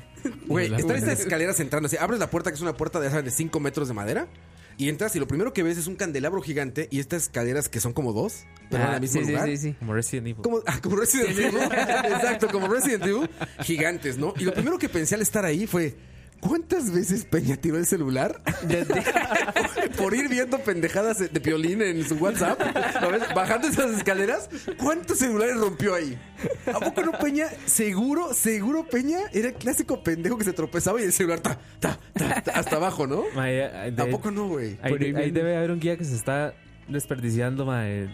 Güey,
Hola,
están
hola.
estas escaleras entrando. Así, abres la puerta, que es una puerta de, ya saben, de 5 metros de madera. Y entras y lo primero que ves es un candelabro gigante y estas escaleras que son como dos, pero en
Ah,
el mismo
sí,
lugar.
sí, sí, sí.
Como Resident Evil.
Como, ah, como Resident Evil. Exacto, como Resident Evil. Gigantes, ¿no? Y lo primero que pensé al estar ahí fue... ¿Cuántas veces Peña tiró el celular? Por ir viendo pendejadas de piolín en su WhatsApp. ¿lo ves? Bajando esas escaleras. ¿Cuántos celulares rompió ahí? ¿A poco no Peña? Seguro, seguro Peña era el clásico pendejo que se tropezaba y el celular ta, ta, ta, ta, hasta abajo, ¿no?
Mae, ah, de-
¿A poco no, güey?
Ahí,
Por ahí
de- ahí
viene.
debe haber un guía que se está desperdiciando, mae.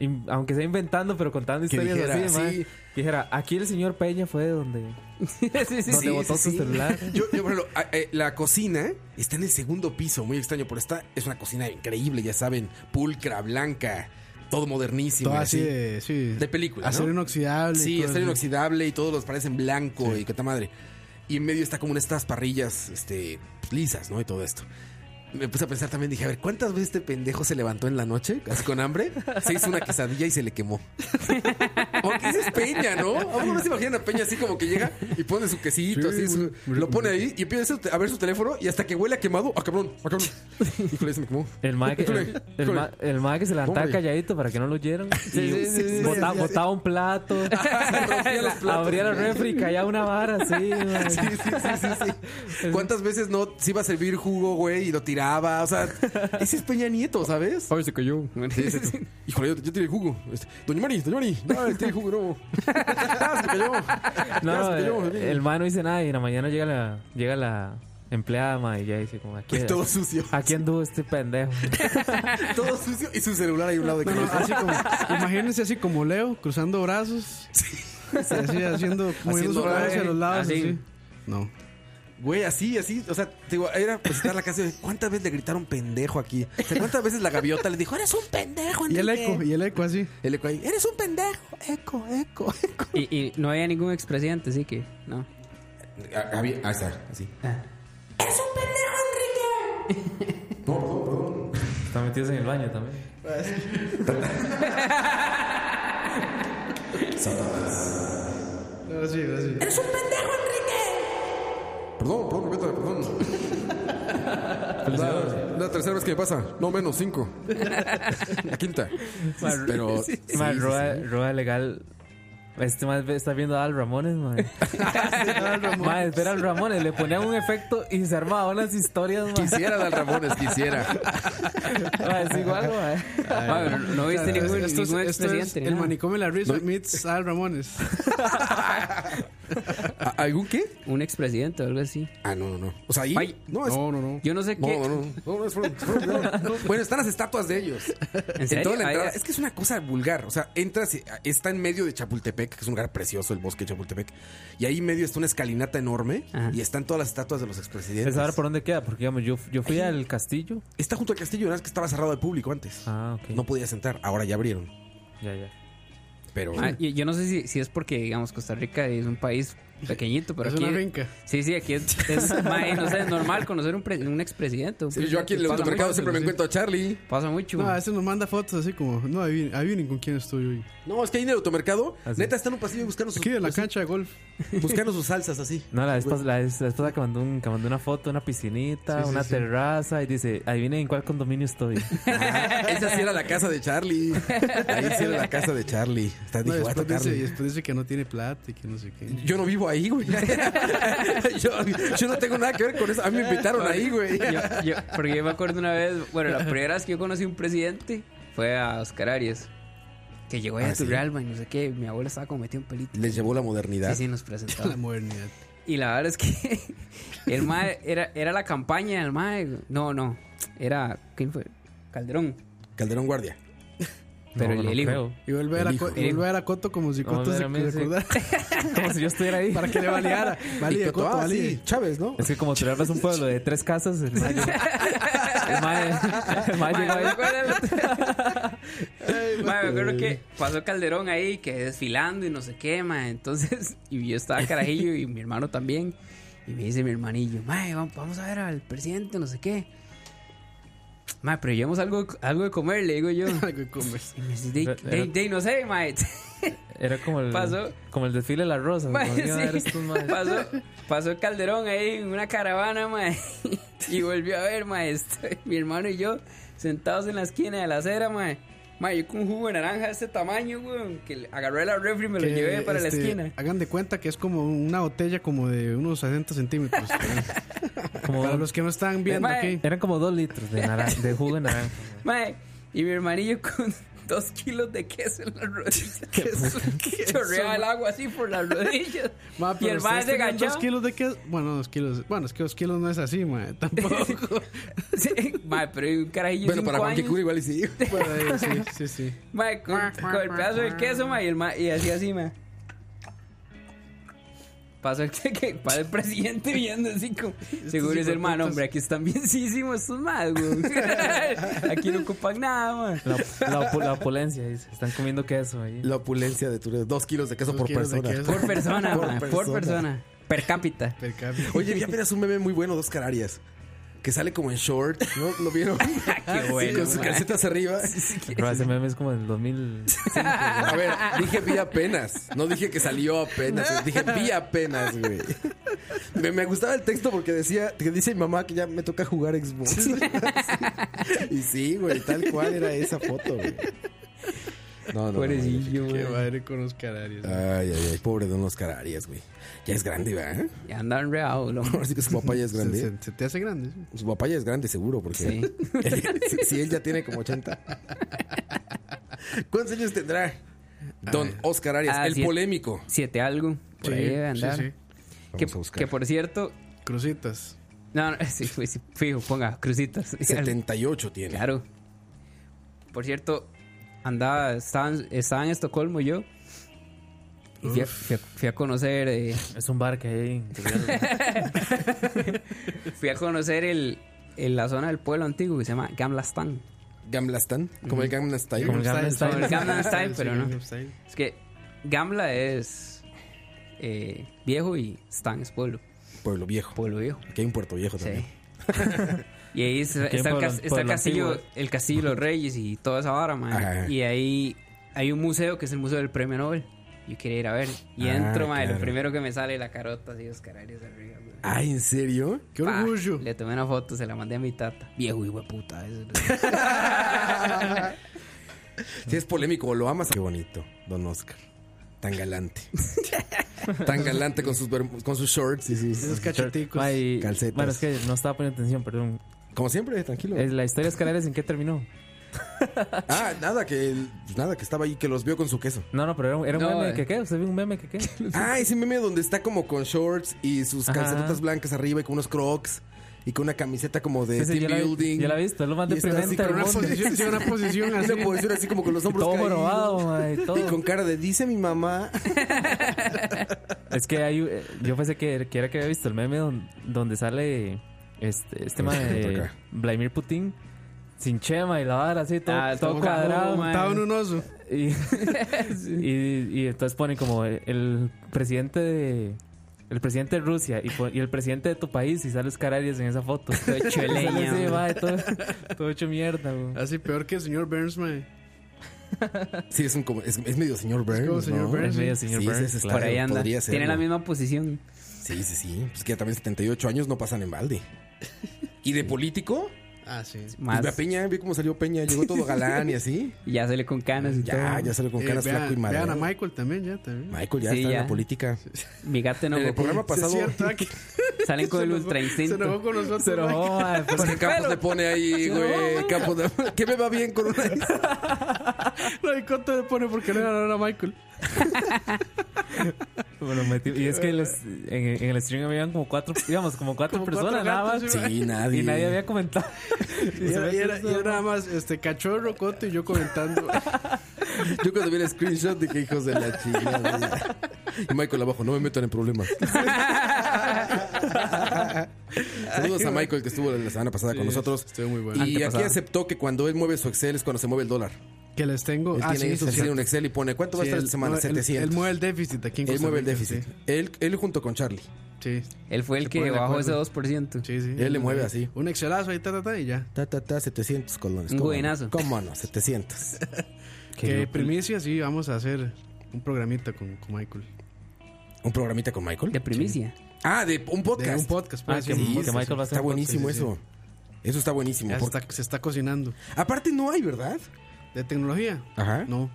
In- aunque sea inventando, pero contando historias
dijera,
así, mae.
sí.
Que dijera, aquí el señor Peña fue donde,
sí, sí,
donde
sí.
botó su celular.
Yo, yo, por ejemplo, a- eh, la cocina está en el segundo piso, muy extraño, pero está, es una cocina increíble, ya saben, pulcra, blanca, todo modernísimo.
Todo
y
así
así.
de, sí.
De película, ¿no?
Acero inoxidable. y
Sí,
todo
está
eso.
inoxidable y todos los parecen blanco y qué ta madre. Y en medio está como en estas parrillas este, pues, lisas, ¿no? Y todo esto. me puse a pensar también, dije, a ver, ¿cuántas veces este pendejo se levantó en la noche, así con hambre? Se hizo una quesadilla y se le quemó. Porque ese es Peña, ¿no? ¿A uno no se imagina a Peña así como que llega y pone su quesito,
Sí,
así, su- lo pone ahí y empieza a ver su teléfono y hasta que huele a quemado, ¡ah, cabrón! ¡ah, cabrón! Híjole, se me quemó.
El mae que,
Híjole,
el, el ma- el mae que se levantaba
Hombre.
calladito para que no lo oyeran. y
sí, sí, sí,
bota-
sí.
botaba un plato. Abría la refri, caía una vara, sí, mae.
¿Cuántas veces no se iba a servir jugo, güey, y lo tiraba? O sea, ese es Peña Nieto, ¿sabes? Ay, se cayó. Híjole, yo, yo tiré jugo. Este, Doña Mari, Doña Mari, no, eh, tiré jugo, no. Ah, se me cayó. Ya
No,
se cayó,
el, el mae no dice nada y en la mañana llega la, llega la empleada, mae, y ya dice como aquí.
Y todo sucio.
Aquí anduvo este pendejo.
Todo sucio y su celular ahí a un lado de
No, no,
cabeza.
así como, imagínense así como Leo, cruzando brazos. Así, haciendo, moviendo
Haciendo
sus brazos hacia los lados.
así.
así. No.
Güey, así, así. O sea, te digo, era visitar la casa. y, ¿Cuántas veces le gritaron pendejo aquí? O sea, ¿Cuántas veces la gaviota le dijo, eres un pendejo,
Y el
Enrique"?
eco, y el eco así.
El eco ahí, eres un pendejo. Eco, eco, eco.
Y, y no había ningún expresidente, así que no.
Ahí está, así.
Están metidos en el baño también.
No, sí, así.
Perdón, perdón, Beto, perdón. La, la tercera vez que me pasa, no menos cinco. La quinta. Pero. sí, sí,
Mae,
sí.
Roa, Roa legal. Este mae ve- está viendo a Al Ramones, mae. Mae, espera al Ramones, le ponían un efecto y se armaban unas historias, mae.
Quisiera dar Ramones, quisiera.
Mae, Ah, es igual, mae.
Mae, no- no
Esto es-
viste ningún, ningún
esto es
expresidente. ni
El
nada.
manicomio de la risa meets Al Ramones.
¿A- ¿Algún qué?
Un expresidente o algo así.
Ah, no, no, no. O sea, ahí.
Ay.
no, es.
No, no, no.
Yo no sé
No,
qué.
no, no, no, no, es fueron- fueron- fueron- no. Bueno, están las estatuas de ellos.
¿En serio?
En toda la
Ahí-
entrada. Es que es una cosa vulgar. O sea, entras, y- ah, está en medio de Chapultepec, que es un lugar precioso, el bosque de Chapultepec. Y ahí en medio está una escalinata enorme
Ajá.
y están todas las estatuas de los expresidentes.
Es Pues ahora por dónde queda, porque digamos, yo, yo fui al castillo.
Está junto al castillo, nada más que estaba cerrado al público antes.
Ah, ok.
No podías entrar, ahora ya abrieron.
Ya, ya.
Pero.
Ah, y- yo no sé si, si es porque, digamos, Costa Rica es un país pequeñito, pero
Es
aquí.
una finca.
Sí, sí, aquí es, es, mae, no sé, es normal conocer un, pre- un expresidente. un
Sí, yo aquí en el
presidente. Pasa
automercado
mucho,
siempre me
sí.
encuentro a Charlie.
Pasa mucho.
No, a veces nos manda fotos así como, no, adivinen, adivinen con quién estoy hoy.
No, es que ahí en el automercado,
Así.
neta, está en un pasillo buscando sus, pues
Aquí de la cancha de golf.
buscando sus salsas así.
No, la esposa, la, es- la esposa que, mandó un- que mandó una foto, una piscinita,
Sí, sí,
una
sí.
terraza y dice, adivinen en cuál condominio estoy.
Ah, esa sí era la casa de Charlie. Ahí sí era la casa de Charlie. Está,
No,
dije, voy a
después, dice, y
tocarle.
después dice que no tiene plata y que no sé qué.
Yo no vivo ahí, güey. yo, yo no tengo nada que ver con eso. A mí me invitaron ahí, güey.
Yo- yo- porque yo me acuerdo una vez, bueno, la primera vez que yo conocí un presidente fue a Oscar Arias, que llegó allá
Ah,
a
sí.
Turrialba y no sé qué, mi abuela estaba como metida en pelito.
Les llevó la
Sí,
modernidad.
sí, nos
La
presentaba.
modernidad.
Y la verdad es que el mae era, era la campaña del mae. No, no, era, ¿quién fue? Calderón.
Calderón Guardia.
Pero
No,
el,
no
el hijo.
creo.
Y vuelve a,
El
ver a
hijo.
Co- y vuelve a ver a Coto como si
No,
Coto se
mira, mira, sí.
recordara.
Como si yo estuviera ahí.
Para que le baleara.
Y
Valide,
Coto,
Coto,
ah,
valide.
sí, Chávez, ¿no?
Es que como Turrialba es un pueblo de tres casas, el mae llegó- el mae- el mae
Mae,
llegó
¿no
ahí.
me acuerdo? Mae, me acuerdo que pasó Calderón ahí, que desfilando y no sé qué, mae. Entonces, y yo estaba carajillo y mi hermano también. Y me dice mi hermanillo, mae, vam- vamos a ver al presidente, no sé qué. Mae, pero llevamos algo, algo de comer, le digo yo.
Algo de comerse.
Y me dice, de,
Pero-
de- de- no sé, mae.
Era como el,
Pasó.
como el desfile de las rosas.
Mae,
como iban a ver
sí.
estos maes.
pasó, pasó Calderón ahí en una caravana, mae. Y volvió a ver, mae. este, Mi hermano y yo sentados en la esquina de la acera, mae. Mae, yo con un jugo de naranja de este tamaño, weón. Que le- agarré la refri y me lo
Que,
llevé para
este,
la esquina.
Hagan de cuenta que es como una botella como de unos 60 centímetros.
Como-
Para los que no están viendo
Mae.
aquí.
Eran como dos litros de, naran- de jugo de naranja.
Mae, y mi hermanillo con dos kilos de queso en las rodillas. Chorreaba el agua así por las rodillas.
Ma,
y
pero
el
ustedes
mae se
tenían
agachó.
Dos kilos de queso. Bueno, dos kilos. Bueno, es que dos kilos no es así, mae. Tampoco.
Sí, mae, pero hay un carajillo de
Bueno, para
cinco
Juan
años.
Kikuri igual y sí.
Bueno, ahí, sí, sí, sí.
Mae, con, con el pedazo del queso, mae, y, el mae- y así, así, mae. Pasó el, que, pasa el presidente viendo así como... Seguro es el man, hombre, aquí están bienísimos estos más, güey. Aquí no ocupan nada, mae.
La, la opu- la opulencia, dice. Están comiendo queso ahí.
La opulencia de Turrialba. Dos kilos de queso
Dos
por
kilos de
persona.
queso.
Por persona,
Por
mae, por
persona.
persona. Per cápita.
Per cápita.
Oye, vi apenas un meme muy bueno de Oscar Arias. que sale como en short. ¿No lo vieron?
Ah,
Qué bueno,
Con sus
man.
calcetas arriba.
Pero ese meme es como del 2000.
A ver, dije vi apenas. No dije que salió apenas. Dije vi apenas, güey. Me, me gustaba el texto porque decía, que dice mi mamá que ya me toca jugar Xbox. Y sí, güey, tal cual era esa foto, güey. No, no,
Pobrecillo,
no,
Qué
no.
madre con los canarios.
Ay, ay, ay, pobre don Oscar Arias, güey. Ya es grande, ¿verdad?
Ya andan reao, lo
Ahora sí que su papá ya es
Se,
grande. ¿eh?
se- se te hace grande. sí.
Su papá ya es grande, seguro, porque
Sí.
él- si, si él ya tiene como 80. ¿Cuántos años tendrá don Oscar Arias,
Ah,
el
sí.
polémico?
Siete algo. Por ahí debe andar.
sí, sí.
Que,
Vamos a buscar.
que por cierto.
Crucitas.
No, no, sí, sí, sí, fijo, ponga crucitas.
78 tiene.
Claro. Por cierto, andaba, estaba, en- estaba en Estocolmo yo. Y fui a, fui a- fui a conocer. eh,
Es un bar que hay. en-
fui a conocer el, el- la zona del pueblo antiguo que se llama Gamla Stan.
Gamlastan, como el Gamla Style.
Como el Gangnam Style.
Como el Gangnam Style, pero no.
Gangnam Style.
Es que Gamla es eh, viejo y Stan es pueblo.
Pueblo Viejo.
Pueblo viejo.
Aquí hay un Puerto Viejo también.
Sí. y ahí es-
Aquí en
está, el,
Puebla-
cas- está
Puebla
el castillo,
Antigua.
el castillo de los reyes y toda esa vara, man.
Ajá.
Y ahí hay un museo que es el museo del premio Nobel. Yo quería ir a ver. Y
Ah,
entro, man,
claro.
lo primero que me sale es la carota así, Oscar Arias arriba, man.
Ah, ¿en serio?
Qué
Pa,
orgullo.
Le tomé una foto, se la mandé a mi tata. Viejo hijo de puta. eso.
Si es polémico, lo amas. Qué bonito, don Oscar. Tan galante. Tan galante con sus, berm- con sus shorts. Sí, sí.
Esos cacheticos.
Ma, y-
Calcetas.
Bueno, es que no estaba poniendo atención, perdón.
Como siempre, tranquilo.
Es La historia de Oscar Arias, ¿en qué terminó?
Ah, nada que, el- nada que estaba ahí, que los vio con su queso.
No, no, pero era un, era un
No,
meme
eh.
que qué. ¿Usted vio un meme que qué?
Ah, ese meme donde está como con shorts y sus
Ajá.
calcetas blancas arriba y con unos crocs y con una camiseta como de
Sí, sí,
team
yo la vi-
building.
yo la he visto, es lo más
Y está así
deprimente
con
del
una
mundo.
posición-
Sí, una posición
Y
así.
una posición así como con los hombros
Todo
caídos.
jorobado, ma, y todo.
Y con cara de dice mi mamá.
Es que hay, eh, yo pensé que, que era que había visto el meme don- donde sale este, este man
Por
de
acá.
Vladimir Putin sin chema y la vara así, todo,
Ah,
todo
todo
cuadrado.
cajudo, ma.
Estaba en un oso.
Y, y, y entonces ponen como el presidente de. El presidente de Rusia y, po- y el presidente de tu país y sale Oscar Arias en esa foto.
Todo hecho de leña,
Sale así,
man.
mae, todo, todo hecho mierda, güey.
Así peor que el señor Burns, mae.
Sí, es, un, como- es, es medio señor Burns.
como señor
¿no?
Burns.
Es medio señor
Sí,
Burns,
ese es
claro.
Por ahí anda.
Podría
Tiene
ser,
la
¿no?
misma posición.
Sí, sí, sí. Pues que ya también 78 años no pasan en balde. ¿Y de político?
Ah, sí.
Más.
Pues ve a Peña, vi cómo salió Peña, llegó todo galán y así.
Y ya sale con canas y
Ya,
todo.
ya salió con
Eh,
caras
vean,
flaco y
vean a
madre.
Michael también, ya también.
Michael ya
Sí,
está en
ya.
la política.
Mi gato no
en el
me-
programa
Sí, es
pasado.
cierto, ah, que
Salen con
se
el
enojó-
ultra
Se
instinto.
enojó con nosotros.
Pero,
mae.
oh, mae, pues,
Porque Campos le pone ahí, güey. Campos le- ¿Qué me va bien con una?
No, ¿y cuánto le pone porque le ganaron a Michael?
bueno, metí- y es que los- en, en el stream habían como cuatro, digamos, como cuatro
Como cuatro
personas nada
gatos,
más.
sí,
Sí, nadie.
Y nadie había comentado.
Y era, y era- y era nada más este cachorro, Coto y yo comentando.
Yo cuando vi el screenshot dije, hijos de la chingada. Y Michael abajo, no me metan en problemas. Saludos a Michael que estuvo la semana pasada con nosotros.
estuvo muy bueno.
Y aquí
Antepasada.
aceptó que cuando él mueve su Excel es cuando se mueve el dólar.
Que les tengo.
Él
ah,
tiene,
sí,
eso,
sí,
él
sí.
tiene un Excel y pone, ¿cuánto va a
Sí,
estar
él-
esta semana?
no, él-
700.
Él mueve el déficit aquí en
Él
Costa
mueve el
Rica,
déficit. Él, él junto con Charlie.
Sí,
Él fue el
Se
que
ponen de
bajó ese
acuerdo.
2%.
sí, sí.
Él le mueve así.
Un excelazo ahí, ta, ta, ta, y ya.
Ta, ta, ta, 700 colones.
Un
¿Cómo no?
buenazo.
¿Cómo no? 700.
Que primicia, sí, vamos a hacer un programita con, con Michael.
¿Un programita con Michael?
De primicia.
Ah, de un podcast.
De un podcast, pues.
Ah,
sí,
que-
sí,
Sí,
porque
sí,
Michael
sí.
va a hacer
Está
un podcast,
buenísimo
sí, sí.
eso. Eso está buenísimo.
ya
porque-
está- se está cocinando.
Aparte no hay, ¿verdad?
¿De tecnología?
Ajá.
No.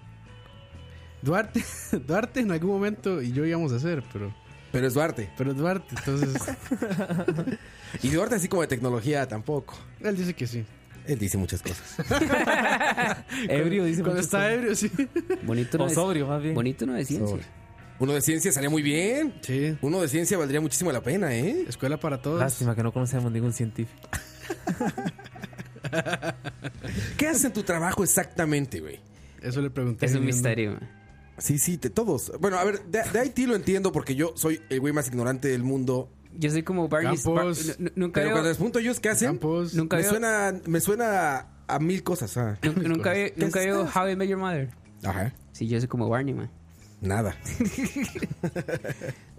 Duarte, Duarte en algún momento y yo íbamos a hacer, pero,
Pero es Duarte.
pero Duarte, entonces,
Y Duarte así como de tecnología tampoco.
él dice que sí.
Él dice muchas cosas.
Ebrio, dice
Cuando
muchas
está
cosas.
ebrio, sí.
Bonito no
O
es-
sobrio, más bien.
Bonito no de ciencia.
Sobre. Uno de ciencia salía muy bien.
Sí,
Uno de ciencia valdría muchísimo la pena, ¿eh?
escuela para todos.
Lástima que no conocemos ningún científico.
¿Qué haces en tu trabajo exactamente, güey?
Eso le pregunté.
Es un
¿no?
misterio. man.
Sí, sí, te- todos. Bueno, a ver, de, de IT lo entiendo porque yo soy el güey más ignorante del mundo.
Yo soy como Barney
Campos.
Star- nu- nu- Nunca
Pero cuando
había,
les pregunto a ellos qué hacen,
Campos.
Nunca
me
había-
suena, me suena a, a mil cosas. ah.
nu- nunca había- nunca había oído How I Met Your Mother.
Ajá.
Sí, yo soy como Barney, man.
Nada.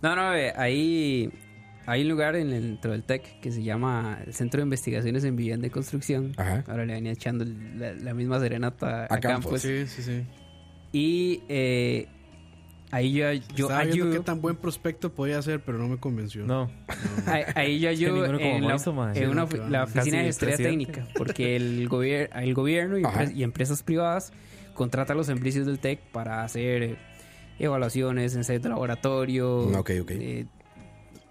No, no, eh, ahí Hay un lugar en el, dentro del TEC que se llama el Centro de Investigaciones en Vivienda y Construcción.
Ajá.
Ahora le venía echando la, la misma serenata a,
A Campos.
Campos.
Sí, sí, sí.
Y eh, ahí yo, yo
Estaba viendo qué
ayudo.
tan buen prospecto podía ser, pero no me convenció.
No.
ahí- Ahí yo
Es que
ayudo
ninguno como
en, la,
Moiso, mae.
en una
Sí,
ofi- la
casi
oficina de gestoría
presidente.
técnica, porque el, gobier- el gobierno y,
Ajá.
empre- y empresas privadas contratan los servicios del TEC para hacer eh, evaluaciones, ensayos de laboratorio.
Ok, ok.
eh,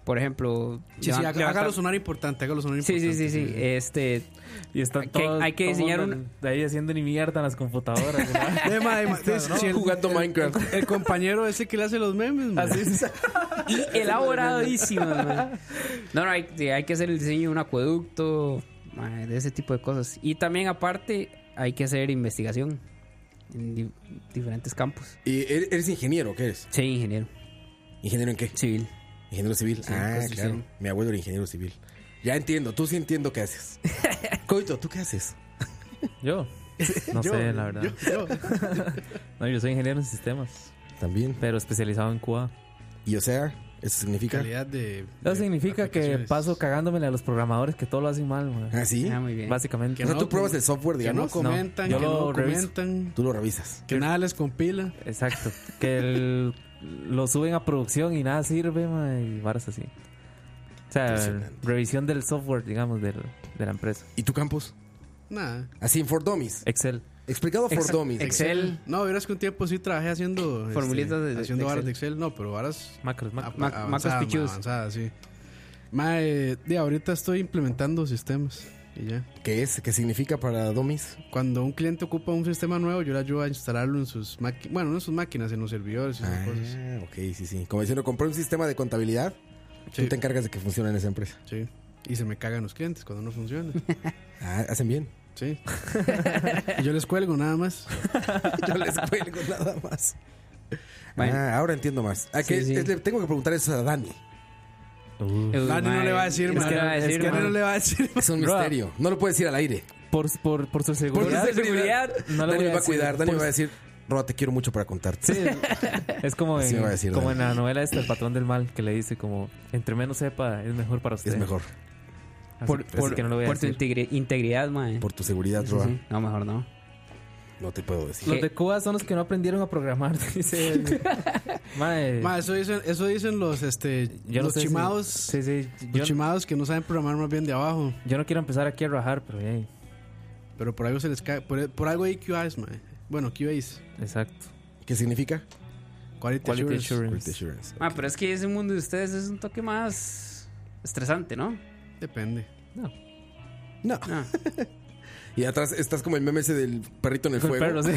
por ejemplo,
Sí, sí,
levan-
haga-
levantar-
hágalo sonar importante, hágalo sonar
Sí,
importante.
sí, sí, sí. Este,
Y están
Hay que-
todos-
hay que
todo
diseñar
mundo De ahí haciendo ni mierda en las computadoras. ¿no?
De ma- de ma- de- si el,
Jugando Minecraft.
el compañero ese que le hace los memes, ma.
Así es.
y elaboradísimo. man. No, no, hay, sí, hay que hacer el diseño de un acueducto, man, de ese tipo de cosas. Y también aparte hay que hacer investigación en di- diferentes campos.
¿Y er- eres ingeniero o qué eres?
Sí, ingeniero
¿Ingeniero en qué?
civil.
Ingeniero civil.
Sí,
ah,
construcción.
claro. Mi abuelo era ingeniero civil. Ya entiendo, tú sí entiendo qué haces. Coito, ¿tú qué haces?
Yo. No
Yo,
sé, la verdad.
yo- yo.
No, yo soy ingeniero en sistemas,
También.
pero especializado en QA.
Y o sea, eso significa.
Calidad de.
Eso
de
significa que
aplicaciones.
paso cagándomele a los programadores que todo lo hacen mal, güey.
Ah, sí.
Ah, muy bien.
Básicamente.
o sea,
no,
tú pruebas el software,
Que no
digamos.
comentan,
yo
que
lo
no
reviso.
comentan,
Tú lo revisas.
que nada les compila.
Exacto. Que el- lo suben a producción y nada sirve, ma, y varas así. O sea,
Impresionante.
revisión del software, digamos, del- de la empresa.
¿Y tu campus?
Nada.
Así en Fort Dummies.
Excel.
Explicado Fort Dummies.
Excel,
No, verás que un tiempo sí trabajé haciendo. este,
Formulitas de- de
Haciendo varas
Excel.
de Excel, no, pero varas.
Macros, macros.
Mac-
avanzadas,
Macros
ma,
pichus.
avanzadas, sí. Ma, eh, de ahorita estoy implementando sistemas y ya.
¿Qué es? ¿Qué significa para Dummies?
Cuando un cliente ocupa un sistema nuevo, yo le ayudo a instalarlo en sus máquinas, bueno, no en sus máquinas, en los servidores y esas
Ah,
cosas.
ok, sí, sí. Como diciendo, compré un sistema de contabilidad.
Sí,
Tú te encargas de que funcione en esa empresa.
sí. Y se me cagan los clientes cuando no funciona.
Ah, hacen bien.
Sí. Y yo les cuelgo nada más.
Yo les cuelgo nada más.
Bueno.
Ah, ahora entiendo más. Ah, que
Sí, sí.
es- le tengo que preguntar eso a Dani.
Uh.
Eh,
Dani no
man,
le va a decir,
es
man.
que no va a
Es
decir,
que
man.
no le va a decir.
Es un
Bro.
misterio. No lo puedes decir al aire.
Por, por, por su
Por
seguridad.
su seguridad,
No lo
Dani me
voy
va a
decir.
cuidar. Dani
Por-
me va a decir, Roa, te quiero mucho para contarte.
Sí, es como,
Así
en,
me va a decir,
como
Dani.
en la novela esta, El patrón del mal, que le dice como, entre menos sepa, es mejor para usted.
Es mejor.
Así-
Por,
así
por-
que no lo voy a
por tu
decir.
integri- integridad, man.
Por tu seguridad,
Eso
Roa.
sí. No, mejor no.
No te puedo decir.
Los de Cuba son los que no aprendieron a programar, dice él. Mae,
Ma, eso dicen, eso dicen los este
yo no
los
sé si-
chimados.
sí, sí,
Los
yo,
chimados que no saben programar más bien de abajo.
yo no quiero empezar aquí a rajar, pero hey,
Pero por algo se les cae. Por, por algo hay QAs, ma. Bueno, QAs.
exacto.
¿Qué significa?
Quality,
Quality
assurance.
Quality
assurance.
assurance.
Ah, pero es que ese mundo de ustedes es un toque más estresante, ¿no?
Depende.
No.
Ah.
Y atrás estás como el meme ese del perrito en el
Con
fuego.
perros, sí.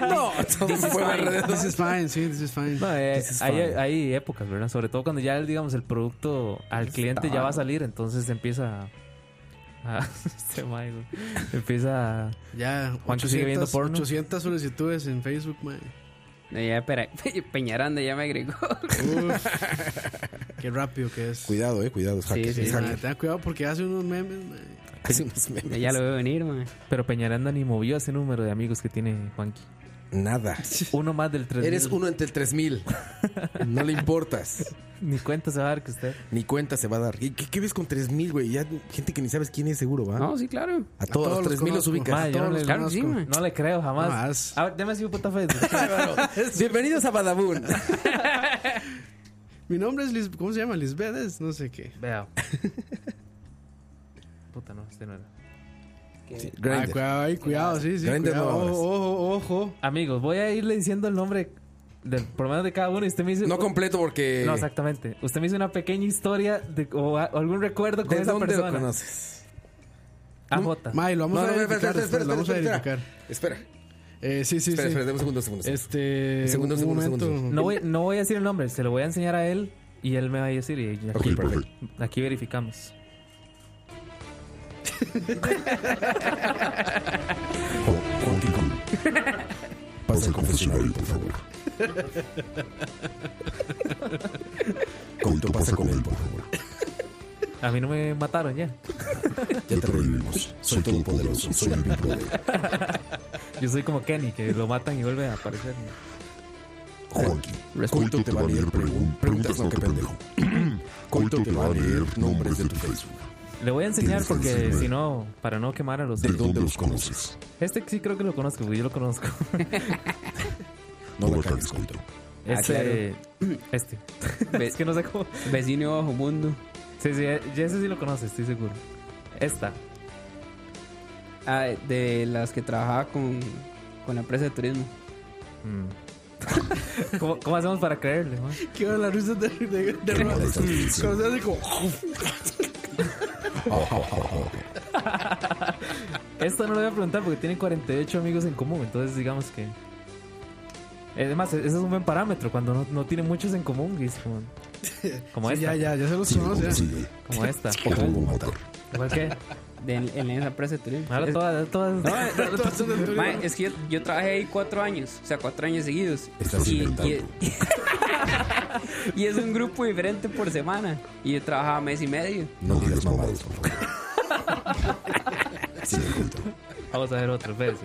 No, todo fuego alrededor.
This is fine, sí, this is fine.
No, eh,
This is
hay,
fine.
hay épocas, ¿verdad? Sobre todo cuando ya, digamos, el producto al cliente ya va a salir, entonces empieza a... a- este mae, güey. empieza a...
Ya,
Juancho sigue viendo
800,
porno.
800 solicitudes en Facebook, man.
Ya, espera, Peñaranda ya me agregó.
Uf, qué rápido que es.
Cuidado, eh, cuidado. Es hacker.
Sí, sí,
es
Sí,
hacker.
ma, tenga cuidado porque hace unos memes, man.
Hace unos memes.
Ya lo veo venir, man.
Pero Peñaranda ni movió ese número de amigos que tiene Juanqui.
Nada.
Uno más del 3.
Eres uno entre el 3000. No le importas.
Ni cuenta se va a dar que usted.
Ni cuenta se va a dar. ¿Y qué, qué ves con 3000, güey? Ya gente que ni sabes quién es seguro,
¿Ah?
¿va?
No, sí, claro.
A todos,
todos
los
los
3000 los,
conozco.
ubicas.
Madre, yo no le,
Claro que sí,
conozco.
man.
no le creo jamás.
Jamás.
A ver, deme su puta Facebook.
Bienvenidos a Badabun.
Mi nombre es Liz, ¿cómo se llama? Lisbeth, es no sé qué.
Vea. Puta, no, este no era.
Sí,
Ah,
Grindr.
cuidado, ay, cuidado, sí, sí.
Grindr no
cuidado.
abras.
Ojo, ojo, ojo.
Amigos, voy a irle diciendo el nombre del por lo menos de cada uno y usted me dice.
no completo porque.
No, exactamente. Usted me hizo una pequeña historia de, o, a- o algún recuerdo con
¿De
esa
dónde
persona.
lo conoces?
AJ.
Ma, y lo vamos
No,
a
no, espera,
verificar.
espera, espera,
después, lo vamos a
espera, espera.
verificar.
Espera,
Eh, sí, sí,
espera,
sí.
espera, dame un segundo, un segundo. un segundo.
Este.
Segundo,
un
segundo,
momento.
segundo.
No voy, no voy a decir el nombre, se lo voy a enseñar a él y él me va a decir. Y aquí,
Ok, perfecto.
aquí verificamos.
Pasa el confesionario, por favor. Coito, pasa con él, por favor.
A mí no me mataron ya.
Ya te revivimos. Soy todopoderoso. Soy el Big Brother.
Yo soy como Kenny, que lo matan y vuelve a aparecer.
Juanqui. Coito te va a leer pregun- preguntas, no que pendejo. culto te va a leer nombres de tu Facebook.
Le voy a enseñar
Tienes que
porque
decirme
si no, para no quemar a los...
¿De dónde los conoces?
Este sí creo que lo conozco, porque yo lo conozco.
Ah, No la cagues, culto.
Este. Este. es que no sé cómo.
Vecino Bajo Mundo.
Sí, sí, eh, ya ese sí lo conoces, estoy seguro. Esta.
Ah, de las que trabajaba con, con la empresa de turismo.
¿Cómo, cómo hacemos para creerle, man?
Qué va la risa de, de, de Roa.
mala experiencia.
Cuando se hace como.
Esto no lo voy a preguntar porque tiene 48 amigos en común, entonces digamos que. eh, Además, e-, ese es un buen parámetro cuando no, no tiene muchos en común, es como, como
Sí,
esta.
ya, ya, ya se los Sí, conoce, sí. ya.
Como esta.
Sí, lo voy a matar.
¿Igual qué?
De, en, en esa empresa de turismo.
Ahora
Es-
todas, todas.
No, eh,
Todas son del turismo.
Mae, es que yo, yo trabajé ahí cuatro años, o sea, cuatro años seguidos.
Estás
y,
inventando.
y- y es un grupo diferente por semana. Y yo trabajaba mes y medio.
No digas mamadas, por favor.
Vamos a ver otro, espérense.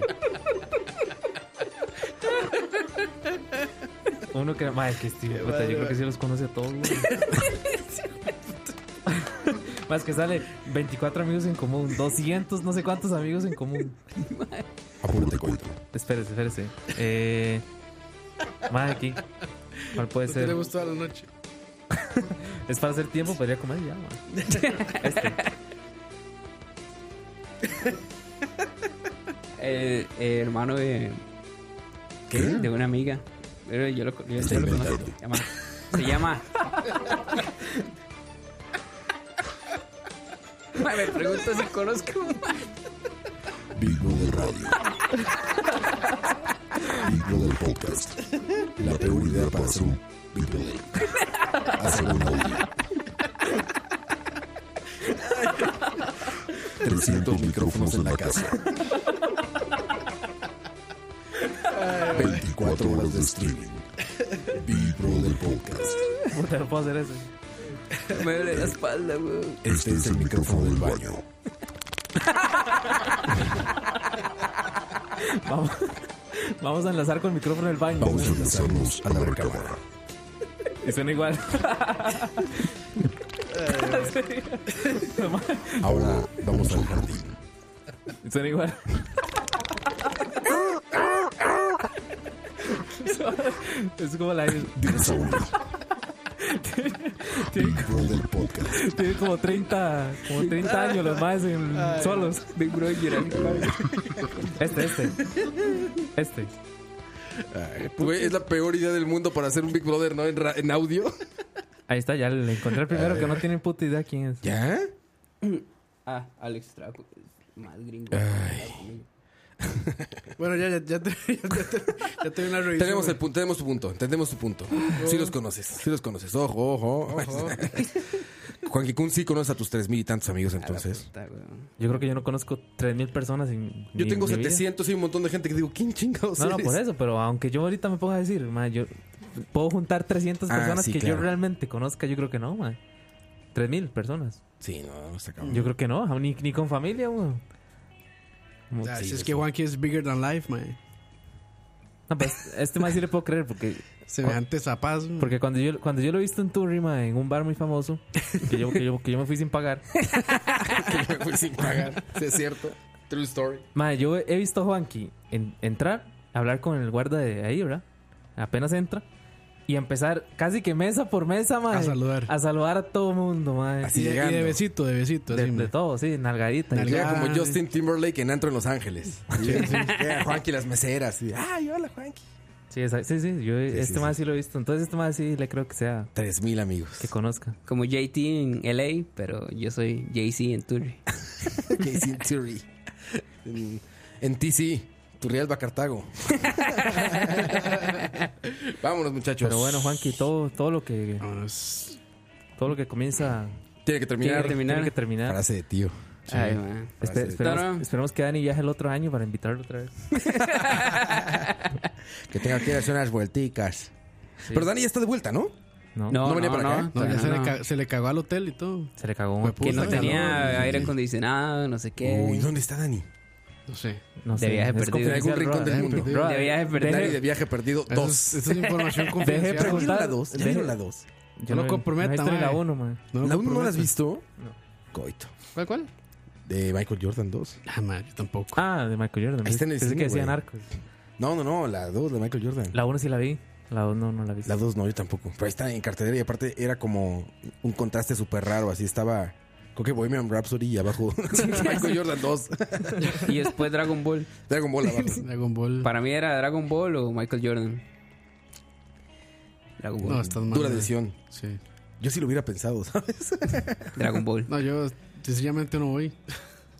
Uno que. Madre, que este puta,
madre,
yo creo
madre.
que sí los conoce a todos. güey. Más que sale 24 amigos en común, 200, no sé cuántos amigos en común.
Apúrate, culto.
Espérese, espérese. Eh. Madre, aquí. ¿Cuál puede
Te le
ser?
gustó a la noche.
Es para hacer tiempo, podría comer ya, madre. Este.
El, el hermano de.
¿Qué?
De una amiga. Pero yo lo, yo,
Está
yo lo conozco.
inventando.
Se llama. Se llama. Mae, me pregunto si conozco.
Digno del radio. Digno del podcast. La peor idea para hacer un video de hacer un audio. 300 micrófonos en la casa. 24 horas de streaming. Vibro del podcast.
Puta, no puedo hacer eso.
Me duele la espalda, weón.
Este es el micrófono del baño.
Vamos, vamos a enlazar con el micrófono del baño.
Vamos a lanzarnos a la recámara.
Y suena igual.
Ahora vamos al jardín.
Y suena igual. es como la.
Dinosaurio.
tiene,
Vibro del podcast.
tiene como 30, como 30 años los más en, solos.
Big Brother.
Este, este. Este.
pues, Güey, es la peor idea del mundo para hacer un Big Brother, ¿no? En, ra- en audio.
Ahí está, ya le encontré el primero que no tiene puta idea quién es.
¿Ya?
Ah, Alex Traco. es Más gringo.
Bueno, ya, ya, ya, te, ya, te- ya te doy una revisión.
Tenemos, el punto, tenemos tu punto, entendemos tu punto.
Oh.
Sí los conoces, sí los conoces. Ojo, ojo. Juan Kikun sí conoce a tus tres mil y tantos amigos
Ah,
entonces.
Yo creo que yo no conozco 3.000 personas en.
pues,
Yo
ni-
tengo
mi vida.
700 y un montón de gente que digo, ¿quién chingados
No, no,
eres?
por eso, pero aunque yo ahorita me ponga a decir, ma, yo puedo juntar 300
Ah,
personas
sí,
que
claro.
yo realmente conozca, yo creo que no, ma. 3000 personas.
Sí, no, no se acabó.
Yo creo que no, ni, ni con familia, weón. Como-
Ah,
Sí,
si es
eso.
que Juanqui es bigger than life, man.
No, pues, este más sí le puedo creer porque
Semejante zapaz.
porque cuando yo cuando yo lo he visto en Turri, ma, en un bar muy famoso, que yo que yo, que yo me fui sin pagar.
que me fui sin pagar. Sí, es cierto. True story.
Ma, yo he visto a Juanqui en- entrar, hablar con el guarda de ahí, ¿verdad? Apenas entra. Y empezar casi que mesa por mesa, ma.
A saludar.
A saludar a todo mundo, ma.
Así
Y de, y de
llegando.
besito, de besito.
De,
así,
de
mae.
todo, sí, nalgadita.
Nalga-
Llega
Ah,
como Justin Timberlake en Antro en Los Ángeles. Llega Juanqui las meseras. y, ah, ¡Ay, hola, Juanqui!
Sí, esa- sí, sí, yo
sí,
este
sí.
más sí lo he visto. Entonces este más sí le creo que sea,
Tres mil amigos.
que conozca.
Como JT en LA, pero yo soy JC en Turi.
Casey Theory. En, en TC, tu Real Bacartago. Vámonos, muchachos.
Pero bueno, Juanqui, todo, todo lo que
Vámonos.
todo lo que comienza
Tiene que terminar.
tiene que terminar. Tiene que terminar.
Frase de tío.
Ay, man.
Espe-
frase.
No,
esperemos,
no.
esperemos que Dani viaje el otro año para invitarlo otra vez.
Que tenga que ir a hacer unas vuelticas.
Pero Dani ya está de vuelta, ¿no?
No,
No,
¿No venía
no,
para acá?
No, ya
todavía
se, Le
no.
ca- se le cagó al hotel y todo.
se le cagó.
Fue
un-
Que
puta
no tenía
calor.
aire acondicionado, no sé qué.
Uy, ¿dónde está Dani?
No sé.
No
de viaje
En
es
perdido.
confidencial,
algún rincón
brother.
del
Dani
mundo.
perdido.
De viaje perdido.
Dani de viaje perdido
Eso
2.
es- eso es información
Deje
confidencial.
preguntar,
la 2.
deje-
la 2.
¿eh?
Yo no,
he-
comprometa,
No he visto ni la
mae.
1, mae.
No
¿La uno no la
comprometas.
has visto?
No.
Coito.
¿Cuál, cuál?
De Michael Jordan 2.
Ah, madre, yo tampoco.
Ah, de Michael Jordan.
Ahí está en el
Pensé
cine,
que decía
güey.
Narcos.
No, no, no, la 2 de Michael Jordan.
La 1 sí la vi. La 2 no, no la vi.
La 2 no, yo tampoco. Pero ahí está en cartelera y aparte era como un contraste súper raro. Así estaba, creo que Bohemian Rhapsody y abajo Michael Jordan 2.
Y después Dragon Ball.
Dragon Ball abajo.
Dragon Ball.
Para mí era Dragon Ball o Michael Jordan. Dragon Ball.
No, estás mal.
Dura
güey.
decisión.
Sí.
Yo sí lo hubiera pensado, ¿sabes?
Dragon Ball.
No, yo sencillamente no voy.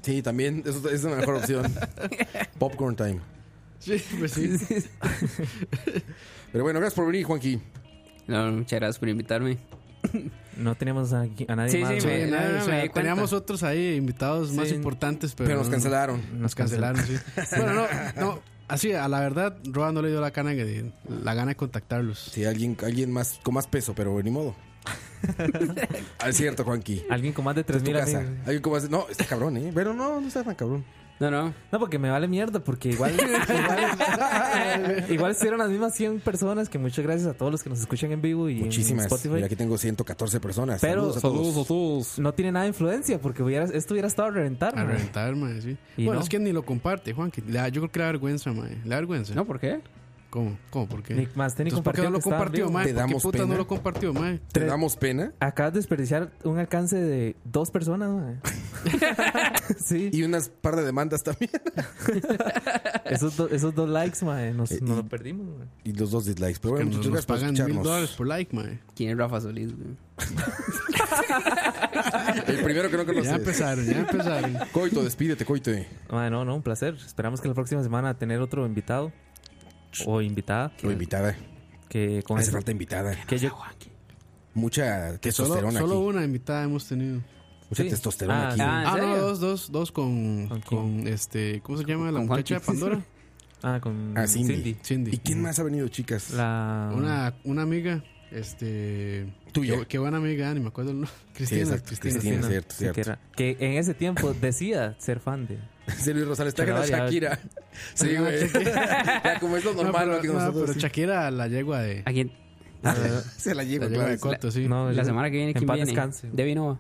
Sí, también. Eso es una mejor opción. Popcorn time.
Sí, pues sí.
Pero bueno, gracias por venir, Juanqui.
No, muchas gracias por invitarme.
No teníamos a, a nadie
Sí,
más.
sí,
mae.
Sí,
me-
nada,
no, no,
o
me
sea,
di cuenta.
teníamos otros ahí invitados más
Sí.
importantes, pero,
Pero nos
no-
cancelaron.
Nos cancelaron, sí. bueno, no, no, así, a la verdad, Roa no le dio la gana, que- la gana de contactarlos.
Sí, alguien, alguien más con más peso, pero ni modo. Ah, es cierto, Juanqui.
Alguien con más de
Es tu
3000
casa.
amigos.
Alguien con más- No, está cabrón, ¿eh? Pero no, no está tan cabrón.
No, no.
No, porque me vale mierda, porque igual. igual, igual hicieron las mismas 100 personas. Que muchas gracias a todos los que nos escuchan en vivo y en
Muchísimas.
Spotify.
Mira, aquí tengo 114 personas.
Pero-
saludos a todos.
No tiene nada de influencia, porque hubiera, esto hubiera estado a reventar.
A
mae.
reventar, mae, sí.
Y
Bueno,
no.
es que ni lo comparte, Juan. que le da- yo creo que le da vergüenza, mae. Le da vergüenza.
No, ¿por qué?
¿Cómo? ¿Cómo? ¿Por qué?
Ni más, ni
Entonces, ¿Por qué
compartido
no lo
que estaba en
compartió,
vivo.
mae?
Te
¿Por qué
damos
puta
pena.
no lo compartió, mae?
¿Te damos pena?
Acabas de desperdiciar un alcance de dos personas, mae. sí,
Y unas par de demandas también.
esos, do- esos dos likes, mae, nos,
Eh,
nos
y-
lo perdimos, mae.
Y los dos dislikes. Pero
Que
bueno,
nos,
muchas gracias
nos
por
pagan mil dólares
escucharnos.
por like, mae.
¿Quién es Rafa Solís? güey?
El primero que no
Ya
conoces.
empezaron, ya empezaron.
Coito, despídete, Coito.
Mae, no, no, un placer. Esperamos que la próxima semana tener otro invitado o invitada
Lo invitada.
que con
Hace
eso-
falta invitada.
que yo
Mucha
Solo,
testosterona
solo
aquí.
una invitada hemos tenido.
Mucha
Sí.
testosterona
Ah,
aquí.
ah.
Ah, no,
serio?
dos, dos, dos con,
¿Con
con,
quién?
este, ¿cómo se llama? La
Con
muchacha de
Juanqui.
Pandora.
ah con
Ah, Cindy.
Cindy.
¿Y quién más ha venido, chicas?
la
Una, una amiga, este...
Ah. Tuya.
Qué, qué buena amiga, ni me acuerdo el nombre.
Sí,
Cristina,
exacto.
Cristina.
Cristina,
Cristina,
cierto,
sí,
cierto.
que, era- que en ese tiempo decía ser fan de
Sí, Luis Rosales, traigan a
Pero vaya,
Shakira. Sí,
Traigan a
güey. Ya, como es lo
No,
normal
pero,
aquí
no,
nosotros.
pero Shakira, la yegua de...
¿A quién?
Se la lleva,
La yegua
claro.
de Coto, sí.
no,
La
yo-
semana que viene,
en
¿quién
paz
viene?
descanse.
Debbie Nova.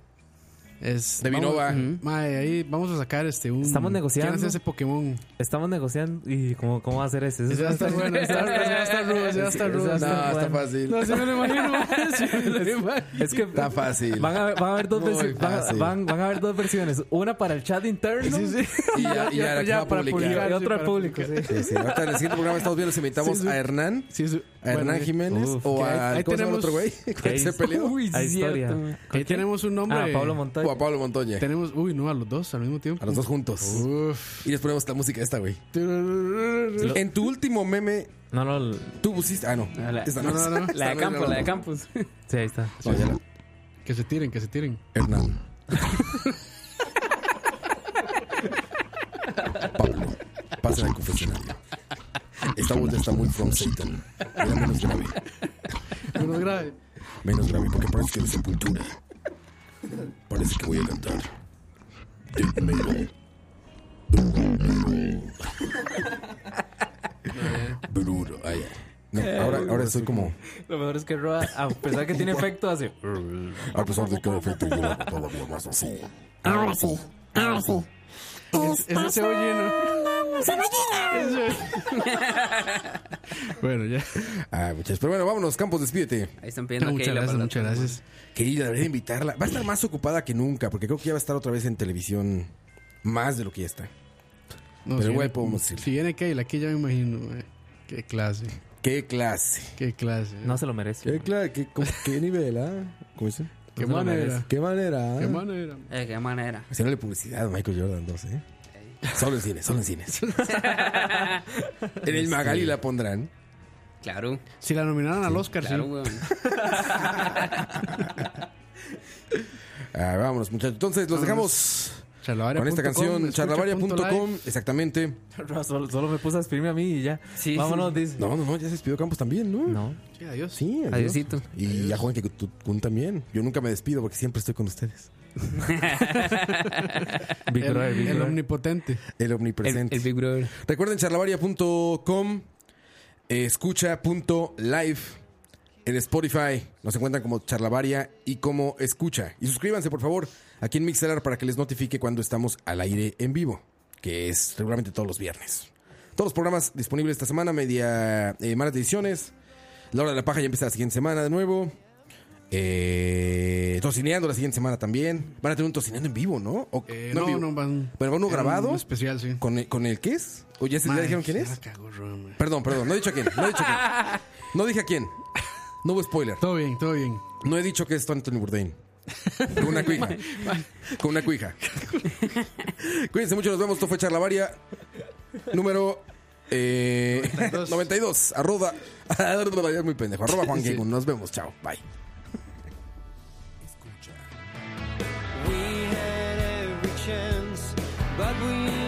Es,
De
vamos-
Vinova.
Ujú.
Mae, ahí vamos a sacar este un...
Estamos negociando.
¿Quién hace ese Pokémon?
estamos negociando y cómo, cómo va a ser ese Eso
Ese va a estar bueno, ese va a estar rudo, ese va a estar
Sí,
rudo.
ese va a
No,
estar
está
bueno.
No,
fácil.
No, se me lo imagino, mae, se me lo imagino.
es que
Está fácil.
van a, ver- van a haber dos
Muy
versiones
fácil.
van, van- van a haber dos versiones una para el chat interno
Sí, sí.
Y ya, y ya, la que va a
para
publicar.
y
publicar, sí,
otra al
para
público sí.
Sí, sí. Ahorita en el siguiente programa estamos viendo si invitamos
Sí, sí.
a Hernán,
Sí, sí.
a Hernán
Bueno,
Jiménez
Uf,
o
que ahí-
al
ahí
¿cómo se llama el otro güey
tenemos-
que se peleó.
Hay historia.
Ahí tenemos un nombre.
ah Pablo Montoya
O a Pablo Montoña.
Tenemos, uy, no, a los dos al mismo tiempo.
A los dos juntos.
Uf.
Y les ponemos la música esta, güey. En tu último meme,
no no l-
tú pusiste. Ah, no.
No, la-
Esta
no,
es.
no, no.
Esta
La de
no es
Campos, la de
otra.
Campos.
sí ahí está
No, ya la-
Que se tiren, que se tiren.
Hernán. Pablo, pasa al confesionario. Esta voz ya está muy from Satan. Era menos grave.
Menos grave.
Menos grave, porque parece que de sepultura. Parece que voy a cantar. Death metal. Brutal. Ah, ya. No, ahora, ahora soy como.
lo mejor es que Roa a pesar que tiene efecto hace
A pesar de que el efecto yo lo hago todavía más así.
Ahora sí, ahora sí.
Es- Ese se oye, ¿no? Bueno, ya.
Ah, muchachos. Pero bueno, vámonos, Campos, despídete.
Ahí están pidiendo que
muchas
la
gracias,
verdad.
muchas gracias.
Querida, debería invitarla. Va a estar más ocupada que nunca, porque creo que ya va a estar otra vez en televisión más de lo que ya está.
No,
Pero
si
igual
viene-
podemos ir.
Si viene Kayla, aquí ya me imagino, mae. Qué clase,
¡Qué clase!
qué clase.
no se lo merece
clase? ¿Qué, nivel, ah? ¿Cómo dice?
qué
no se lo
manera.
¿Qué manera? ¿ah?
Qué manera. mae.
Eh, qué manera.
Haciéndole publicidad a Michael Jordan 2, ¿eh? Solo en cines, solo en cines. en el Magali la pondrán.
Claro,
Si la nominaron al Oscar,
claro,
sí.
weón.
Ah, vámonos, muchachos. Entonces, los dejamos
Charlavaria
con esta
punto com,
canción,
escucha punto
charlavaria.com.
live.
Exactamente.
Roa solo, solo me puso a exprimirme a mí y ya
Sí,
vámonos dice
No, no, no, ya se despidió Campos también, ¿no?
no
Sí, adiós.
Sí, adiós.
Adiósito.
Y ya Juan que tú, tú también. Yo nunca me despido porque siempre estoy con ustedes.
Big
El,
Brother, Big
el
Brother.
omnipotente.
El
El,
omnipresente.
el Big Brother.
Recuerden charlavaria.com, eh, escucha.live, En Spotify nos encuentran como Charlavaria y como Escucha. Y suscríbanse, por favor, aquí en Mixelar para que les notifique cuando estamos al aire en vivo, que es regularmente todos los viernes. Todos los programas disponibles esta semana, media eh, malas ediciones. La hora de la paja ya empieza la siguiente semana de nuevo. Eh, tocineando la siguiente semana también. Van a tener un tocineando en vivo, ¿no? O-
Eh,
en
no,
vivo.
no, van.
Pero uno
era
grabado.
un especial, sí.
¿Con el, con el qué es? ¿O ya, se, ya
Madre,
dijeron quién
ya
es?
la cagó, Ron, güey.
Perdón, perdón, no he dicho a quién, no he dicho a quién. No dije a quién. No hubo spoiler.
Todo bien, todo bien.
No he dicho que es Anthony Bourdain. Con una cuija. Con una cuija. Cuídense mucho, nos vemos. Esto fue Charlavaria. Número eh, 92. Arroba. Es muy pendejo. Arroba Juan
Sí.
Giegun. Nos vemos. Chao. Bye.
We had every chance, but we